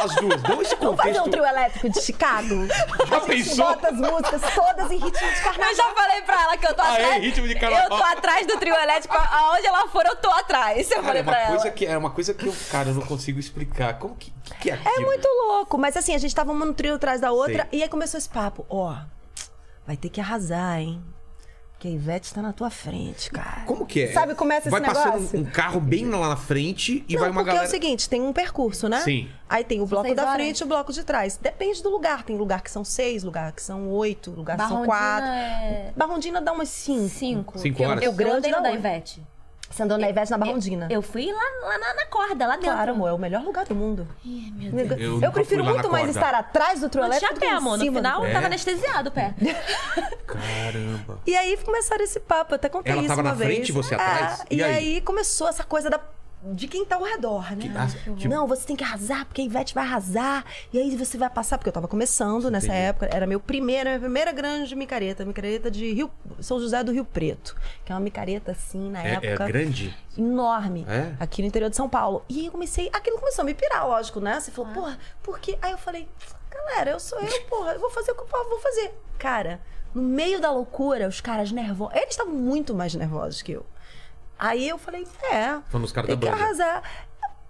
Speaker 1: As duas. Dá esse
Speaker 3: Vamos fazer um
Speaker 1: contexto.
Speaker 3: trio elétrico de Chicago?
Speaker 1: Já
Speaker 3: A gente
Speaker 1: pensou?
Speaker 3: bota as músicas todas em ritmo de carnaval.
Speaker 5: Eu já falei pra ela que eu tô
Speaker 1: Ah, é?
Speaker 5: atrás.
Speaker 1: Ritmo de carnaval.
Speaker 5: Eu tô atrás do trio elétrico. Aonde ela for, eu tô atrás.
Speaker 1: Cara,
Speaker 5: Eu
Speaker 1: é
Speaker 5: falei
Speaker 1: uma
Speaker 5: pra
Speaker 1: coisa
Speaker 5: ela.
Speaker 1: que é uma coisa que eu, cara, eu não consigo explicar. Como que, que que é aquilo?
Speaker 3: É muito louco. Mas assim, a gente tava uma no trio atrás da outra
Speaker 1: Sei.
Speaker 3: e aí começou esse papo. Ó, vai ter que arrasar, hein? Porque a Ivete tá na tua frente, cara.
Speaker 1: Como que é?
Speaker 7: Sabe, começa esse
Speaker 1: Vai passando
Speaker 7: negócio.
Speaker 1: um carro bem lá na frente e
Speaker 3: Não,
Speaker 1: vai uma
Speaker 3: porque
Speaker 1: galera.
Speaker 3: é o seguinte, tem um percurso, né?
Speaker 1: Sim.
Speaker 3: Aí tem o bloco
Speaker 5: seis
Speaker 3: da
Speaker 5: horas.
Speaker 3: frente e o bloco de trás. Depende do lugar. Tem lugar que são seis, lugar que são oito, lugar que são
Speaker 5: Barrondina
Speaker 3: quatro.
Speaker 5: é
Speaker 3: Barrondina dá umas cinco.
Speaker 5: cinco.
Speaker 1: Cinco
Speaker 5: Eu-
Speaker 1: horas.
Speaker 5: Eu,
Speaker 3: Eu
Speaker 5: grande
Speaker 3: andei
Speaker 5: não
Speaker 3: na
Speaker 5: da
Speaker 3: Oi.
Speaker 5: Ivete.
Speaker 7: Você andou na Ivete na Barrondina.
Speaker 5: Eu fui lá, lá na, na corda, lá dentro.
Speaker 3: Claro, amor, é o melhor lugar do mundo.
Speaker 5: Ih, meu Deus.
Speaker 7: Eu,
Speaker 1: nunca
Speaker 7: prefiro
Speaker 1: fui lá
Speaker 7: muito
Speaker 1: na
Speaker 7: mais
Speaker 1: corda.
Speaker 7: estar atrás do trio
Speaker 5: Não
Speaker 7: elétrico do
Speaker 5: tinha
Speaker 7: que
Speaker 5: pé,
Speaker 7: em
Speaker 5: amor. No
Speaker 7: cima do
Speaker 5: final,
Speaker 1: É.
Speaker 5: tava anestesiado o pé.
Speaker 1: Caramba.
Speaker 3: E aí começaram esse papo, eu até contei
Speaker 1: Ela
Speaker 3: isso
Speaker 1: tava
Speaker 3: uma
Speaker 1: na
Speaker 3: vez.
Speaker 1: frente, você
Speaker 3: É,
Speaker 1: atrás? E
Speaker 3: E,
Speaker 1: aí?
Speaker 3: aí? começou essa coisa da, de quem tá ao redor, né?
Speaker 1: ah, tipo-
Speaker 3: Não, você tem que arrasar, porque a Ivete vai arrasar. E aí você vai passar, porque eu tava começando nessa
Speaker 1: Entendi.
Speaker 3: época. Era meu primeiro, minha primeira grande micareta. Micareta de Rio, São José do Rio Preto. Que é uma micareta, assim, na
Speaker 1: É, é
Speaker 3: época
Speaker 1: grande?
Speaker 3: enorme
Speaker 1: É?
Speaker 3: aqui no interior de São Paulo. E aí eu comecei, aquilo começou a me pirar, lógico, né? Você falou, porra, por quê? Aí eu falei, galera, eu sou eu, porra, eu vou fazer o que eu vou fazer. Cara, no meio da loucura, os caras nervosos, eles estavam muito mais nervosos que eu. Aí eu falei, é,
Speaker 1: Foram os caras
Speaker 3: tem
Speaker 1: da
Speaker 3: que
Speaker 1: banda.
Speaker 3: arrasar.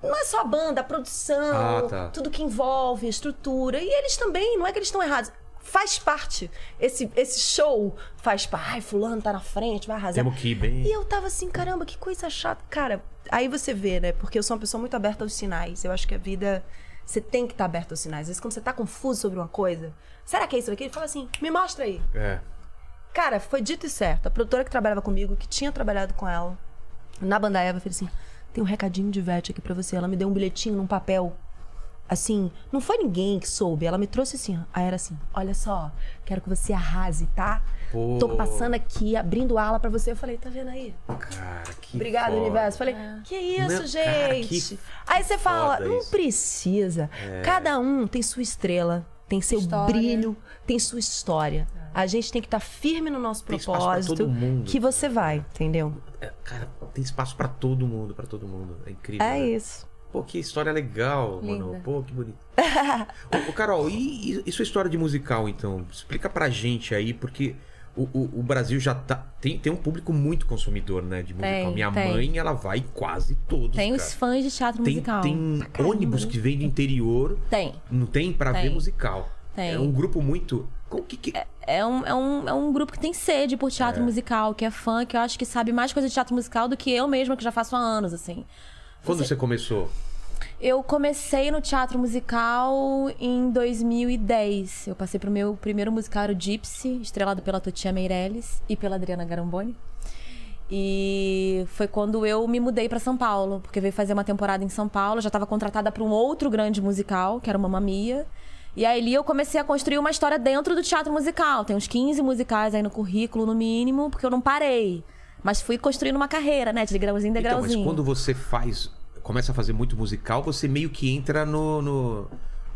Speaker 3: Não é só a banda, a produção,
Speaker 1: Ah, tá.
Speaker 3: tudo que envolve, a estrutura. E eles também, não é que eles estão errados. Faz parte. Esse, esse show faz parte. Ai, fulano tá na frente, vai arrasar.
Speaker 1: Temos que ir bem.
Speaker 3: E eu tava assim, caramba, que coisa chata. Cara, aí você vê, né? Porque eu sou uma pessoa muito aberta aos sinais. Eu acho que a vida. Você tem que estar aberta aos sinais. Às vezes, quando você tá confuso sobre uma coisa, será que é isso daqui? Ele fala assim, me mostra aí.
Speaker 1: É.
Speaker 3: Cara, foi dito e certo. A produtora que trabalhava comigo, que tinha trabalhado com ela, na Banda Eva, falei assim: tem um recadinho de Vete aqui pra você. Ela me deu um bilhetinho num papel. Assim, não foi ninguém que soube. Ela me trouxe assim. Aí era assim: olha só, quero que você arrase, tá?
Speaker 1: Pô.
Speaker 3: Tô passando aqui, abrindo ala pra você. Eu falei: tá vendo aí?
Speaker 1: Cara, que
Speaker 3: Obrigada,
Speaker 1: foda.
Speaker 3: universo. Falei,
Speaker 5: É.
Speaker 3: que isso,
Speaker 1: Não, cara,
Speaker 3: gente?
Speaker 1: que
Speaker 3: Aí você fala,
Speaker 1: foda
Speaker 3: não
Speaker 1: isso. É.
Speaker 3: precisa. Cada um tem sua estrela, tem seu
Speaker 5: História.
Speaker 3: brilho, tem sua história. A gente tem que estar firme no nosso
Speaker 1: Tem espaço pra
Speaker 3: propósito
Speaker 1: todo mundo.
Speaker 3: que você vai, entendeu?
Speaker 1: É, Cara, tem espaço pra todo mundo, pra todo mundo. É incrível.
Speaker 3: É
Speaker 1: né?
Speaker 3: isso.
Speaker 1: Pô, que história legal, mano.
Speaker 5: Linda.
Speaker 1: Pô, que bonito. ô, ô, Carol, e, e- e sua história de musical, então? Explica pra gente aí, porque o, o- o Brasil já tá. Tem, tem um público muito consumidor, né? De musical.
Speaker 5: Tem,
Speaker 1: Minha
Speaker 5: tem.
Speaker 1: mãe, ela vai em quase todos.
Speaker 5: Tem
Speaker 1: cara.
Speaker 5: os fãs de teatro
Speaker 1: Tem,
Speaker 5: musical.
Speaker 1: tem ônibus que vem do interior,
Speaker 5: Tem.
Speaker 1: não tem pra ver
Speaker 5: Tem.
Speaker 1: musical.
Speaker 5: Tem.
Speaker 1: É um grupo muito. Como que. que...
Speaker 5: É um, é, um, é um grupo que tem sede por teatro musical, que é fã, que eu acho que sabe mais coisa de teatro musical do que eu mesma, que já faço há anos, assim.
Speaker 1: Quando você começou?
Speaker 5: Eu comecei no teatro musical em 2010. Eu passei pro meu primeiro musical, era o Gypsy, estrelado pela Totia Meirelles e pela Adriana Garamboni. E foi quando eu me mudei para São Paulo, porque veio fazer uma temporada em São Paulo, eu já estava contratada para um outro grande musical, que era o Mamma Mia. E aí ali eu comecei a construir uma história dentro do teatro musical. Tem uns 15 musicais aí no currículo, no mínimo, porque eu não parei. Mas fui construindo uma carreira, né? De degrauzinho em
Speaker 1: Então, mas
Speaker 5: degrauzinho.
Speaker 1: quando você faz, começa a fazer muito musical, você meio que entra no. no-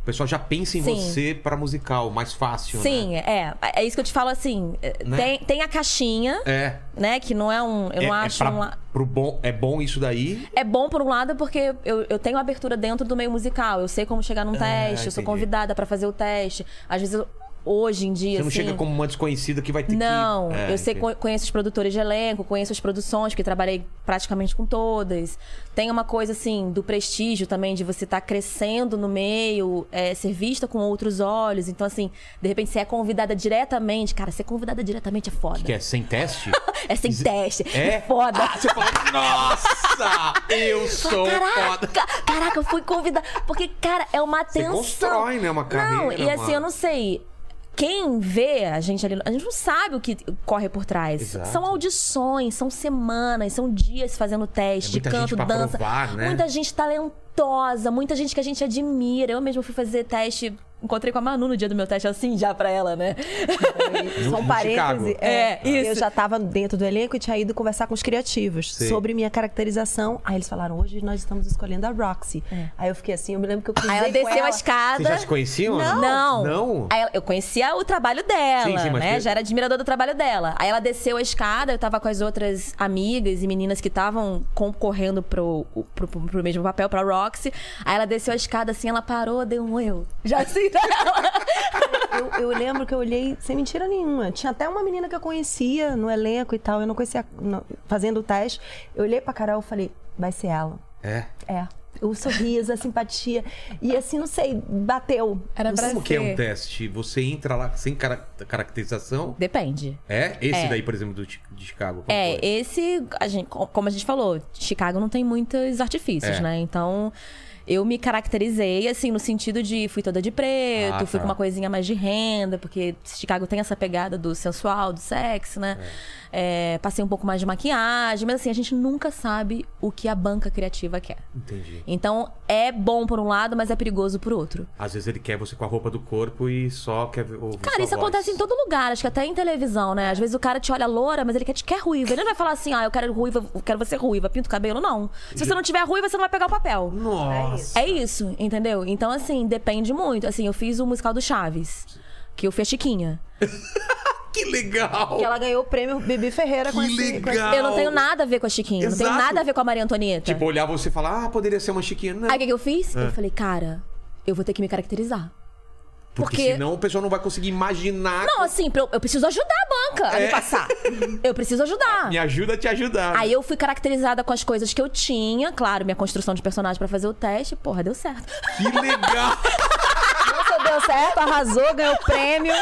Speaker 1: O pessoal já pensa em
Speaker 5: Sim.
Speaker 1: você pra musical, mais fácil,
Speaker 5: Sim,
Speaker 1: né?
Speaker 5: é. É isso que eu te falo assim. é,
Speaker 1: Né?
Speaker 5: Tem, tem a caixinha,
Speaker 1: É.
Speaker 5: né? Que não é um. Eu
Speaker 1: é,
Speaker 5: não
Speaker 1: é
Speaker 5: acho
Speaker 1: pra-
Speaker 5: um. la-
Speaker 1: pro bom, é bom isso daí.
Speaker 5: É bom por um lado porque eu, eu tenho abertura dentro do meio musical. Eu sei como chegar num teste, eu sou
Speaker 1: Ah, entendi.
Speaker 5: convidada pra fazer o teste. Às vezes, eu- hoje em
Speaker 1: Você
Speaker 5: dia.
Speaker 1: não
Speaker 5: assim,
Speaker 1: chega como uma desconhecida que É, vai ter
Speaker 5: Não,
Speaker 1: que.
Speaker 5: eu sei, co- conheço os produtores de elenco, conheço as produções, porque trabalhei praticamente com todas. Tem uma coisa, assim, do prestígio também, de você estar crescendo no meio, é, ser vista com outros olhos. Então, assim, de repente você é convidada diretamente. Cara, ser convidada diretamente é foda.
Speaker 1: Que, que é sem teste?
Speaker 5: É sem teste,
Speaker 1: É?
Speaker 5: é, foda.
Speaker 1: Ah, você fala, nossa! Eu sou foda!
Speaker 5: Caraca, caraca, eu fui convidada. Porque, cara, é uma
Speaker 1: Você
Speaker 5: atenção.
Speaker 1: constrói, né? Uma carreira.
Speaker 5: Não, e assim,
Speaker 1: uma-
Speaker 5: eu não sei. Quem vê a gente ali, a gente não sabe o que corre por trás.
Speaker 1: Exato.
Speaker 5: São audições, são semanas, são dias fazendo
Speaker 1: É
Speaker 5: teste,
Speaker 1: muita gente
Speaker 5: canto,
Speaker 1: pra
Speaker 5: dança.
Speaker 1: provar, né?
Speaker 5: Muita gente talentosa, muita gente que a gente admira. Eu mesma fui fazer teste, encontrei com a Manu no dia do meu teste, assim, já pra ela, né?
Speaker 1: No-
Speaker 3: Só
Speaker 1: no
Speaker 3: um parêntese.
Speaker 1: Chicago.
Speaker 5: É, isso.
Speaker 3: Eu já tava dentro do elenco e tinha ido conversar com os criativos
Speaker 1: Sim.
Speaker 3: sobre minha caracterização. Aí eles falaram, hoje nós estamos escolhendo a Roxy. Aí eu fiquei assim, eu me lembro que eu cruzei
Speaker 5: É. Aí ela
Speaker 3: com
Speaker 5: desceu a
Speaker 3: ela.
Speaker 5: escada.
Speaker 1: Vocês já se conheciam?
Speaker 5: Não.
Speaker 1: Não?
Speaker 5: Aí ela- eu conhecia o trabalho dela,
Speaker 1: Sim, sim, mas
Speaker 5: né?
Speaker 1: que-
Speaker 5: Já era admirador do trabalho dela. Aí ela desceu a escada, eu tava com as outras amigas e meninas que estavam concorrendo pro, pro, pro- pro mesmo papel, pra Roxy. Aí ela desceu a escada assim, ela parou, deu um eu. Já assim,
Speaker 3: Eu, eu lembro que eu olhei sem mentira nenhuma. Tinha até uma menina que eu conhecia no elenco e tal. Eu não conhecia não- fazendo o teste. Eu olhei pra Carol e falei, vai ser ela.
Speaker 1: É.
Speaker 3: É. o sorriso, a simpatia. E assim, não sei, bateu.
Speaker 4: Era
Speaker 3: Não
Speaker 4: pra-
Speaker 3: sei.
Speaker 1: Como que é um
Speaker 4: ser.
Speaker 1: teste? Você entra lá sem cara- caracterização?
Speaker 5: Depende.
Speaker 1: É? Esse
Speaker 5: É.
Speaker 1: daí, por exemplo, do Chi- de Chicago. como
Speaker 5: É,
Speaker 1: foi?
Speaker 5: esse, a gente, co- como a gente falou, Chicago não tem muitos artifícios,
Speaker 1: É.
Speaker 5: né? Então, eu me caracterizei, assim, no sentido de fui toda de preto,
Speaker 1: Ah, tá.
Speaker 5: fui com uma coisinha mais de renda, porque Chicago tem essa pegada do sensual, do sexo, né? É, passei um pouco mais de maquiagem, mas assim, a gente nunca sabe o que a banca criativa quer.
Speaker 1: Entendi.
Speaker 5: Então, é bom por um lado, mas é perigoso por outro.
Speaker 1: Às vezes ele quer você com a roupa do corpo e só quer ver- ouvir
Speaker 5: Cara,
Speaker 1: sua
Speaker 5: isso
Speaker 1: voz.
Speaker 5: acontece em todo lugar, acho que até em televisão, né? Às vezes o cara te olha loura, mas ele quer, te quer ruiva. Ele não vai falar assim, ah, eu quero ruiva, eu quero você ruiva, pinto o cabelo, não. Se você não tiver ruiva, você não vai pegar o papel.
Speaker 1: Nossa!
Speaker 5: É isso, entendeu? Então, assim, depende muito. Assim, eu fiz o musical do Chaves, que eu fui a Chiquinha.
Speaker 1: Que legal!
Speaker 3: Que
Speaker 5: é
Speaker 3: ela ganhou o prêmio Bibi Ferreira com
Speaker 1: Que
Speaker 3: esse- com esse-
Speaker 1: legal!
Speaker 5: Eu não tenho nada a ver com a Chiquinha, não
Speaker 1: Ah, Exato.
Speaker 5: tenho nada a ver com a Maria Antonieta.
Speaker 1: Tipo, É. olhar você e falar, ah, poderia ser uma chiquinha. Não,
Speaker 5: Aí o que, que eu fiz? Eu falei, cara, eu vou ter que me caracterizar.
Speaker 1: porque,
Speaker 5: porque-
Speaker 1: senão o pessoal não vai conseguir imaginar.
Speaker 5: Não, assim, pra eu, eu preciso ajudar a banca a
Speaker 1: É.
Speaker 5: me passar. Eu preciso ajudar.
Speaker 1: Me ajuda a te ajudar.
Speaker 5: Aí eu fui caracterizada com as coisas que eu tinha, claro, minha construção de personagem pra fazer o teste, porra, deu certo.
Speaker 1: Que legal!
Speaker 3: Nossa, deu certo, arrasou, ganhou o prêmio.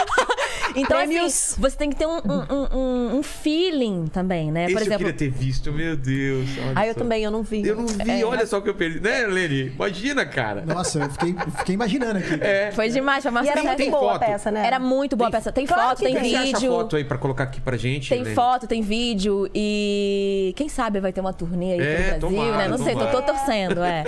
Speaker 5: Então,
Speaker 3: Prêmios.
Speaker 5: assim, você tem que ter um, um- um- um- um feeling também, né?
Speaker 1: Esse
Speaker 5: Por
Speaker 1: eu
Speaker 5: exemplo,
Speaker 1: queria ter visto, meu Deus. olha
Speaker 3: Aí eu
Speaker 1: só.
Speaker 3: também, eu não vi. É,
Speaker 1: Eu não vi,
Speaker 5: É.
Speaker 1: olha só o que eu perdi. Né, Leni? Imagina, cara.
Speaker 2: Nossa, eu fiquei, eu fiquei imaginando aqui.
Speaker 1: É.
Speaker 5: foi demais, foi uma
Speaker 3: E era
Speaker 1: Tem-
Speaker 5: sucesso.
Speaker 3: muito
Speaker 1: tem
Speaker 3: boa
Speaker 1: foto.
Speaker 3: a peça, né?
Speaker 5: Era muito boa a peça. Tem
Speaker 3: Claro
Speaker 5: foto,
Speaker 3: que
Speaker 5: tem
Speaker 1: Como é que Você acha a
Speaker 5: vídeo.
Speaker 1: foto aí pra colocar aqui pra gente?
Speaker 5: Tem
Speaker 1: Lene?
Speaker 5: foto, tem vídeo e quem sabe vai ter uma turnê aí
Speaker 1: É,
Speaker 5: pelo Brasil,
Speaker 1: tomara,
Speaker 5: né? Não sei, tô, tô
Speaker 1: tomara.
Speaker 5: torcendo, é.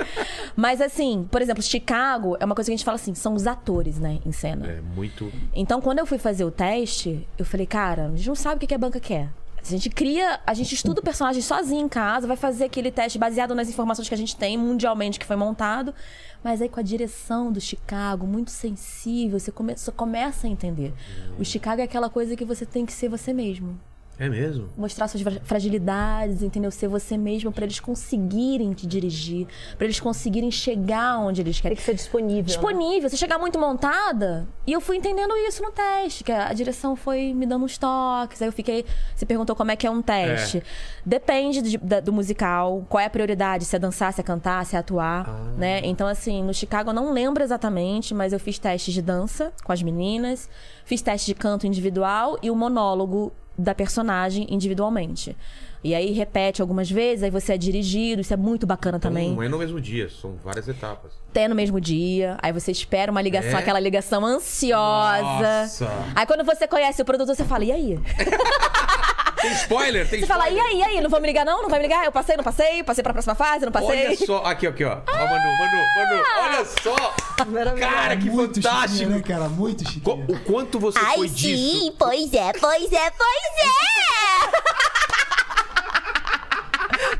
Speaker 5: Mas assim, por exemplo, Chicago é uma coisa que a gente fala assim, são os atores, né, em cena.
Speaker 1: É, muito.
Speaker 5: Então, quando eu fui fazer o teste, eu falei, cara, a gente não sabe o que que a banca quer. A gente cria, a gente estuda o personagem sozinho em casa, vai fazer aquele teste baseado nas informações que a gente tem mundialmente que foi montado. Mas aí com a direção do Chicago, muito sensível, você come- você começa a entender. O Chicago é aquela coisa que você tem que ser você mesmo
Speaker 1: É mesmo?
Speaker 5: mostrar suas fra- fragilidades, entendeu? Ser você mesmo pra eles conseguirem te dirigir, pra eles conseguirem chegar onde eles
Speaker 3: Tem
Speaker 5: querem.
Speaker 3: que ser disponível. né?
Speaker 5: Disponível, você chegar muito montada. E eu fui entendendo isso no teste, que a direção foi me dando uns toques. Aí eu fiquei. Você perguntou como é que é um teste. Depende de- da- do musical, qual é a prioridade, se é dançar, se é cantar, se é atuar,
Speaker 3: Ah.
Speaker 5: né? Então, assim, no Chicago eu não lembro exatamente, mas eu fiz testes de dança com as meninas, fiz teste de canto individual e o monólogo da personagem individualmente. E aí repete algumas vezes, aí você é dirigido, isso é muito bacana também
Speaker 1: Não é no mesmo dia, são várias etapas.
Speaker 5: até no mesmo dia. Aí você espera uma ligação,
Speaker 1: É?
Speaker 5: aquela ligação ansiosa.
Speaker 1: Nossa.
Speaker 5: Aí quando você conhece o produtor, você fala, e aí?
Speaker 1: Tem spoiler? Tem
Speaker 5: Você fala, e aí, e aí? Não vão me ligar não? Não vai me ligar? Eu passei, não passei? Passei pra próxima fase, não passei? Ah!
Speaker 1: Olha só, aqui, aqui, ó. Ó, Manu, Manu, Manu, olha só! Cara, que
Speaker 2: É muito
Speaker 1: fantástico!
Speaker 2: chiquinha, né, cara? Muito
Speaker 1: Co-
Speaker 2: chiquinha.
Speaker 1: O quanto você
Speaker 7: Ai,
Speaker 1: foi disso?
Speaker 7: sim, pois é, pois é, pois é!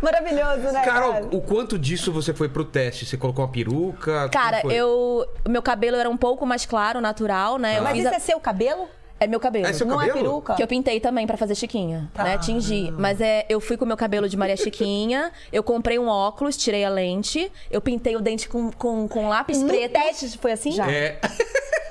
Speaker 3: Maravilhoso, né?
Speaker 1: Cara, o, o quanto disso você foi pro teste? Você colocou uma peruca?
Speaker 5: Cara,
Speaker 1: Como foi?
Speaker 5: eu... Meu cabelo era um pouco mais claro, natural, né? Eu
Speaker 3: Mas
Speaker 5: fiz
Speaker 3: isso
Speaker 5: a-
Speaker 3: é seu cabelo?
Speaker 5: É meu cabelo.
Speaker 1: Ah. É seu
Speaker 3: Não é
Speaker 1: cabelo?
Speaker 3: peruca?
Speaker 5: Que eu pintei também pra fazer Chiquinha,
Speaker 3: Ah.
Speaker 5: né? Tingi. Mas é, eu fui com o meu cabelo de Maria Chiquinha, eu comprei um óculos, tirei a lente, eu pintei o dente com, com, com lápis
Speaker 3: No
Speaker 5: preto.
Speaker 3: teste foi assim? Já.
Speaker 1: É.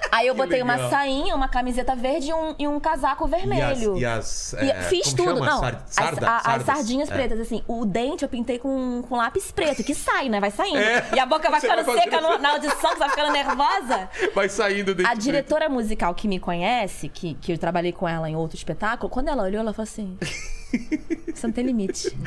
Speaker 5: Aí eu
Speaker 1: Que
Speaker 5: botei
Speaker 1: legal.
Speaker 5: uma sainha, uma camiseta verde e um, e um
Speaker 1: E
Speaker 5: casaco
Speaker 1: as.
Speaker 5: vermelho.
Speaker 1: E as
Speaker 5: E
Speaker 1: é,
Speaker 5: fiz
Speaker 1: como
Speaker 5: tudo,
Speaker 1: chama?
Speaker 5: não.
Speaker 1: Sar-
Speaker 5: as-
Speaker 1: sarda-
Speaker 5: a- as,
Speaker 1: sardas.
Speaker 5: sardinhas
Speaker 1: É.
Speaker 5: pretas, assim. O dente eu pintei com, com lápis preto, que sai, né? Vai saindo.
Speaker 1: É.
Speaker 5: E a boca vai
Speaker 1: Você
Speaker 5: ficando
Speaker 1: vai fazendo-
Speaker 5: seca no- na audição, que vai ficando nervosa.
Speaker 1: Vai saindo dentro.
Speaker 5: A diretora musical que me conhece, que, que eu trabalhei com ela em outro espetáculo, quando ela olhou, ela falou assim: Você não tem limite.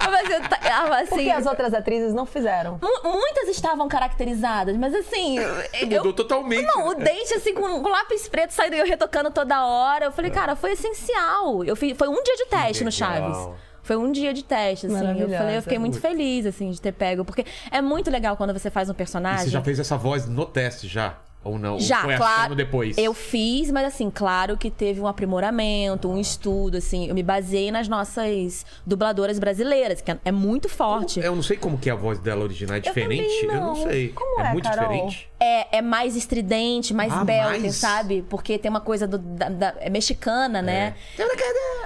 Speaker 5: Ela falou assim, "Tá-" ela falou assim,
Speaker 3: Porque as outras atrizes não fizeram.
Speaker 5: "Mu- Muitas estavam caracterizadas, mas assim. eu-
Speaker 1: Mudou totalmente.
Speaker 5: não, o
Speaker 1: né?
Speaker 5: dente, assim, com com lápis preto saindo e eu retocando toda hora. Eu falei, cara, foi essencial. Eu fiz, foi um dia de teste no
Speaker 1: É. legal.
Speaker 5: Chaves. Foi um dia de teste, assim. Eu
Speaker 3: Maravilhosa.
Speaker 5: falei, eu fiquei muito feliz, assim, de ter pego. Porque é muito legal quando você faz um
Speaker 1: E
Speaker 5: personagem.
Speaker 1: você já fez essa voz no teste já? Ou não? Ou
Speaker 5: Já,
Speaker 1: foi achando
Speaker 5: claro.
Speaker 1: depois?
Speaker 5: Eu fiz, mas assim, claro que teve um aprimoramento, um estudo, assim. Eu me baseei nas nossas dubladoras brasileiras, que é- é muito forte.
Speaker 1: Eu não sei como que é a voz dela original. É diferente?
Speaker 5: também
Speaker 1: Eu não
Speaker 5: não.
Speaker 1: sei.
Speaker 3: Como
Speaker 1: é
Speaker 3: é,
Speaker 1: muito
Speaker 3: Carol?
Speaker 1: diferente.
Speaker 5: É, é mais estridente, mais
Speaker 1: Ah,
Speaker 5: belter,
Speaker 1: mais?
Speaker 5: sabe? Porque tem uma coisa do, da- da- é mexicana, né?
Speaker 1: É.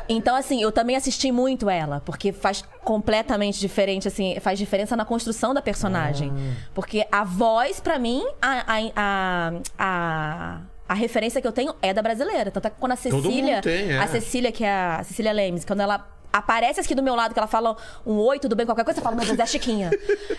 Speaker 5: Então, assim, eu também assisti muito ela, porque faz completamente diferente, assim, faz diferença na construção da personagem.
Speaker 1: Ah.
Speaker 5: Porque a voz, pra mim, a. a, a, a- a referência que eu tenho é da brasileira. Tanto é que quando a
Speaker 1: mundo
Speaker 5: Cecília.
Speaker 1: tem, é.
Speaker 5: A Cecília, que é a, a Cecília Lemes, quando ela aparece aqui do meu lado que ela fala um oi, tudo bem, qualquer coisa, você fala, meu Deus, é a Chiquinha.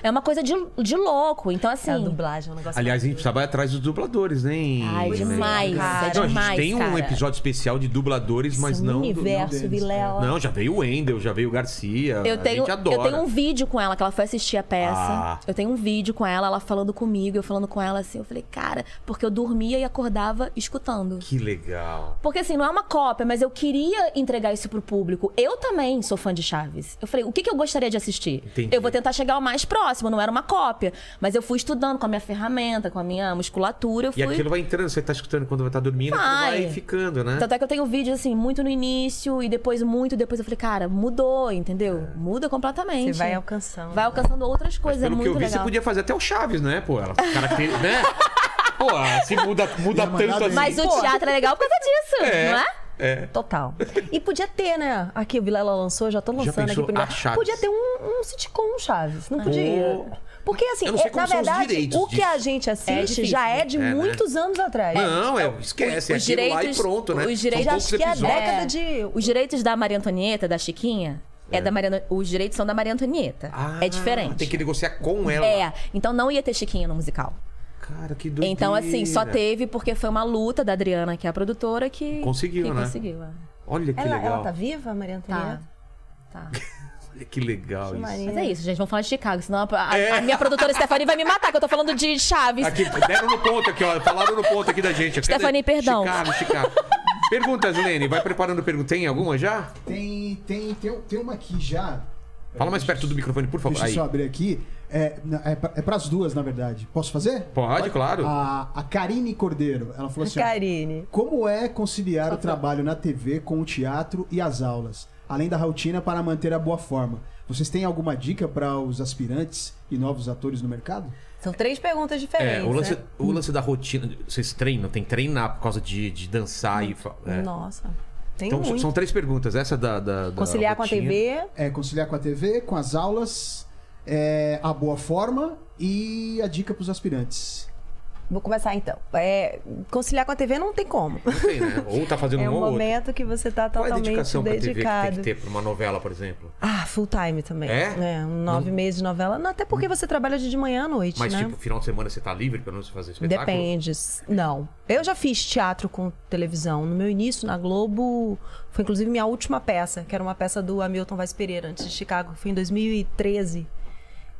Speaker 5: é uma coisa de, de louco. Então, assim.
Speaker 3: É a dublagem, é um negócio.
Speaker 1: Aliás, a gente precisava ir atrás dos dubladores, né? em-
Speaker 5: Ai,
Speaker 1: né?
Speaker 5: demais.
Speaker 3: Cara.
Speaker 5: É
Speaker 1: Não, a gente
Speaker 5: demais.
Speaker 1: tem um
Speaker 5: cara. é um
Speaker 1: episódio especial de dubladores, mas
Speaker 3: Esse
Speaker 1: não. do-
Speaker 3: um universo, Vilela.
Speaker 1: Não, já veio o Wendel, já veio o Garcia.
Speaker 5: Eu
Speaker 1: a
Speaker 5: tenho,
Speaker 1: gente adora.
Speaker 5: eu tenho um vídeo com ela, que ela foi assistir a peça.
Speaker 1: Ah.
Speaker 5: Eu tenho um vídeo com ela, ela falando comigo, eu falando com ela assim. Eu falei, cara, porque eu dormia e acordava escutando.
Speaker 1: Que legal.
Speaker 5: Porque assim, não é uma cópia, mas eu queria entregar isso pro público. Eu também sou fã de Chaves. Eu falei, o que, que eu gostaria de assistir?
Speaker 1: Entendi.
Speaker 5: Eu vou tentar chegar ao mais próximo, não era uma cópia. Mas eu fui estudando com a minha ferramenta, com a minha musculatura. Eu
Speaker 1: E
Speaker 5: fui...
Speaker 1: aquilo vai entrando, você tá escutando quando vai estar dormindo, aquilo
Speaker 5: Vai.
Speaker 1: vai ficando, né?
Speaker 5: Tanto é que eu tenho vídeos assim, muito no início e depois muito depois. Eu falei, cara, mudou, entendeu?
Speaker 1: É.
Speaker 5: Muda completamente.
Speaker 3: Você vai alcançando.
Speaker 5: Vai alcançando outras coisas, é
Speaker 1: Pelo
Speaker 5: muito
Speaker 1: que eu vi,
Speaker 5: legal.
Speaker 1: você podia fazer até o Chaves, né, pô? Ela, caracter... né? Pô, se muda, muda
Speaker 2: Ia mandar
Speaker 1: tanto
Speaker 2: bem.
Speaker 1: assim.
Speaker 5: Mas o
Speaker 3: Pô.
Speaker 5: teatro é legal por causa disso, não é?
Speaker 1: É.
Speaker 3: Total. E podia ter, né? Aqui o Vilela lançou, já tô lançando
Speaker 1: pensou?
Speaker 3: aqui primeiro.
Speaker 1: Ah, Chaves.
Speaker 3: Podia ter um, um sitcom Chaves, não podia? Porque assim,
Speaker 1: Eu não sei
Speaker 3: é-
Speaker 1: como
Speaker 3: na
Speaker 1: são os
Speaker 3: verdade,
Speaker 1: direitos
Speaker 3: o que
Speaker 1: disso.
Speaker 3: a gente assiste
Speaker 5: difícil.
Speaker 3: já é de
Speaker 1: né?
Speaker 3: muitos anos atrás.
Speaker 1: Não, é, esquece. É
Speaker 5: os
Speaker 1: aquilo lá e
Speaker 5: direitos-
Speaker 1: pronto, né?
Speaker 5: os direitos-
Speaker 1: São
Speaker 5: acho
Speaker 1: poucos
Speaker 3: que é a
Speaker 1: episódios.
Speaker 3: década de-
Speaker 5: Os direitos da Maria Antonieta, da Chiquinha, é, da Maria... os direitos são da Maria Antonieta.
Speaker 1: Ah,
Speaker 5: é diferente.
Speaker 1: Tem que negociar com ela.
Speaker 5: É, então não ia ter Chiquinha no musical.
Speaker 1: Cara, que doideira.
Speaker 5: Então, assim, só teve porque foi uma luta da Adriana, que é a produtora, que.
Speaker 1: Conseguiu,
Speaker 5: que
Speaker 1: né?
Speaker 5: Conseguiu, é.
Speaker 1: Olha que
Speaker 3: Ela,
Speaker 1: legal.
Speaker 3: ela tá viva, Maria Antonieta?
Speaker 5: Tá.
Speaker 1: Olha que legal isso.
Speaker 3: Maria.
Speaker 5: Mas é isso, gente. Vamos falar de Chicago, senão a, a- a minha produtora Stephanie vai me matar, que eu tô falando de Chaves.
Speaker 1: É. Aqui, deram no ponto aqui, ó. Falaram no ponto aqui da gente. Cadê?
Speaker 5: Stephanie, perdão.
Speaker 1: Chicago, Chicago. Perguntas, Lene. Vai preparando pergunta. Tem alguma já?
Speaker 2: Tem, tem, tem, tem uma aqui já.
Speaker 1: Fala mais perto do microfone, por favor.
Speaker 2: Deixa eu
Speaker 1: Aí.
Speaker 2: só abrir aqui. É, na- é, pra- é pras duas, na verdade. Posso fazer?
Speaker 1: Pode, claro.
Speaker 2: A, a Karine Cordeiro, ela falou assim: ó,
Speaker 3: Karine.
Speaker 2: Como é conciliar o trabalho na TV com o teatro e as aulas, além da rotina para manter a boa forma? Vocês têm alguma dica para os aspirantes e novos atores no mercado?
Speaker 3: São três perguntas
Speaker 1: É,
Speaker 3: diferentes.
Speaker 1: o lance,
Speaker 3: né?
Speaker 1: o lance da rotina. Vocês treinam, tem que treinar por causa de, de dançar e. fa- é.
Speaker 3: Nossa, tem
Speaker 1: Então
Speaker 3: muito.
Speaker 1: são três perguntas. Essa da. da- da
Speaker 3: Conciliar com a
Speaker 1: rotina.
Speaker 3: TV,
Speaker 2: É conciliar com a TV, com as aulas, é, a boa forma e a dica para os aspirantes.
Speaker 3: vou começar então. É, conciliar com a TV não tem como.
Speaker 1: Não tem, né? Ou tá fazendo
Speaker 3: É
Speaker 1: um
Speaker 3: um
Speaker 1: ou outro.
Speaker 3: momento que você tá
Speaker 1: Qual é a
Speaker 3: totalmente
Speaker 1: dedicação pra TV que tem
Speaker 3: dedicado.
Speaker 1: que ter pra uma novela, por exemplo?
Speaker 3: Ah, full time também.
Speaker 1: É?
Speaker 3: um nove meses de novela. Não, até porque você trabalha de de manhã à noite,
Speaker 1: Mas,
Speaker 3: né?
Speaker 1: tipo, final de semana você tá livre pra não fazer espetáculo?
Speaker 3: Depende. s- Não. Eu já fiz teatro com televisão. No meu início na Globo, foi inclusive minha última peça, que era uma peça do Hamilton Vaz Pereira, antes de Chicago. Foi em 2013,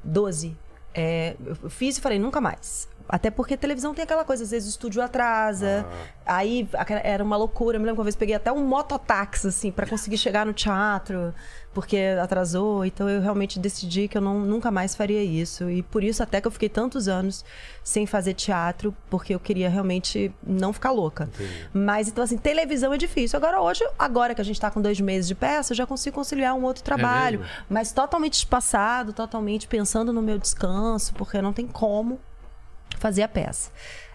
Speaker 3: 12. É, eu fiz e falei, nunca mais. Até porque televisão tem aquela coisa, às vezes o estúdio atrasa. Aí aquela- era uma loucura. Eu me lembro que uma vez peguei até um mototáxi, assim, para conseguir chegar no teatro, porque atrasou. Então eu realmente decidi que eu não, nunca mais faria isso. E por isso até que eu fiquei tantos anos sem fazer teatro, porque eu queria realmente não ficar louca. Mas então, assim, televisão é difícil. Agora, hoje, agora que a gente tá com dois meses de peça, eu já consigo conciliar um outro trabalho.
Speaker 1: mesmo?
Speaker 3: mas totalmente espaçado, totalmente pensando no meu descanso, porque não tem como fazer a peça.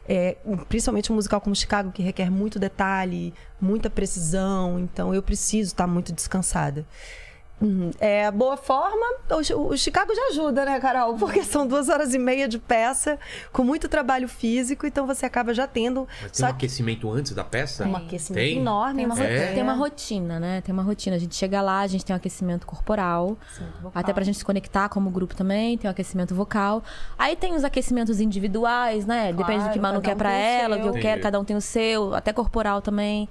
Speaker 3: É, principalmente um musical como Chicago, que requer muito detalhe, muita precisão, então eu preciso estar muito descansada. Uhum. É, boa forma, o, Chi- o Chicago já ajuda, né, Carol? Porque são duas horas e meia de peça, com muito trabalho físico, então você acaba já tendo.
Speaker 1: Mas tem
Speaker 3: Só
Speaker 1: um
Speaker 3: que
Speaker 1: aquecimento antes da peça?
Speaker 3: um aquecimento
Speaker 1: Tem?
Speaker 3: enorme, né?
Speaker 5: Tem uma,
Speaker 1: É.
Speaker 5: rotina, tem uma rotina, né? Tem uma rotina. A gente chega lá, a gente tem um aquecimento corporal.
Speaker 3: vocal.
Speaker 5: até pra gente se conectar como grupo também, tem um aquecimento vocal. Aí tem os aquecimentos individuais, né? Depende do que
Speaker 3: Claro,
Speaker 5: Manu
Speaker 3: cada
Speaker 5: quer
Speaker 3: um
Speaker 5: pra
Speaker 3: tem o
Speaker 5: ela,
Speaker 3: seu.
Speaker 5: o que eu quero,
Speaker 1: Entendi.
Speaker 5: cada um tem o seu, até corporal também.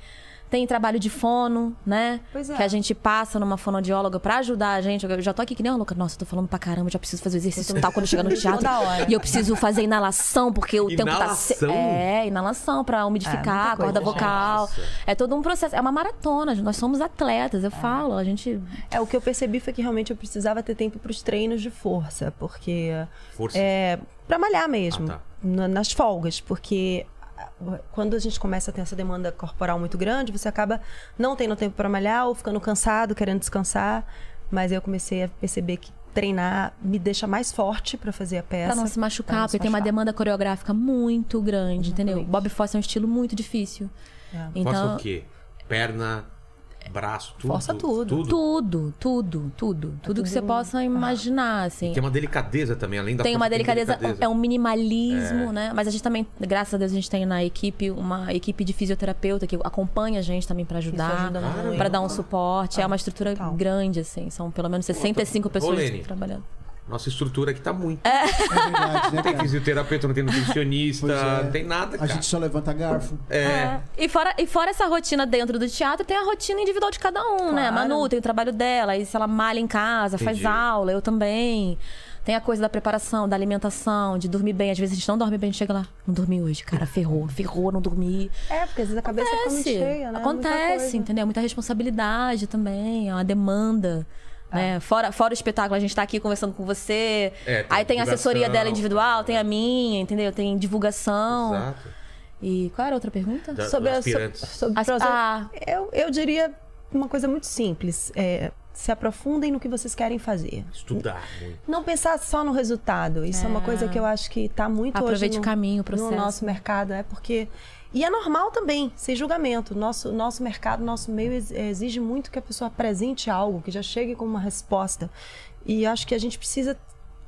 Speaker 5: Tem trabalho de fono, né?
Speaker 3: Pois é.
Speaker 5: Que a gente passa numa fonodióloga pra ajudar a gente. Eu já tô aqui que nem uma louca. Nossa, eu tô falando pra caramba, eu já preciso fazer o exercício tal quando chegar no teatro.
Speaker 3: Toda hora.
Speaker 5: E eu preciso fazer inalação, porque o tempo tá. se-
Speaker 1: Inalação?
Speaker 5: É, inalação
Speaker 3: É,
Speaker 5: pra
Speaker 3: muita
Speaker 5: umidificar a
Speaker 3: coisa,
Speaker 5: corda
Speaker 3: gente.
Speaker 5: vocal.
Speaker 1: Nossa.
Speaker 5: É todo um processo, é uma maratona. Nós somos atletas, eu falo. A gente.
Speaker 3: É, o que eu percebi foi que realmente eu precisava ter tempo para os treinos de força, porque
Speaker 1: Força.
Speaker 3: é, para malhar mesmo,
Speaker 1: Ah, tá.
Speaker 3: na- nas folgas, porque ah, quando a gente começa a ter essa demanda corporal muito grande, você acaba não tendo tempo para malhar ou ficando cansado, querendo descansar. Mas eu comecei a perceber que treinar me deixa mais forte para fazer a peça.
Speaker 5: Pra não se machucar,
Speaker 3: pra não se
Speaker 5: porque tem uma
Speaker 3: machucar.
Speaker 5: demanda coreográfica muito grande, entendeu? Bob Fosse é um estilo muito difícil.
Speaker 3: É.
Speaker 1: Faça
Speaker 5: Então,
Speaker 1: o quê? Perna. braço, tudo.
Speaker 3: Força tudo.
Speaker 1: Tudo.
Speaker 4: Tudo,
Speaker 3: É
Speaker 4: tudo, tudo. Tudo que você possa imaginar, assim.
Speaker 1: Tem uma delicadeza também, além da
Speaker 5: Tem
Speaker 1: força,
Speaker 5: uma delicadeza, é um minimalismo, né? Mas a gente também, graças a Deus, a gente tem na equipe uma equipe de fisioterapeuta que acompanha a gente também pra ajudar,
Speaker 3: ajuda
Speaker 5: pra
Speaker 3: muito.
Speaker 5: dar um suporte. É uma estrutura
Speaker 3: Total.
Speaker 5: grande, assim. São pelo menos 65 pessoas
Speaker 1: Rolene.
Speaker 5: trabalhando.
Speaker 3: um
Speaker 1: Nossa estrutura aqui tá muito.
Speaker 2: É verdade, né,
Speaker 1: Não tem
Speaker 2: cara?
Speaker 1: fisioterapeuta, não tem nutricionista,
Speaker 2: Pois é.
Speaker 1: não tem nada,
Speaker 2: A
Speaker 1: cara.
Speaker 2: gente só levanta garfo.
Speaker 5: É. E, fora, e fora essa rotina dentro do teatro, tem a rotina individual de cada um, né? A Manu tem o trabalho dela, aí se ela malha em casa, faz
Speaker 1: Entendi.
Speaker 5: aula, eu também. Tem a coisa da preparação, da alimentação, de dormir bem. Às vezes a gente não dorme bem, a gente chega lá, não dormi hoje, cara, ferrou, ferrou, não dormi.
Speaker 3: É, porque às vezes a cabeça fica muito
Speaker 5: Acontece,
Speaker 3: cheia, né? Muita
Speaker 5: acontece,
Speaker 3: coisa.
Speaker 5: entendeu? Muita responsabilidade também, é uma demanda. Né? Fora, fora o espetáculo, a gente tá aqui conversando com você.
Speaker 1: É, tem
Speaker 5: aí tem a
Speaker 1: divulgação, né?
Speaker 5: assessoria dela individual, tem a minha, entendeu? Tem divulgação.
Speaker 1: Exato.
Speaker 5: E qual era a outra pergunta?
Speaker 1: Da-
Speaker 3: sobre
Speaker 1: dos
Speaker 3: a, so-
Speaker 1: aspirantes.
Speaker 3: sobre
Speaker 5: As-
Speaker 3: prosa-
Speaker 5: ah.
Speaker 3: eu, eu diria uma coisa muito simples. é, se aprofundem no que vocês querem fazer.
Speaker 1: Estudar muito.
Speaker 3: Não pensar só no resultado. Isso é, uma coisa que eu acho que tá muito
Speaker 5: Aproveite
Speaker 3: hoje no,
Speaker 5: o caminho, o processo.
Speaker 3: no nosso mercado. É porque... E é normal também, sem julgamento. Nosso, nosso mercado, nosso meio ex- exige muito que a pessoa apresente algo, que já chegue com uma resposta. E acho que a gente precisa...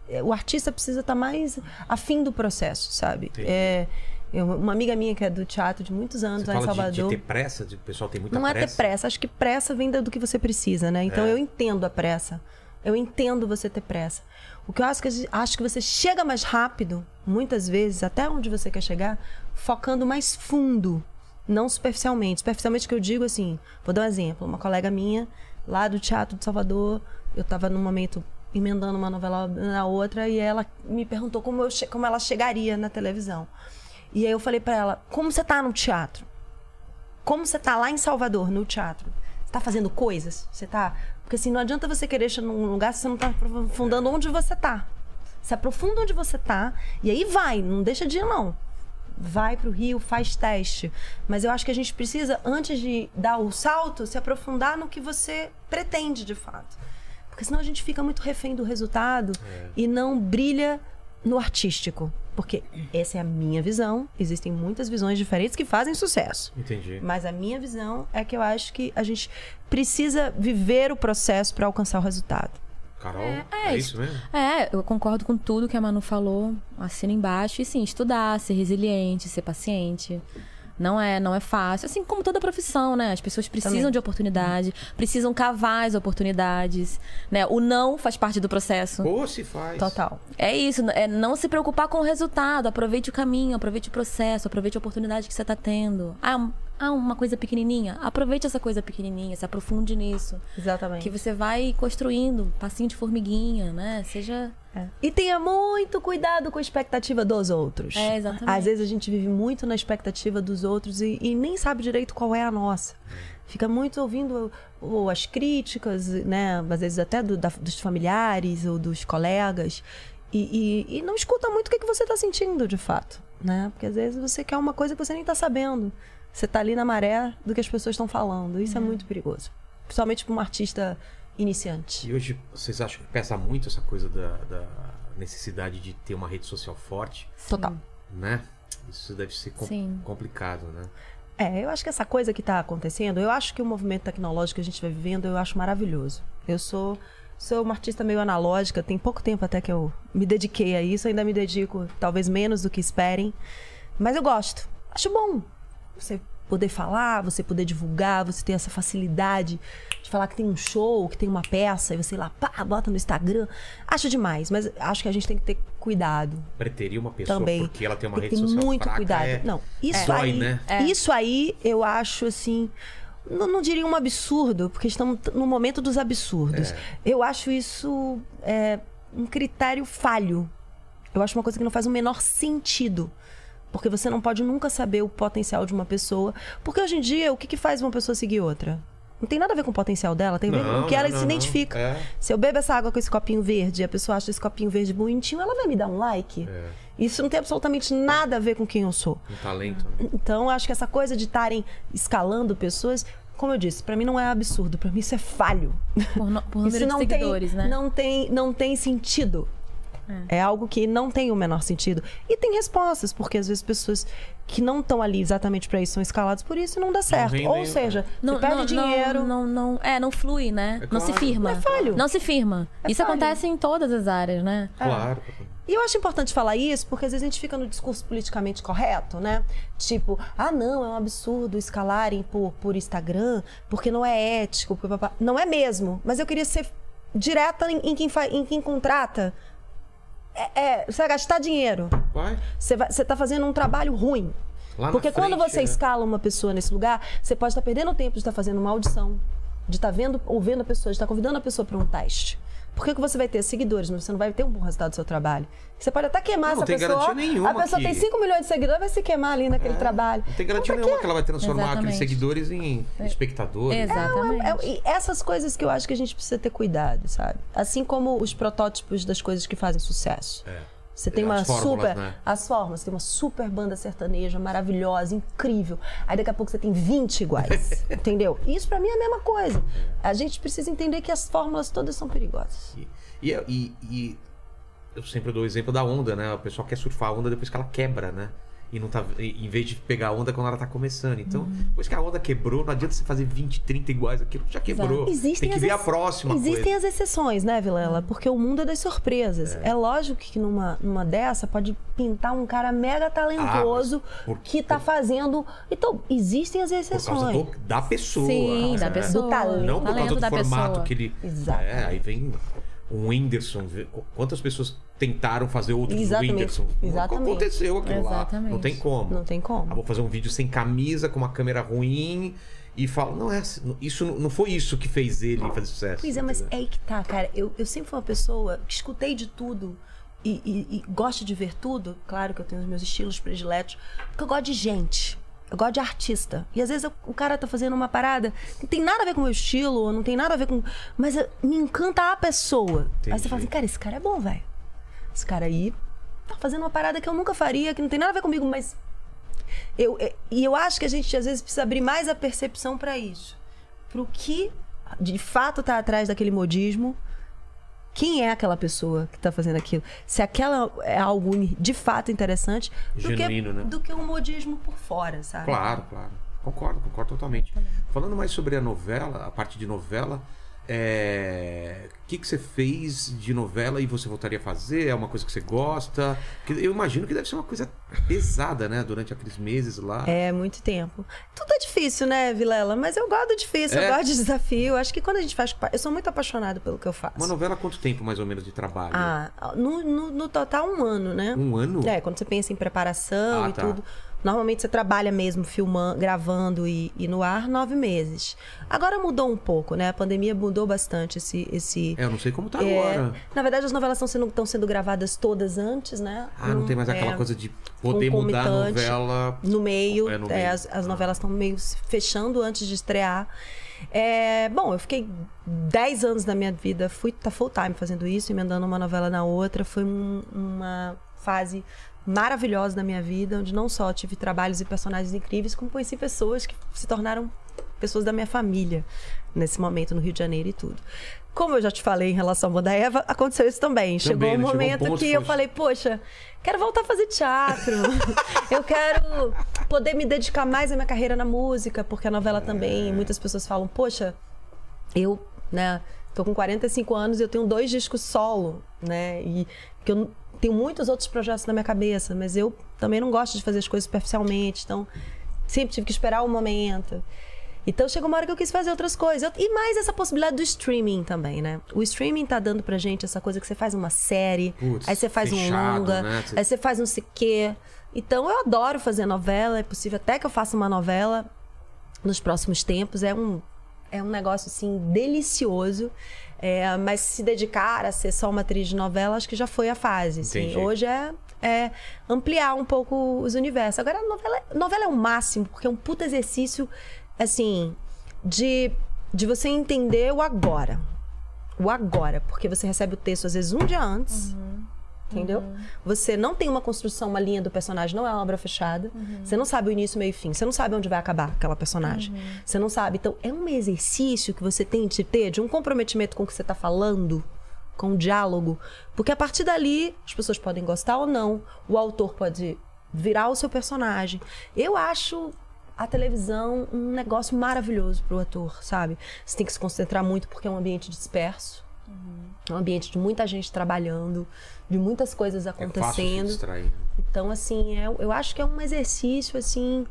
Speaker 3: é, O artista precisa estar mais afim do processo, sabe? É, eu- uma amiga minha que é do teatro de muitos anos
Speaker 1: Você
Speaker 3: lá em
Speaker 1: fala de, de
Speaker 3: Salvador...
Speaker 1: ter pressa, de, o pessoal tem muita
Speaker 3: Não é
Speaker 1: pressa. É.
Speaker 3: ter pressa. Acho que pressa vem do do que você precisa, né? Então eu entendo a pressa. Eu entendo você ter pressa. O que eu acho que, a gente- acho que você chega mais rápido, muitas vezes, até onde você quer chegar, focando mais fundo, não superficialmente. Superficialmente que eu digo assim, vou dar um exemplo. Uma colega minha, lá do Teatro de Salvador, eu tava num momento emendando uma novela na outra e ela me perguntou como, eu che- como ela chegaria na televisão. E aí eu falei pra ela, como você tá no teatro? como você tá lá em Salvador, no teatro, você tá fazendo coisas, você tá. Porque assim, não adianta você querer chegar num lugar se você não tá aprofundando onde você tá. Se aprofunda onde você tá e aí vai, não deixa de ir, não. Vai pro Rio, faz teste. Mas eu acho que a gente precisa, antes de dar o salto, se aprofundar no que você pretende de fato. Porque senão a gente fica muito refém do resultado e não brilha no artístico. Porque essa é a minha visão. Existem muitas visões diferentes que fazem sucesso.
Speaker 1: Entendi.
Speaker 3: Mas a minha visão é que eu acho que a gente precisa viver o processo para alcançar o resultado.
Speaker 1: Carol, é,
Speaker 5: É, é
Speaker 1: isso mesmo?
Speaker 5: É, eu concordo com tudo que a Manu falou. Assina embaixo. E sim, estudar, ser resiliente, ser paciente. Não é, não é fácil. Assim como toda profissão, né? As pessoas precisam
Speaker 3: Também.
Speaker 5: de oportunidade, precisam cavar as oportunidades, né? O não faz parte do processo.
Speaker 1: Ou se faz.
Speaker 3: Hum. Total.
Speaker 5: É isso, é não se preocupar com o resultado. Aproveite o caminho, aproveite o processo, aproveite a oportunidade que você está tendo. Ah, um- ah, uma coisa pequenininha? Aproveite essa coisa pequenininha, se aprofunde nisso.
Speaker 3: Exatamente.
Speaker 5: Que você vai construindo, passinho de formiguinha, né? Seja.
Speaker 3: E tenha muito cuidado com a expectativa dos outros.
Speaker 5: É, exatamente.
Speaker 3: Às vezes a gente vive muito na expectativa dos outros e, e nem sabe direito qual é a nossa. Fica muito ouvindo ou as críticas, né? Às vezes até do- da- dos familiares ou dos colegas. E, e- e não escuta muito o que, que você está sentindo de fato, né? Porque às vezes você quer uma coisa que você nem está sabendo. Você está ali na maré do que as pessoas estão falando. Isso é muito perigoso. Principalmente para um artista iniciante.
Speaker 1: E hoje vocês acham que pesa muito essa coisa da, da necessidade de ter uma rede social forte,
Speaker 5: assim,
Speaker 3: Total.
Speaker 1: né? Isso deve ser com-
Speaker 5: Sim.
Speaker 1: complicado, né?
Speaker 3: É, eu acho que essa coisa que está acontecendo, eu acho que o movimento tecnológico que a gente vai vivendo, eu acho maravilhoso. Eu sou, sou uma artista meio analógica, tem pouco tempo até que eu me dediquei a isso, ainda me dedico talvez menos do que esperem, mas eu gosto. Acho bom você poder falar, você poder divulgar, você ter essa facilidade de falar que tem um show, que tem uma peça, e você ir lá, pá, bota no Instagram. Acho demais, mas acho que a gente tem que ter cuidado
Speaker 1: Preterir uma pessoa
Speaker 3: Também.
Speaker 1: porque ela tem uma
Speaker 3: tem que
Speaker 1: rede
Speaker 3: ter
Speaker 1: social
Speaker 3: muito
Speaker 1: fraca
Speaker 3: cuidado.
Speaker 1: é-
Speaker 3: Não, isso
Speaker 1: Dói,
Speaker 3: aí,
Speaker 1: né?
Speaker 3: isso aí eu acho assim, não, não diria um absurdo, porque estamos t- no momento dos absurdos.
Speaker 1: É.
Speaker 3: Eu acho isso é, um critério falho. Eu acho uma coisa que não faz o menor sentido. Porque você não pode nunca saber o potencial de uma pessoa. Porque hoje em dia, o que, que faz uma pessoa seguir outra? Não tem nada a ver com o potencial dela, tem a ver com o é que ela
Speaker 1: não,
Speaker 3: se
Speaker 1: não.
Speaker 3: identifica.
Speaker 1: É.
Speaker 3: Se eu bebo essa água com esse copinho verde e a pessoa acha esse copinho verde bonitinho, ela vai me dar um like. Isso não tem absolutamente nada a ver com quem eu sou.
Speaker 1: Um talento. né?
Speaker 3: Então, eu acho que essa coisa de estarem escalando pessoas, como eu disse, pra mim não é absurdo, pra mim isso é falho.
Speaker 5: Por, no- por Um número
Speaker 3: isso
Speaker 5: de
Speaker 3: não
Speaker 5: seguidores,
Speaker 3: tem,
Speaker 5: né?
Speaker 3: Não tem, não tem sentido. É. algo que não tem o menor sentido. E tem respostas, porque às vezes pessoas que não estão ali exatamente para isso são escaladas por isso e não dá certo.
Speaker 1: rendem,
Speaker 3: Ou seja,
Speaker 5: Não,
Speaker 3: você perde
Speaker 5: não,
Speaker 3: dinheiro.
Speaker 5: Não, não, não- é, não flui, né?
Speaker 1: É
Speaker 5: Não se
Speaker 1: claro.
Speaker 5: firma.
Speaker 3: É falho.
Speaker 5: Não se firma.
Speaker 3: É
Speaker 5: Isso
Speaker 3: falho.
Speaker 5: acontece em todas as áreas, né?
Speaker 1: Claro.
Speaker 3: E eu acho importante falar isso, porque às vezes a gente fica no discurso politicamente correto, né? Tipo, ah, não, é um absurdo escalarem por, por Instagram, porque não é ético. porque papá- Não é mesmo. Mas eu queria ser direta em, em quem, fa- em quem contrata. É, é, você vai gastar dinheiro.
Speaker 1: Vai.
Speaker 3: Você, vai, você tá fazendo um trabalho ruim.
Speaker 1: Lá na
Speaker 3: Porque quando
Speaker 1: frente,
Speaker 3: você
Speaker 1: né?
Speaker 3: escala uma pessoa nesse lugar, você pode estar perdendo tempo de estar fazendo uma audição, de estar vendo, ouvindo a pessoa, de estar convidando a pessoa para um teste. Por que, que você vai ter seguidores, mas você não vai ter um bom resultado do seu trabalho? Você pode até queimar
Speaker 1: Não,
Speaker 3: essa
Speaker 1: tem
Speaker 3: pessoa.
Speaker 1: garantia nenhuma
Speaker 3: a pessoa
Speaker 1: que- É,
Speaker 3: tem 5 milhões de seguidores, vai se queimar ali naquele trabalho.
Speaker 1: Não tem garantia
Speaker 3: Então, pra
Speaker 1: nenhuma que ela vai transformar aqueles
Speaker 5: Exatamente.
Speaker 1: seguidores em espectadores. né?
Speaker 5: Exatamente.
Speaker 3: É, e essas coisas que eu acho que a gente precisa ter cuidado, sabe? Assim como os protótipos das coisas que fazem sucesso. Você tem
Speaker 1: É. As
Speaker 3: uma
Speaker 1: fórmulas,
Speaker 3: super.
Speaker 1: né?
Speaker 3: As formas, tem uma super banda sertaneja maravilhosa, incrível. Aí daqui a pouco você tem 20 iguais. entendeu? Isso pra mim é a mesma coisa. A gente precisa entender que as fórmulas todas são perigosas.
Speaker 1: E, e, e- e eu sempre dou o exemplo da onda, né? A pessoa quer surfar a onda depois que ela quebra, né? E não tá, e- em vez de pegar a onda quando ela tá começando. Então,
Speaker 3: Uhum.
Speaker 1: depois que a onda quebrou, não adianta você fazer 20, 30 iguais aquilo já quebrou. Tem que
Speaker 3: as
Speaker 1: ver a
Speaker 3: ex-
Speaker 1: próxima
Speaker 3: Existem
Speaker 1: coisa.
Speaker 3: as exceções, né, Vilela? Porque o mundo é das surpresas. É, lógico que numa, numa dessa pode pintar um cara mega talentoso
Speaker 1: Ah, mas por-
Speaker 3: que tá fazendo. Então, existem as
Speaker 1: Por causa
Speaker 3: exceções.
Speaker 1: do- da pessoa.
Speaker 5: Sim, da
Speaker 1: né?
Speaker 5: pessoa.
Speaker 3: Do talento.
Speaker 1: Não por causa
Speaker 5: Talento
Speaker 1: do
Speaker 5: da
Speaker 1: formato
Speaker 5: pessoa.
Speaker 1: que ele.
Speaker 3: Exato.
Speaker 1: É, aí vem o Whindersson. vê qu- Quantas pessoas tentaram fazer outro um
Speaker 3: Exatamente.
Speaker 1: Whindersson?
Speaker 3: Exatamente.
Speaker 1: Não aconteceu aquilo lá.
Speaker 5: Exatamente.
Speaker 1: Não tem como.
Speaker 3: Não tem como.
Speaker 1: Ah, vou fazer um vídeo sem camisa, com uma câmera ruim e falo, não é, assim, isso não não foi isso que fez ele fazer sucesso.
Speaker 3: Pois é, mas é
Speaker 1: entendeu?
Speaker 3: aí que tá, cara. Eu, eu sempre fui uma pessoa que escutei de tudo e, e- e gosto de ver tudo. Claro que eu tenho os meus estilos prediletos, porque eu gosto de gente. Eu gosto de artista. E às vezes eu- o cara tá fazendo uma parada que não tem nada a ver com o meu estilo, ou não tem nada a ver com. Mas eh, me encanta a pessoa. Aí
Speaker 1: Entendi.
Speaker 3: você fala assim, cara, esse cara é bom, velho. Esse cara aí tá fazendo uma parada que eu nunca faria, que não tem nada a ver comigo, mas eu, é- e eu acho que a gente às vezes precisa abrir mais a percepção para isso. Pro que de fato tá atrás daquele modismo. Quem é aquela pessoa que tá fazendo aquilo? Se aquela é algo in- de fato interessante, do
Speaker 1: Genuíno,
Speaker 3: que,
Speaker 1: né?
Speaker 3: do que um modismo por fora, sabe?
Speaker 1: Claro, claro. Concordo, concordo totalmente. Falando mais sobre a novela, a parte de novela, é, o que, que você fez de novela e você voltaria a fazer? É uma coisa que você gosta? Porque eu imagino que deve ser uma coisa pesada, né? Durante aqueles meses lá.
Speaker 3: É, muito tempo. Tudo é difícil, né, Vilela? Mas eu gosto do difícil,
Speaker 1: É.
Speaker 3: eu gosto de desafio. Acho que quando a gente faz. pa- Eu sou muito apaixonada pelo que eu faço.
Speaker 1: Uma novela quanto tempo mais ou menos de trabalho?
Speaker 3: Ah, no, no- no total, um ano, né?
Speaker 1: Um ano?
Speaker 3: É, quando você pensa em preparação
Speaker 1: Ah,
Speaker 3: e
Speaker 1: tá.
Speaker 3: tudo. Normalmente você trabalha mesmo filmando, gravando e, e no ar nove meses. Agora mudou um pouco, né? A pandemia mudou bastante esse. esse
Speaker 1: É, eu não sei como tá
Speaker 3: é,
Speaker 1: agora.
Speaker 3: Na verdade, as novelas estão sendo, estão sendo gravadas todas antes, né?
Speaker 1: Ah, não tem mais aquela
Speaker 3: é,
Speaker 1: coisa de poder mudar a
Speaker 3: concomitante.
Speaker 1: novela.
Speaker 3: no meio,
Speaker 1: É, no
Speaker 3: é,
Speaker 1: meio.
Speaker 3: as, as novelas estão meio se fechando antes de estrear. É, bom, eu fiquei 10 anos da minha vida, fui tá full time fazendo isso, emendando uma novela na outra. Foi um- uma fase maravilhosa da minha vida, onde não só tive trabalhos e personagens incríveis, como conheci pessoas que se tornaram pessoas da minha família nesse momento no Rio de Janeiro e tudo. Como eu já te falei em relação à Moda Eva, aconteceu isso também. Chegou
Speaker 1: né?
Speaker 3: um
Speaker 1: Chegou um
Speaker 3: momento
Speaker 1: ponto
Speaker 3: que
Speaker 1: que
Speaker 3: eu
Speaker 1: foi-
Speaker 3: falei, poxa, quero voltar a fazer teatro. eu quero poder me dedicar mais à minha carreira na música, porque a novela também, muitas pessoas falam, poxa, eu, né, tô com 45 anos e eu tenho dois discos solo, né? E que eu n- tenho muitos outros projetos na minha cabeça, mas eu também não gosto de fazer as coisas superficialmente, então sempre tive que esperar o momento. Então chegou uma hora que eu quis fazer outras coisas. Eu- E mais essa possibilidade do streaming também, né? O streaming tá dando pra gente essa coisa que você faz uma série,
Speaker 1: Putz,
Speaker 3: aí você faz um
Speaker 1: fechado,
Speaker 3: longa,
Speaker 1: né? Você-
Speaker 3: aí você faz não sei o quê. Então eu adoro fazer novela, é possível até que eu faça uma novela nos próximos tempos. É um, é um negócio, assim, delicioso. É, mas se dedicar a ser só uma atriz de novela, acho que já foi a fase. Assim.
Speaker 1: Entendi.
Speaker 3: Hoje é, é ampliar um pouco os universos. Agora, a novela, novela é o máximo, porque é um puta exercício, assim, de, de você entender o agora. O agora, porque você recebe o texto às vezes um dia antes. Entendeu? Você não tem uma construção, uma linha do personagem, não é uma obra fechada. Você não sabe o início, meio e fim. Você não sabe onde vai acabar aquela personagem. Você não sabe. Então, é um exercício que você tem de ter de um comprometimento com o que você está tá falando com o diálogo. Porque a partir dali, as pessoas podem gostar ou não, o autor pode virar o seu personagem. Eu acho a televisão um negócio maravilhoso pro ator, sabe? Você tem que se concentrar muito porque é um ambiente disperso. É um ambiente de muita gente trabalhando, de muitas coisas
Speaker 1: É fácil se
Speaker 3: acontecendo.
Speaker 1: distrair.
Speaker 3: Então, assim, é- eu acho que é um exercício, assim,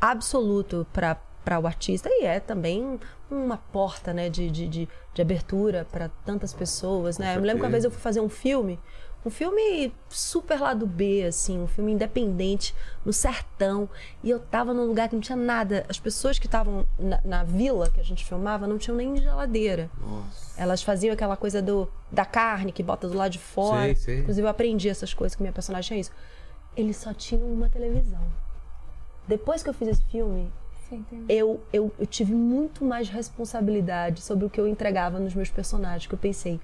Speaker 3: absoluto para para o artista e é também uma porta, né, de, de, de, de abertura para tantas pessoas, né? Eu me lembro que
Speaker 1: certeza.
Speaker 3: uma vez eu fui fazer um filme, um filme super lado B, assim, um filme independente, no sertão, e eu tava num lugar que não tinha nada. As pessoas que estavam na, na vila que a gente filmava não tinham nem geladeira. Elas faziam aquela coisa do, da carne que bota do lado de fora.
Speaker 1: Sei, sei.
Speaker 3: Inclusive, eu aprendi essas coisas que minha personagem é isso. Eles só tinham uma televisão. Depois que eu fiz esse filme, eu, eu, eu tive muito mais responsabilidade sobre o que eu entregava nos meus personagens. Que eu pensei,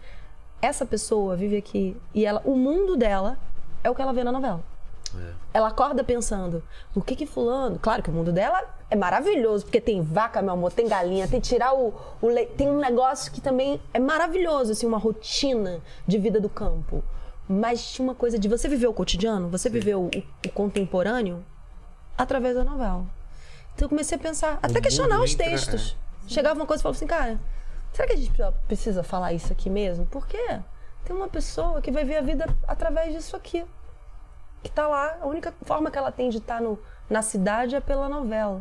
Speaker 3: essa pessoa vive aqui e ela, o mundo dela é o que ela vê na novela. Ela acorda pensando, o que que fulano... Claro que o mundo dela é maravilhoso, porque tem vaca, meu amor, tem galinha, tem tirar o, o leite... Tem um negócio que também é maravilhoso, assim, uma rotina de vida do campo. Mas tinha uma coisa de você viver o cotidiano, você viver o, o contemporâneo através da novela. Então eu comecei a pensar, até
Speaker 1: mundo
Speaker 3: questionar os
Speaker 1: entra,
Speaker 3: textos. Chegava uma coisa e falava assim, cara, será que a gente precisa- precisa falar isso aqui mesmo? Por quê? Tem uma pessoa que vai ver a vida através disso aqui que tá lá, a única forma que ela tem de estar no, na cidade é pela novela.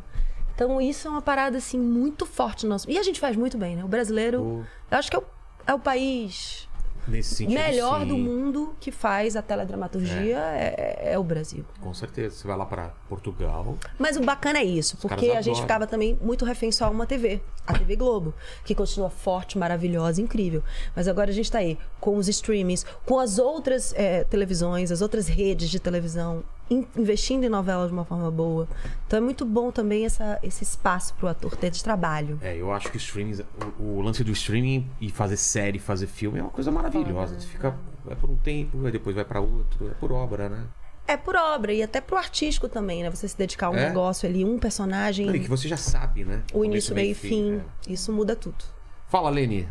Speaker 3: Então isso é uma parada assim muito forte nosso. E a gente faz muito bem, né? O brasileiro, eu acho que é o, é o país
Speaker 1: Nesse sentido,
Speaker 3: melhor
Speaker 1: sim.
Speaker 3: do mundo que faz a teledramaturgia é. é- é o Brasil.
Speaker 1: Com certeza. Você vai lá pra Portugal.
Speaker 3: Mas o bacana é isso, porque
Speaker 1: caras
Speaker 3: a gente
Speaker 1: adoram.
Speaker 3: ficava também muito refém só a uma TV, a TV Globo, que continua forte, maravilhosa, incrível. Mas agora a gente tá aí com os streamings, com as outras eh, televisões, as outras redes de televisão, in- investindo em novelas de uma forma boa. Então é muito bom também essa- esse espaço pro ator ter de trabalho.
Speaker 1: É, eu acho que o streaming, o, o lance do streaming e fazer série, fazer filme é uma coisa maravilhosa. Você
Speaker 3: né?
Speaker 1: fica. É por um tempo, aí depois vai pra outro. É por obra, né?
Speaker 3: É por obra e até pro artístico também, né? Você se dedicar a um
Speaker 1: É?
Speaker 3: negócio ali, um personagem,
Speaker 1: E que você já sabe, né?
Speaker 3: o
Speaker 1: Começo,
Speaker 3: início, meio e fim.
Speaker 1: é.
Speaker 3: Isso muda tudo.
Speaker 1: Fala, Leni.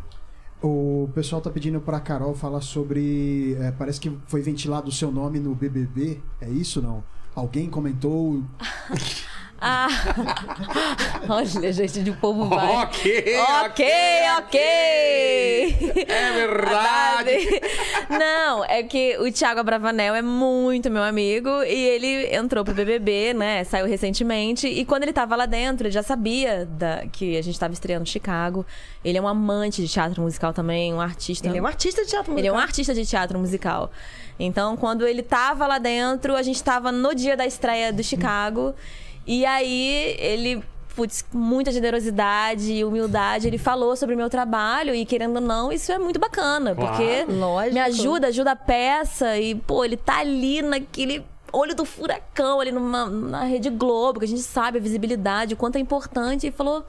Speaker 2: O pessoal tá pedindo pra Carol falar sobre. é, parece que foi ventilado o seu nome no BBB. É isso não? Alguém comentou.
Speaker 5: Ah! Olha, gente, de um povo vai.
Speaker 1: Ok,
Speaker 5: Ok, ok.
Speaker 1: É verdade.
Speaker 5: Não, é que o Thiago Abravanel é muito meu amigo e ele entrou pro BBB, né? Saiu recentemente e quando ele tava lá dentro, ele já sabia da- que a gente tava estreando Chicago. Ele é um amante de teatro musical também, um artista.
Speaker 3: Ele é um artista de teatro
Speaker 5: Ele é um artista de teatro musical. Então, quando ele tava lá dentro, a gente tava no dia da estreia do Chicago. E aí, ele, putz, com muita generosidade e humildade, ele falou sobre o meu trabalho. E querendo ou não, isso é muito bacana.
Speaker 1: Claro.
Speaker 5: Porque
Speaker 3: Lógico.
Speaker 5: me ajuda, ajuda a peça. E, pô, ele tá ali naquele olho do furacão, ali numa, na Rede Globo, que a gente sabe a visibilidade, o quanto é importante. E falou.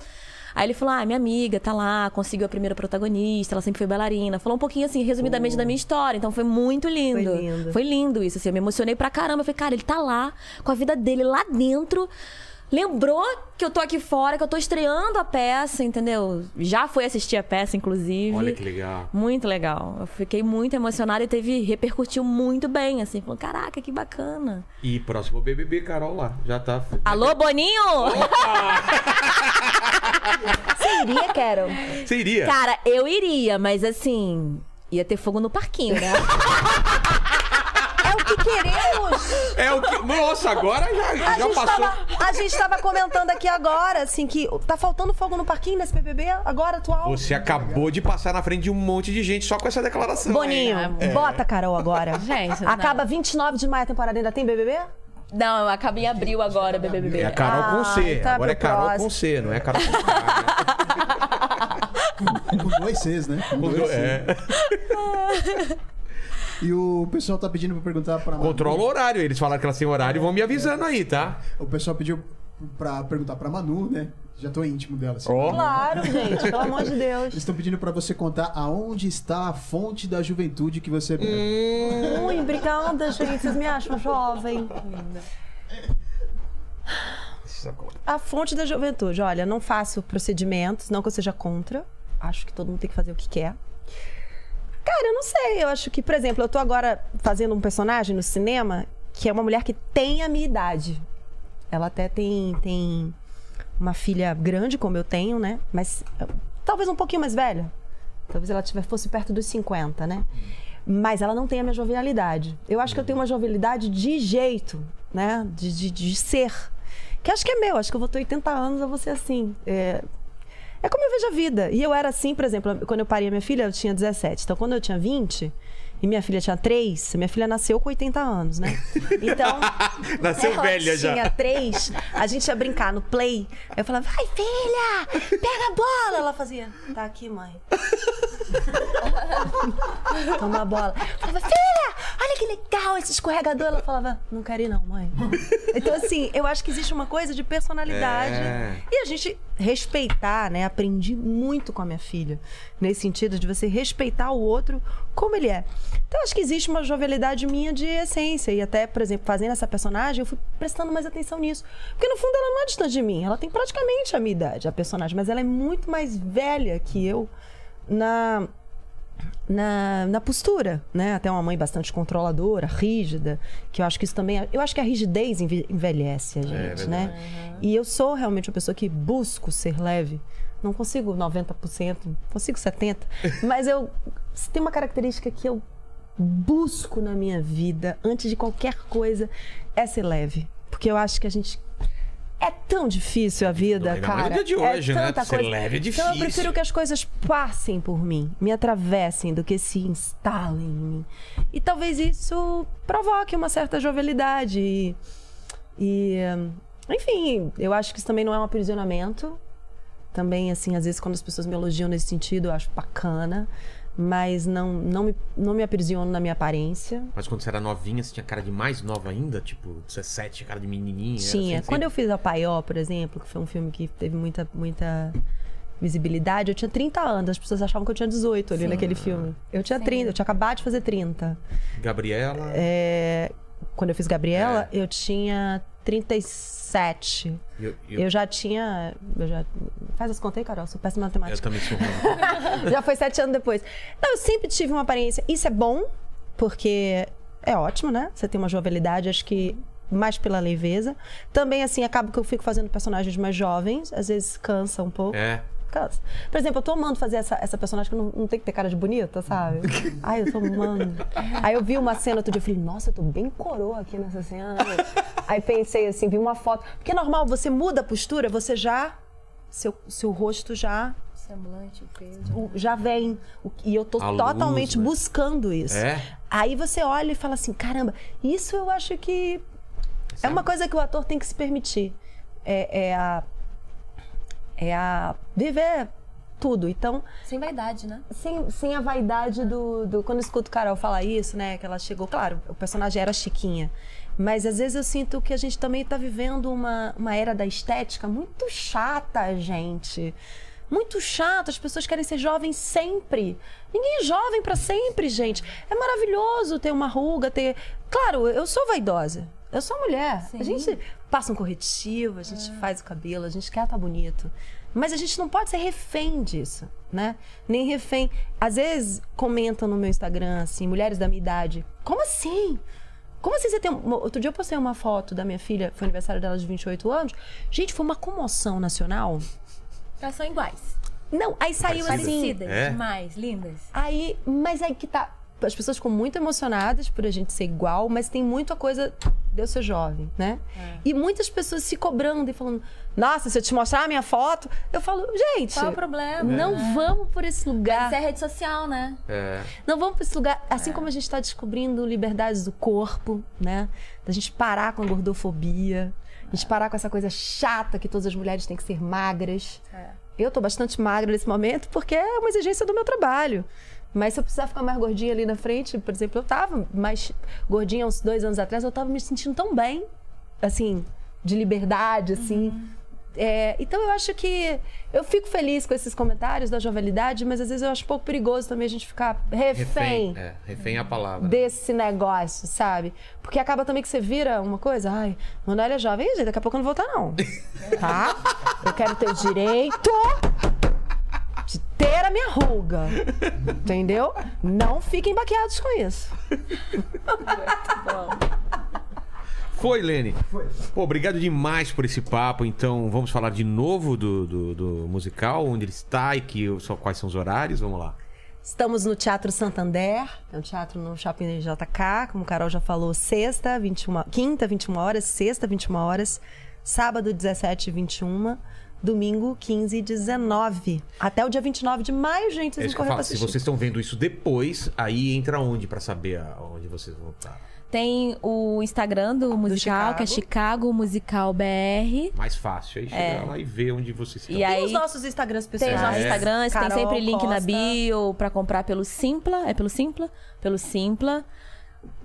Speaker 5: Aí ele falou: Ah, minha amiga tá lá, conseguiu a primeira protagonista, ela sempre foi bailarina. Falou um pouquinho assim, resumidamente, da minha história. Então foi muito lindo.
Speaker 3: Foi lindo.
Speaker 5: Foi lindo isso, assim. Eu me emocionei pra caramba. Eu falei, cara, ele tá lá, com a vida dele lá dentro. Lembrou que eu tô aqui fora, que eu tô estreando a peça, entendeu? Já foi assistir a peça, inclusive.
Speaker 1: Olha que legal.
Speaker 5: Muito legal. Eu fiquei muito emocionada e teve. repercutiu muito bem, assim. Falou, caraca, que bacana.
Speaker 1: E próximo BBB, Carol lá. Já tá.
Speaker 5: Alô, Boninho!
Speaker 3: Você iria, Carol?
Speaker 1: Você iria?
Speaker 3: Tá.
Speaker 5: Cara, eu iria, mas assim. Ia ter fogo no parquinho, né?
Speaker 3: É o que queremos!
Speaker 1: É o que. Nossa, agora já,
Speaker 3: A
Speaker 1: já
Speaker 3: gente,
Speaker 1: passou.
Speaker 3: tava, a gente tava comentando aqui agora, assim, que tá faltando fogo no parquinho nesse PBB agora, atual.
Speaker 1: Você acabou de passar na frente de um monte de gente só com essa declaração.
Speaker 3: Boninho,
Speaker 1: hein?
Speaker 3: bota a Carol agora.
Speaker 5: Gente, não.
Speaker 3: Acaba 29 de maio a temporada, ainda tem BBB?
Speaker 5: Não, eu acabei em abril agora, BBB.
Speaker 1: É a Carol com C.
Speaker 3: então é
Speaker 1: agora é
Speaker 3: pro
Speaker 1: Carol
Speaker 3: próximo.
Speaker 1: com C, não é Carol com K.
Speaker 2: Com dois Cs, né? Com dois Cs.
Speaker 1: né? É.
Speaker 2: E o pessoal tá pedindo pra perguntar pra. Manu.
Speaker 1: Controla o horário. Eles falaram que elas têm horário e vão me avisando aí, tá?
Speaker 2: O pessoal pediu pra perguntar pra Manu, né? Já tô íntimo dela. assim.
Speaker 1: Ó.
Speaker 3: Claro, gente, pelo amor de Deus.
Speaker 2: Eles estão pedindo pra você contar aonde está a fonte da juventude que você é. bebe.
Speaker 3: Ui, obrigada, gente. Vocês me acham jovem. A fonte da juventude. Olha, não faço procedimentos, não que eu seja contra. Acho que todo mundo tem que fazer o que quer. Cara, eu não sei. Eu acho que, por exemplo, eu tô agora fazendo um personagem no cinema que é uma mulher que tem a minha idade. Ela até tem, tem uma filha grande, como eu tenho, né? Mas eh, talvez um pouquinho mais velha. Talvez ela tiver, fosse perto dos 50, né? Mas ela não tem a minha jovialidade. Eu acho que eu tenho uma jovialidade de jeito, né? De, de, de ser. Que acho que é meu. Acho que eu vou ter 80 anos, eu vou ser assim. É, é como eu vejo a vida. E eu era assim, por exemplo, quando eu parei a minha filha, eu tinha 17. Então, quando eu tinha 20 e minha filha tinha 3, minha filha nasceu com 80 anos, né? Então.
Speaker 1: Nasceu
Speaker 3: ela
Speaker 1: velha já.
Speaker 3: Tinha 3, a gente ia brincar no play. Aí eu falava, vai, filha, pega a bola. Ela fazia, tá aqui, mãe. Toma a bola. Eu falava, filha, olha que legal esse escorregador. Ela falava, não quero ir, não, mãe. Então, assim, eu acho que existe uma coisa de personalidade.
Speaker 1: É.
Speaker 3: E a gente respeitar, né? Aprendi muito com a minha filha. Nesse sentido de você respeitar o outro como ele é. Então, acho que existe uma jovialidade minha de essência. E até, por exemplo, fazendo essa personagem, eu fui prestando mais atenção nisso. Porque, no fundo, ela não é distante de mim. Ela tem praticamente a minha idade, a personagem. Mas ela é muito mais velha que eu na na, na postura, né? Até uma mãe bastante controladora, rígida, que eu acho que isso também. é- Eu acho que a rigidez enve- envelhece a gente,
Speaker 1: verdade.
Speaker 3: né? E eu sou realmente uma pessoa que busco ser leve. Não consigo 90%, não consigo 70%, mas eu. se Tem uma característica que eu busco na minha vida, antes de qualquer coisa, é ser leve. Porque eu acho que a gente. É tão difícil a vida,
Speaker 1: Ainda mais
Speaker 3: cara.
Speaker 1: no dia de hoje,
Speaker 3: é
Speaker 1: né?
Speaker 3: tanta
Speaker 1: Ser
Speaker 3: coisa.
Speaker 1: leve é
Speaker 3: Então eu
Speaker 1: difícil.
Speaker 3: prefiro que as coisas passem por mim, me atravessem, do que se instalem em mim. E talvez isso provoque uma certa jovialidade. E, e, hum, enfim, eu acho que isso também não é um aprisionamento. Também, assim, às vezes quando as pessoas me elogiam nesse sentido, eu acho bacana. Mas não, não, me, não me aprisiono na minha aparência.
Speaker 1: Mas quando você era novinha, você tinha cara de mais nova ainda? Tipo, 17, cara de menininha? era
Speaker 3: Tinha.
Speaker 1: assim,
Speaker 3: Quando eu
Speaker 1: assim?
Speaker 3: fiz A Paió, por exemplo, que foi um filme que teve muita, muita visibilidade, eu tinha 30 anos. As pessoas achavam que eu tinha 18 ali naquele filme. Eu tinha 30, eu tinha acabado de fazer 30.
Speaker 1: Gabriela...
Speaker 3: É, quando eu fiz Gabriela, eu tinha 37.
Speaker 1: Eu, eu,
Speaker 3: Eu... já tinha. eu já- Faz as contas aí, Carol. Sou péssima em
Speaker 1: eu
Speaker 3: matemática.
Speaker 1: também sou ruim.
Speaker 3: Já foi sete anos depois. Então, eu sempre tive uma aparência. Isso é bom, porque é ótimo, né? Você tem uma jovialidade, acho que mais pela leveza. Também, assim, acaba que eu fico fazendo personagens mais jovens. Às vezes cansa um pouco.
Speaker 1: É.
Speaker 3: Cansa. Por exemplo, eu tô amando fazer essa, essa personagem que não, não tem que ter cara de bonita, sabe? Ai, eu tô amando. Aí eu vi uma cena outro dia, eu falei, nossa, eu tô bem coroa aqui nessa cena. Aí pensei assim, vi uma foto. Porque é normal, você muda a postura, você já. Seu, seu rosto já
Speaker 5: Semblante, o peso.
Speaker 3: o- já vem. O- E eu tô
Speaker 1: A luz,
Speaker 3: totalmente
Speaker 1: né?
Speaker 3: buscando isso.
Speaker 1: É?
Speaker 3: Aí você olha e fala assim: caramba, isso eu acho que. É uma coisa que o ator tem que se permitir. É, é a. É a. Viver tudo. Então,
Speaker 5: Sem vaidade, né?
Speaker 3: sem, sem a vaidade do, do. Quando eu escuto Carol falar isso, né? Que ela chegou. Claro, o personagem era Chiquinha. Mas às vezes eu sinto que a gente também tá vivendo uma, uma era da estética muito chata, gente. Muito chata. as pessoas querem ser jovens sempre. Ninguém é jovem pra sempre, gente. É maravilhoso ter uma ruga, ter. Claro, eu sou vaidosa. Eu sou mulher. A gente passa um corretivo, a gente faz o cabelo, a gente quer estar bonito. Mas a gente não pode ser refém disso, né? Nem refém. Às vezes comentam no meu Instagram, assim, mulheres da minha idade. Como assim? Como assim você tem. um- Outro dia eu postei uma foto da minha filha, foi aniversário dela de 28 anos. Gente, foi uma comoção nacional.
Speaker 5: Elas são iguais.
Speaker 3: Não, aí saiu assim.
Speaker 5: Parecidas,
Speaker 1: É?
Speaker 5: mais lindas.
Speaker 3: Aí, mas aí que tá. As pessoas ficam muito emocionadas por a gente ser igual, mas tem muita coisa de eu ser jovem, né? E muitas pessoas se cobrando e falando: Nossa, se eu te mostrar a minha foto, eu falo: Gente,
Speaker 5: Qual é o problema?
Speaker 3: não vamos por esse lugar.
Speaker 5: Isso é rede social, né?
Speaker 1: É.
Speaker 3: Não vamos para esse lugar. Assim como a gente está descobrindo liberdades do corpo, né? Da gente parar com a gordofobia, a gente parar com essa coisa chata que todas as mulheres têm que ser magras. Eu tô bastante magra nesse momento porque é uma exigência do meu trabalho. Mas se eu precisar ficar mais gordinha ali na frente, por exemplo, eu tava mais gordinha uns dois anos atrás, eu tava me sentindo tão bem, assim, de liberdade, assim. É, então eu acho que eu fico feliz com esses comentários da jovialidade, mas às vezes eu acho um pouco perigoso também a gente ficar refém,
Speaker 1: Refém. É, refém é a palavra.
Speaker 3: desse negócio, sabe? Porque acaba também que você vira uma coisa, ai, Manoel é jovem, gente, daqui a pouco eu não vou estar não, tá? Eu quero ter o direito de inteira minha ruga. Entendeu? Não fiquem baqueados com isso.
Speaker 1: Foi, Lene. Pô, obrigado demais por esse papo. Então, vamos falar de novo do, do, do musical, onde ele está e que, só quais são os horários. Vamos lá.
Speaker 3: Estamos no Teatro Santander, é um teatro no Shopping JK, como o Carol já falou, sexta, 21, quinta, 21 horas, sexta, 21 horas, sábado, 17 e 21, domingo, 15 e 19. Até o dia 29 de maio, gente,
Speaker 1: É
Speaker 3: vocês
Speaker 1: isso
Speaker 3: vão
Speaker 1: que eu
Speaker 3: correr pra
Speaker 1: falo. Se
Speaker 3: assistir.
Speaker 1: vocês estão vendo isso depois, aí entra onde pra saber a- onde vocês vão estar.
Speaker 4: Tem o Instagram do musical, que é Chicago Musical BR.
Speaker 1: Mais fácil. Aí chegar
Speaker 3: É.
Speaker 1: lá e ver onde vocês estão.
Speaker 5: E
Speaker 3: Tem os
Speaker 5: aí
Speaker 3: nossos Instagrams
Speaker 5: tem
Speaker 3: pessoais.
Speaker 5: os
Speaker 1: É.
Speaker 5: nossos Instagrams, tem
Speaker 3: Carol
Speaker 5: sempre link na
Speaker 3: Costa.
Speaker 5: bio pra comprar pelo Simpla. É pelo Simpla? Pelo Simpla.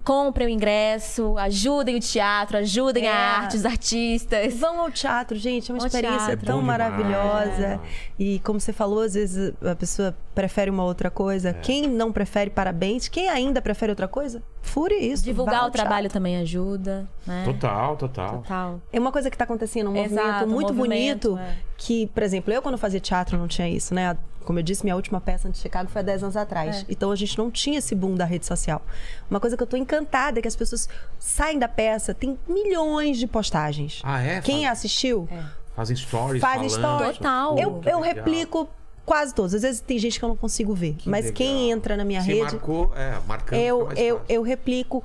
Speaker 5: Comprem o ingresso, ajudem o teatro, ajudem
Speaker 3: É.
Speaker 5: a arte, os artistas.
Speaker 3: Vão ao teatro, gente, é uma
Speaker 5: Ao
Speaker 3: experiência
Speaker 5: teatro.
Speaker 1: É
Speaker 3: tão
Speaker 1: bom
Speaker 3: maravilhosa.
Speaker 1: demais, né?
Speaker 3: E como você falou, às vezes a pessoa prefere uma outra coisa.
Speaker 1: É.
Speaker 3: Quem não prefere, parabéns. Quem ainda prefere outra coisa, fure isso. vá
Speaker 5: Divulgar
Speaker 3: ao
Speaker 5: o trabalho também ajuda, né?
Speaker 1: Total, total.
Speaker 5: Total.
Speaker 3: É uma coisa que está acontecendo, um movimento
Speaker 5: Exato, um
Speaker 3: muito
Speaker 5: movimento,
Speaker 3: bonito.
Speaker 5: é.
Speaker 3: Que, por exemplo, eu quando fazia teatro não tinha isso, né? Como eu disse, minha última peça antes de Chicago foi há 10 anos
Speaker 5: É.
Speaker 3: atrás. Então a gente não tinha esse boom da rede social. Uma coisa que eu tô encantada é que as pessoas saem da peça, tem milhões de postagens.
Speaker 1: Ah, é?
Speaker 3: Quem
Speaker 1: Faz-
Speaker 3: assistiu?
Speaker 1: Fazem stories.
Speaker 3: Fazem
Speaker 1: falando,
Speaker 3: stories.
Speaker 1: só-
Speaker 5: Total.
Speaker 3: Eu,
Speaker 1: Puta,
Speaker 3: eu
Speaker 1: legal.
Speaker 3: replico quase todos. Às vezes tem gente que eu não consigo ver. mas
Speaker 1: legal.
Speaker 3: quem entra na minha
Speaker 1: Você
Speaker 3: rede,
Speaker 1: marcou, é, marcando. fica
Speaker 3: eu,
Speaker 1: mais
Speaker 3: eu,
Speaker 1: fácil.
Speaker 3: eu replico.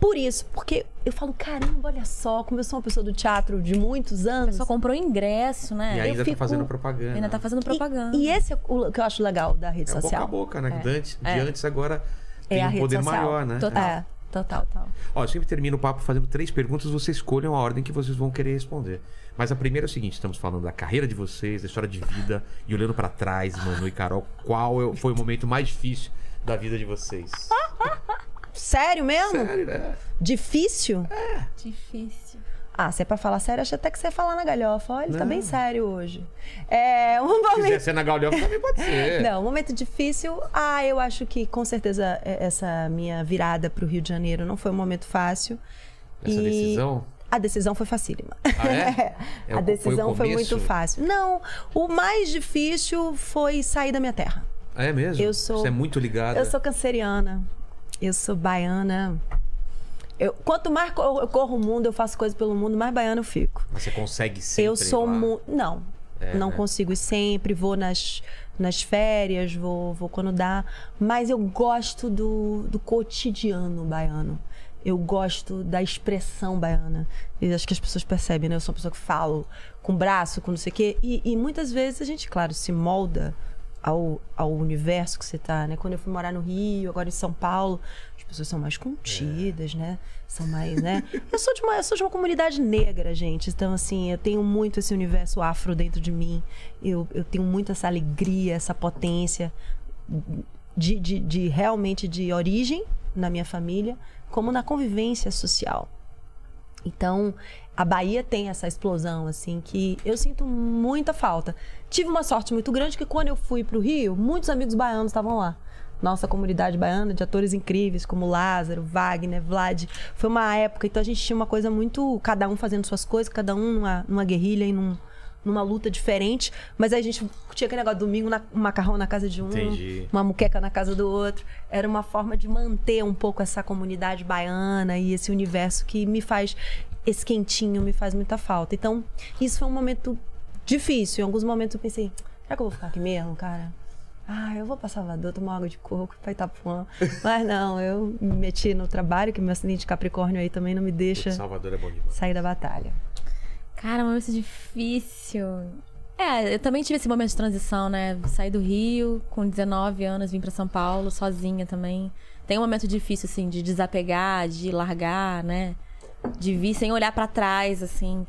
Speaker 3: Por isso, porque eu falo, caramba, olha só, como eu sou uma pessoa do teatro de muitos anos.
Speaker 5: Só comprou ingresso, né?
Speaker 1: E
Speaker 5: Eu
Speaker 1: ainda
Speaker 3: fico-
Speaker 1: tá fazendo propaganda.
Speaker 5: Ainda tá fazendo propaganda.
Speaker 3: E, e esse é o que eu acho legal da rede
Speaker 1: É o boca a
Speaker 3: social.
Speaker 1: boca, né? De antes- de antes agora
Speaker 3: é
Speaker 1: tem
Speaker 3: a
Speaker 1: um
Speaker 3: rede
Speaker 1: poder
Speaker 3: social.
Speaker 1: maior, né?
Speaker 3: Total.
Speaker 1: É.
Speaker 3: É, total, total.
Speaker 1: Ó, eu sempre termino o papo fazendo três perguntas, vocês escolham a ordem que vocês vão querer responder. Mas a primeira é o seguinte, estamos falando da carreira de vocês, da história de vida, e olhando pra trás, Manu e Carol, qual é- foi o momento mais difícil da vida de vocês?
Speaker 3: Sério mesmo?
Speaker 1: Sério, né?
Speaker 3: Difícil?
Speaker 5: Difícil.
Speaker 3: Ah, se é pra falar sério, acho até que você fala na galhofa. Olha, ele tá bem sério hoje. É, um
Speaker 1: Se
Speaker 3: momento
Speaker 1: quiser ser na Galhofa, também pode ser.
Speaker 3: Não, um momento difícil. Ah, eu acho que com certeza é- essa minha virada pro Rio de Janeiro não foi um momento fácil.
Speaker 1: Essa
Speaker 3: E
Speaker 1: decisão?
Speaker 3: A decisão foi facílima.
Speaker 1: Ah, é? É, foi
Speaker 3: a
Speaker 1: o
Speaker 3: decisão foi,
Speaker 1: começo?
Speaker 3: muito fácil. Não, o mais difícil foi sair da minha terra.
Speaker 1: É mesmo?
Speaker 3: Eu sou-
Speaker 1: Você é muito ligada.
Speaker 3: Eu sou canceriana. Eu sou baiana. Eu- quanto mais co- eu corro o mundo, eu faço coisa pelo mundo, mais baiana eu fico.
Speaker 1: Mas você consegue sempre
Speaker 3: eu sou
Speaker 1: lá. É, né?
Speaker 3: mu- não não consigo ir sempre vou nas nas férias vou vou quando dá mas eu gosto do, do cotidiano baiano eu gosto da expressão baiana. E acho que as pessoas percebem, né? Eu sou uma pessoa que falo com o braço, com não sei o quê. E, e muitas vezes a gente, claro, se molda ao, ao universo que você tá, né? Quando eu fui morar no Rio, agora em São Paulo, as pessoas são mais contidas, né? São mais, né? eu sou de uma, eu sou de uma comunidade negra, gente. Então, assim, eu tenho muito esse universo afro dentro de mim. Eu, eu tenho muito essa alegria, essa potência de, de, de realmente de origem na minha família, como na convivência social. Então, a Bahia tem essa explosão, assim, que eu sinto muita falta. Tive uma sorte muito grande que quando eu fui pro Rio, muitos amigos baianos estavam lá. Nossa comunidade baiana de atores incríveis como Lázaro, Wagner, Vlad. Foi uma época, então a gente tinha uma coisa muito. cada um fazendo suas coisas, cada um numa, numa guerrilha e num- numa luta diferente. Mas aí a gente tinha aquele negócio domingo, na, um macarrão na casa de um,
Speaker 1: Entendi.
Speaker 3: uma muqueca na casa do outro. Era uma forma de manter um pouco essa comunidade baiana e esse universo que me faz esse quentinho, me faz muita falta. Então, isso foi um momento difícil. Em alguns momentos eu pensei, será que eu vou ficar aqui mesmo, cara? Ah, eu vou pra Salvador tomar água de coco pra Itapuã. Mas não, eu me meti no trabalho, que meu acidente de Capricórnio aí também não me
Speaker 1: Putz,
Speaker 3: deixa
Speaker 1: Salvador é bom demais.
Speaker 3: sair da batalha.
Speaker 5: Cara, um momento difícil. É, eu também tive esse momento de transição, né? Saí do Rio, com 19 anos, vim pra São Paulo, sozinha também. Tem um momento difícil, assim, de desapegar, de largar, né? De vir sem olhar pra trás, assim.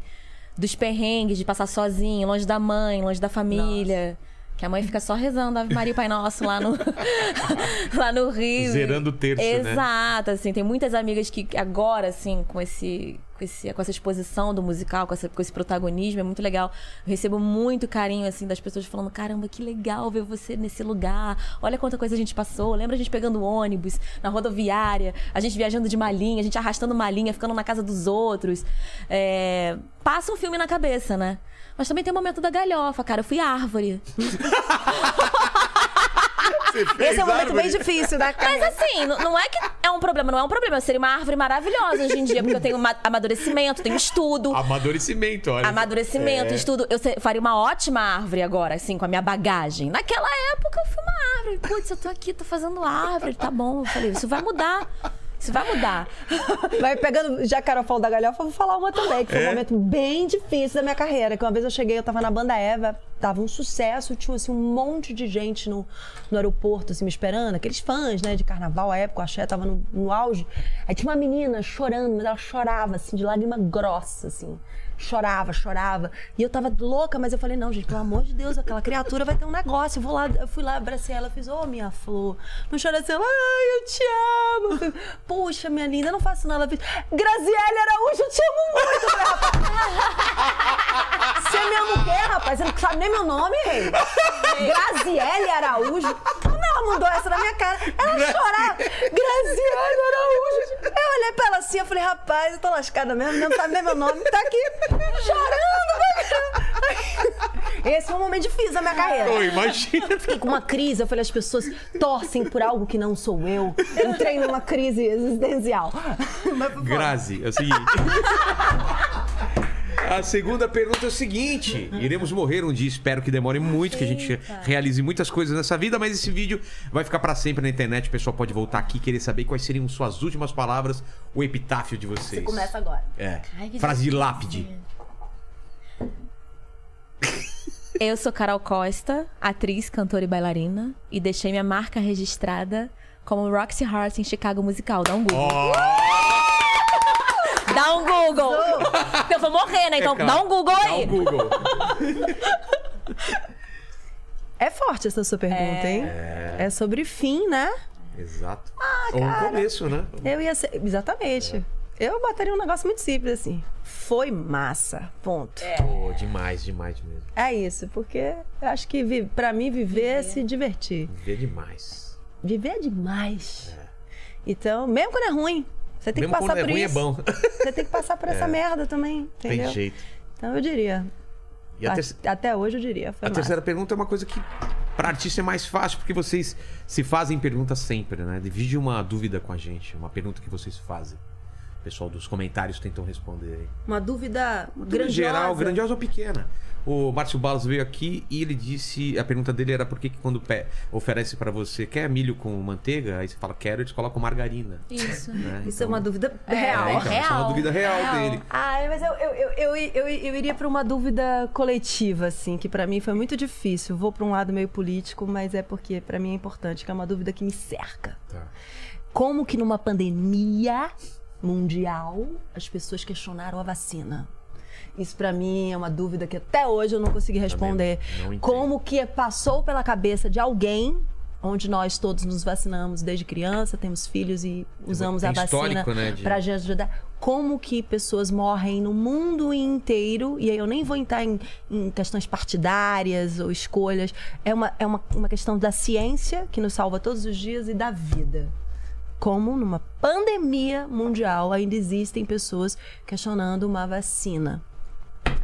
Speaker 5: Dos perrengues, de passar sozinho, longe da mãe, longe da família. Que a mãe fica só rezando Ave Maria e Pai Nosso lá no, lá no Rio.
Speaker 1: Zerando o terço, né?
Speaker 5: Exato, assim, tem muitas amigas que agora, assim, com esse, com, esse- com essa exposição do musical, com, essa- com esse protagonismo, é muito legal. Eu recebo muito carinho, assim, das pessoas falando: caramba, que legal ver você nesse lugar. Olha quanta coisa a gente passou. Lembra a gente pegando ônibus na rodoviária, a gente viajando de malinha, a gente arrastando malinha, ficando na casa dos outros. É, Passa um filme na cabeça, né? Mas também tem o momento da galhofa, cara. Eu fui árvore.
Speaker 1: Você fez
Speaker 3: Esse é um momento
Speaker 1: árvore?
Speaker 3: bem difícil da
Speaker 5: Mas
Speaker 3: carreira.
Speaker 5: assim, n- não é que é um problema, não é um problema. Eu seria uma árvore maravilhosa hoje em dia, porque eu tenho ma- amadurecimento, tenho estudo.
Speaker 1: Amadurecimento, olha.
Speaker 5: Amadurecimento,
Speaker 1: É.
Speaker 5: estudo. Eu se- faria uma ótima árvore agora, assim, com a minha bagagem. Naquela época eu fui uma árvore. Putz, eu tô aqui, tô fazendo árvore, tá bom. Eu falei, isso vai mudar. Isso vai mudar.
Speaker 3: Vai pegando já Carol da galhofa, eu vou falar uma também, que foi um momento bem difícil da minha carreira. Que uma vez eu cheguei, eu tava na banda Eva, tava um sucesso, tinha assim, um monte de gente no, no aeroporto, assim, me esperando, aqueles fãs, né, de carnaval, a época, o axé tava no, no auge. Aí tinha uma menina chorando, mas ela chorava, assim, de lágrima grossa, assim. Chorava, chorava. E eu tava louca, mas eu falei, não, gente, pelo amor de Deus, aquela criatura vai ter um negócio. Eu vou lá, eu fui lá, abracei ela, fiz, ô, minha flor. Não chora assim, ela, ai, eu te amo. Eu falei, Puxa, minha linda, não faço nada. Ela fez, Graziele Araújo, eu te amo muito. Eu falei, rapaz, Você me ama o quê, rapaz? Você não sabe nem meu nome, rei? Graziele Araújo? Quando ela mandou essa na minha cara, ela chorava. Graziele Araújo. Eu olhei pra ela assim, eu falei, rapaz, eu tô lascada mesmo, não sabe nem meu nome, tá aqui chorando. Esse é um momento difícil da minha carreira.
Speaker 1: Ô, imagina.
Speaker 3: Fiquei com uma crise, eu falei, as pessoas torcem por algo que não sou eu. Entrei numa crise existencial.
Speaker 1: Grazi, é o seguinte. A segunda pergunta é o seguinte: iremos morrer um dia, espero que demore muito, que a gente realize muitas coisas nessa vida, mas esse vídeo vai ficar pra sempre na internet. O pessoal pode voltar aqui e querer saber quais seriam suas últimas palavras, o epitáfio de vocês.
Speaker 5: Começa agora.
Speaker 1: É.
Speaker 4: Ai, que
Speaker 1: Frase de lápide.
Speaker 5: Eu sou Carol Costa, atriz, cantora e bailarina, e deixei minha marca registrada como Roxy Heart em Chicago Musical. Dá um Google. Dá um Google! Eu vou morrer, né? Então
Speaker 1: claro.
Speaker 5: dá um Google
Speaker 1: Dá
Speaker 5: aí!
Speaker 1: o Google.
Speaker 3: É forte essa sua pergunta, hein? É sobre fim, né?
Speaker 1: Exato.
Speaker 3: Ah,
Speaker 1: Ou no começo, né?
Speaker 3: Eu ia ser. Exatamente.
Speaker 1: É.
Speaker 3: Eu botaria um negócio muito simples assim. Foi massa. Ponto. É,
Speaker 1: Pô, demais, demais mesmo.
Speaker 3: isso, porque eu acho que vi... para mim viver é se divertir.
Speaker 1: Vê demais.
Speaker 3: Viver é demais. Então, mesmo quando é ruim, você tem
Speaker 1: Mesmo
Speaker 3: que passar
Speaker 1: quando é
Speaker 3: por
Speaker 1: ruim,
Speaker 3: isso.
Speaker 1: é bom. É.
Speaker 3: Você tem que passar por essa merda também, entendeu?
Speaker 1: Tem jeito.
Speaker 3: Então eu diria.
Speaker 1: E a,
Speaker 3: a-
Speaker 1: ter-
Speaker 3: Até hoje eu diria. Foi
Speaker 1: a
Speaker 3: massa.
Speaker 1: terceira pergunta é uma coisa que pra artista é mais fácil, porque vocês se fazem perguntas sempre, né? Divide uma dúvida com a gente, uma pergunta que vocês fazem. O pessoal dos comentários tentam responder aí.
Speaker 3: Uma dúvida
Speaker 1: Em
Speaker 3: grandiosa.
Speaker 1: geral, grandiosa ou pequena. O Márcio Balas veio aqui e ele disse: a pergunta dele era por que, que quando pe- oferece pra você, quer milho com manteiga? Aí você fala, quero, eles colocam margarina.
Speaker 5: Isso.
Speaker 1: né?
Speaker 3: Isso é
Speaker 1: Então-
Speaker 3: uma dúvida
Speaker 1: É,
Speaker 3: real.
Speaker 1: então, Isso é uma
Speaker 5: Real.
Speaker 1: dúvida real,
Speaker 5: Real.
Speaker 1: dele.
Speaker 3: Ah, mas eu, eu, eu, eu, eu, eu iria pra uma dúvida coletiva, assim, que pra mim foi muito difícil. Vou pra um lado meio político, mas é porque pra mim é importante, que é uma dúvida que me cerca.
Speaker 1: Tá.
Speaker 3: Como que numa pandemia mundial as pessoas questionaram a vacina? Isso pra mim é uma dúvida que até hoje eu não consegui responder.
Speaker 1: não entendo.
Speaker 3: Como que passou pela cabeça de alguém onde nós todos nos vacinamos desde criança, temos filhos e usamos
Speaker 1: Tem
Speaker 3: a vacina
Speaker 1: histórico, né, de-
Speaker 3: pra gente ajudar. Como que pessoas morrem no mundo inteiro, e aí eu nem vou entrar em, em questões partidárias ou escolhas, é, uma, é uma, uma questão da ciência que nos salva todos os dias e da vida. Como numa pandemia mundial ainda existem pessoas questionando uma vacina.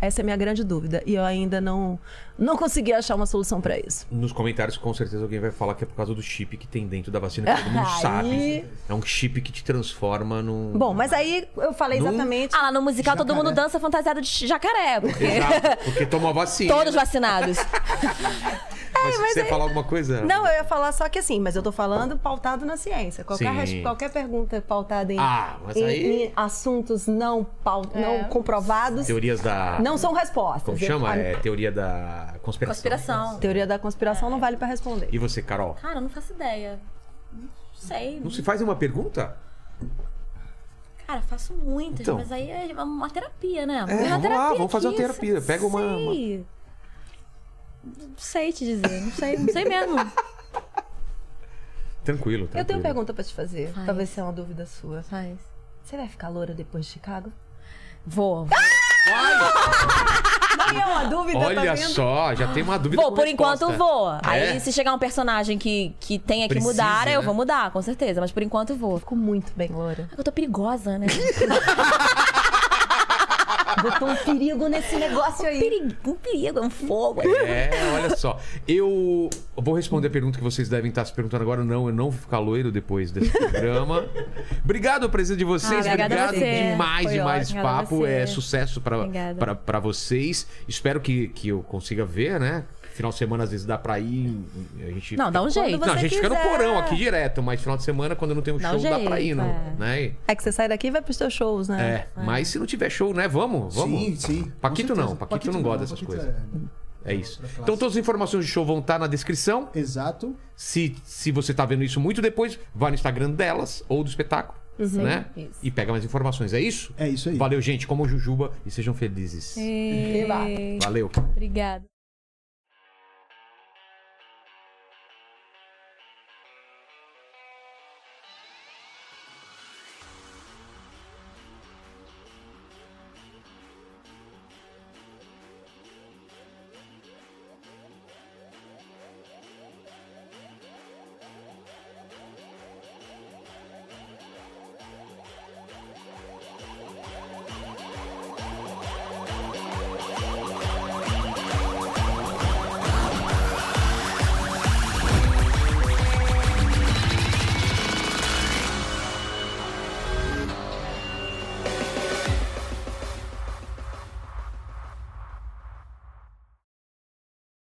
Speaker 3: Essa é a minha grande dúvida e eu ainda não, não consegui achar uma solução pra isso.
Speaker 1: Nos comentários, com certeza, alguém vai falar que é por causa do chip que tem dentro da vacina, que todo mundo
Speaker 3: Aí-
Speaker 1: sabe. É um chip que te transforma num.
Speaker 3: Bom, mas aí eu falei
Speaker 1: Num-
Speaker 3: exatamente.
Speaker 5: Ah, lá no musical todo
Speaker 2: Jacaré.
Speaker 5: mundo dança fantasiado de jacaré, porque
Speaker 1: Exato, porque tomou a vacina.
Speaker 5: todos vacinados.
Speaker 1: Mas você ia falar alguma coisa?
Speaker 3: é Não, é eu ia falar só que assim, mas eu tô falando pautado na ciência. Qualquer,
Speaker 1: Sim.
Speaker 3: res- qualquer pergunta pautada em,
Speaker 1: Ah, mas
Speaker 3: em-
Speaker 1: aí-
Speaker 3: em assuntos não, pau-
Speaker 5: É.
Speaker 3: não comprovados
Speaker 1: Teorias da.
Speaker 3: não são respostas.
Speaker 1: Como chama?
Speaker 3: A-
Speaker 1: É teoria da conspiração.
Speaker 5: Conspiração.
Speaker 3: Teoria da
Speaker 5: É.
Speaker 3: conspiração não vale pra responder.
Speaker 1: E você, Carol?
Speaker 5: Cara, eu não faço ideia. Não sei.
Speaker 1: Não se faz uma pergunta?
Speaker 5: Cara, faço muitas,
Speaker 1: Então.
Speaker 5: mas aí é uma terapia, né?
Speaker 1: vamos lá, vamos fazer uma
Speaker 5: aqui,
Speaker 1: terapia.
Speaker 5: se-
Speaker 1: Pega uma-
Speaker 5: sei. Não sei te dizer, não sei, não sei mesmo.
Speaker 1: Tranquilo, tranquilo.
Speaker 3: Eu tenho uma pergunta pra te fazer.
Speaker 5: Faz.
Speaker 3: Talvez seja uma dúvida sua.
Speaker 5: Faz.
Speaker 3: Você vai ficar loura depois de Chicago?
Speaker 4: Vou.
Speaker 5: Ah,
Speaker 3: Aí é uma dúvida, tá
Speaker 1: Olha
Speaker 3: vendo?
Speaker 1: só, já tem uma dúvida.
Speaker 5: Vou,
Speaker 1: com
Speaker 5: por
Speaker 1: resposta.
Speaker 5: enquanto vou.
Speaker 1: É?
Speaker 5: Aí se chegar um personagem que, que tenha que
Speaker 1: Precisa,
Speaker 5: mudar, eu
Speaker 1: né?
Speaker 5: vou mudar, com certeza. Mas por enquanto vou.
Speaker 3: Ficou muito bem, Loura.
Speaker 5: Eu tô perigosa, né?
Speaker 3: Botou um perigo nesse negócio aí.
Speaker 5: Peri- um perigo, é um fogo.
Speaker 1: É, olha só. Eu vou responder a pergunta que vocês devem estar se perguntando agora. Não, eu não vou ficar loiro depois desse programa. obrigado a presença de vocês.
Speaker 4: Ah, obrigada a
Speaker 1: obrigado
Speaker 4: você.
Speaker 1: demais,
Speaker 4: Foi
Speaker 1: demais
Speaker 4: ótimo, obrigada a
Speaker 1: papo.
Speaker 4: você.
Speaker 1: É sucesso pra-
Speaker 4: Obrigada.
Speaker 1: pra pra vocês. Espero que, que eu consiga ver, né? Final de semana às vezes dá pra ir. A gente
Speaker 4: Não, dá um jeito.
Speaker 1: Não, a gente fica no
Speaker 5: quiser.
Speaker 1: porão aqui direto, mas final de semana, quando não tem um
Speaker 4: Dá
Speaker 1: show,
Speaker 4: um
Speaker 1: dá pra ir,
Speaker 4: jeito,
Speaker 1: não,
Speaker 4: é.
Speaker 1: né?
Speaker 3: É que você sai daqui e vai pros seus shows,
Speaker 1: É,
Speaker 3: né?
Speaker 1: mas se não tiver show, né? Vamos, vamos.
Speaker 2: Sim, sim. com
Speaker 1: Paquito não,
Speaker 2: certeza.
Speaker 1: Paquito não gosta dessas coisas. É isso. Então todas as informações do show vão estar na descrição.
Speaker 2: é- Exato.
Speaker 1: Se, se você tá vendo isso muito depois, vai no Instagram delas ou do espetáculo, né?
Speaker 4: isso.
Speaker 1: E pega mais informações, é isso?
Speaker 2: É isso aí.
Speaker 1: Valeu, gente. Comam jujuba e sejam felizes.
Speaker 4: E-
Speaker 1: Valeu.
Speaker 4: Obrigada.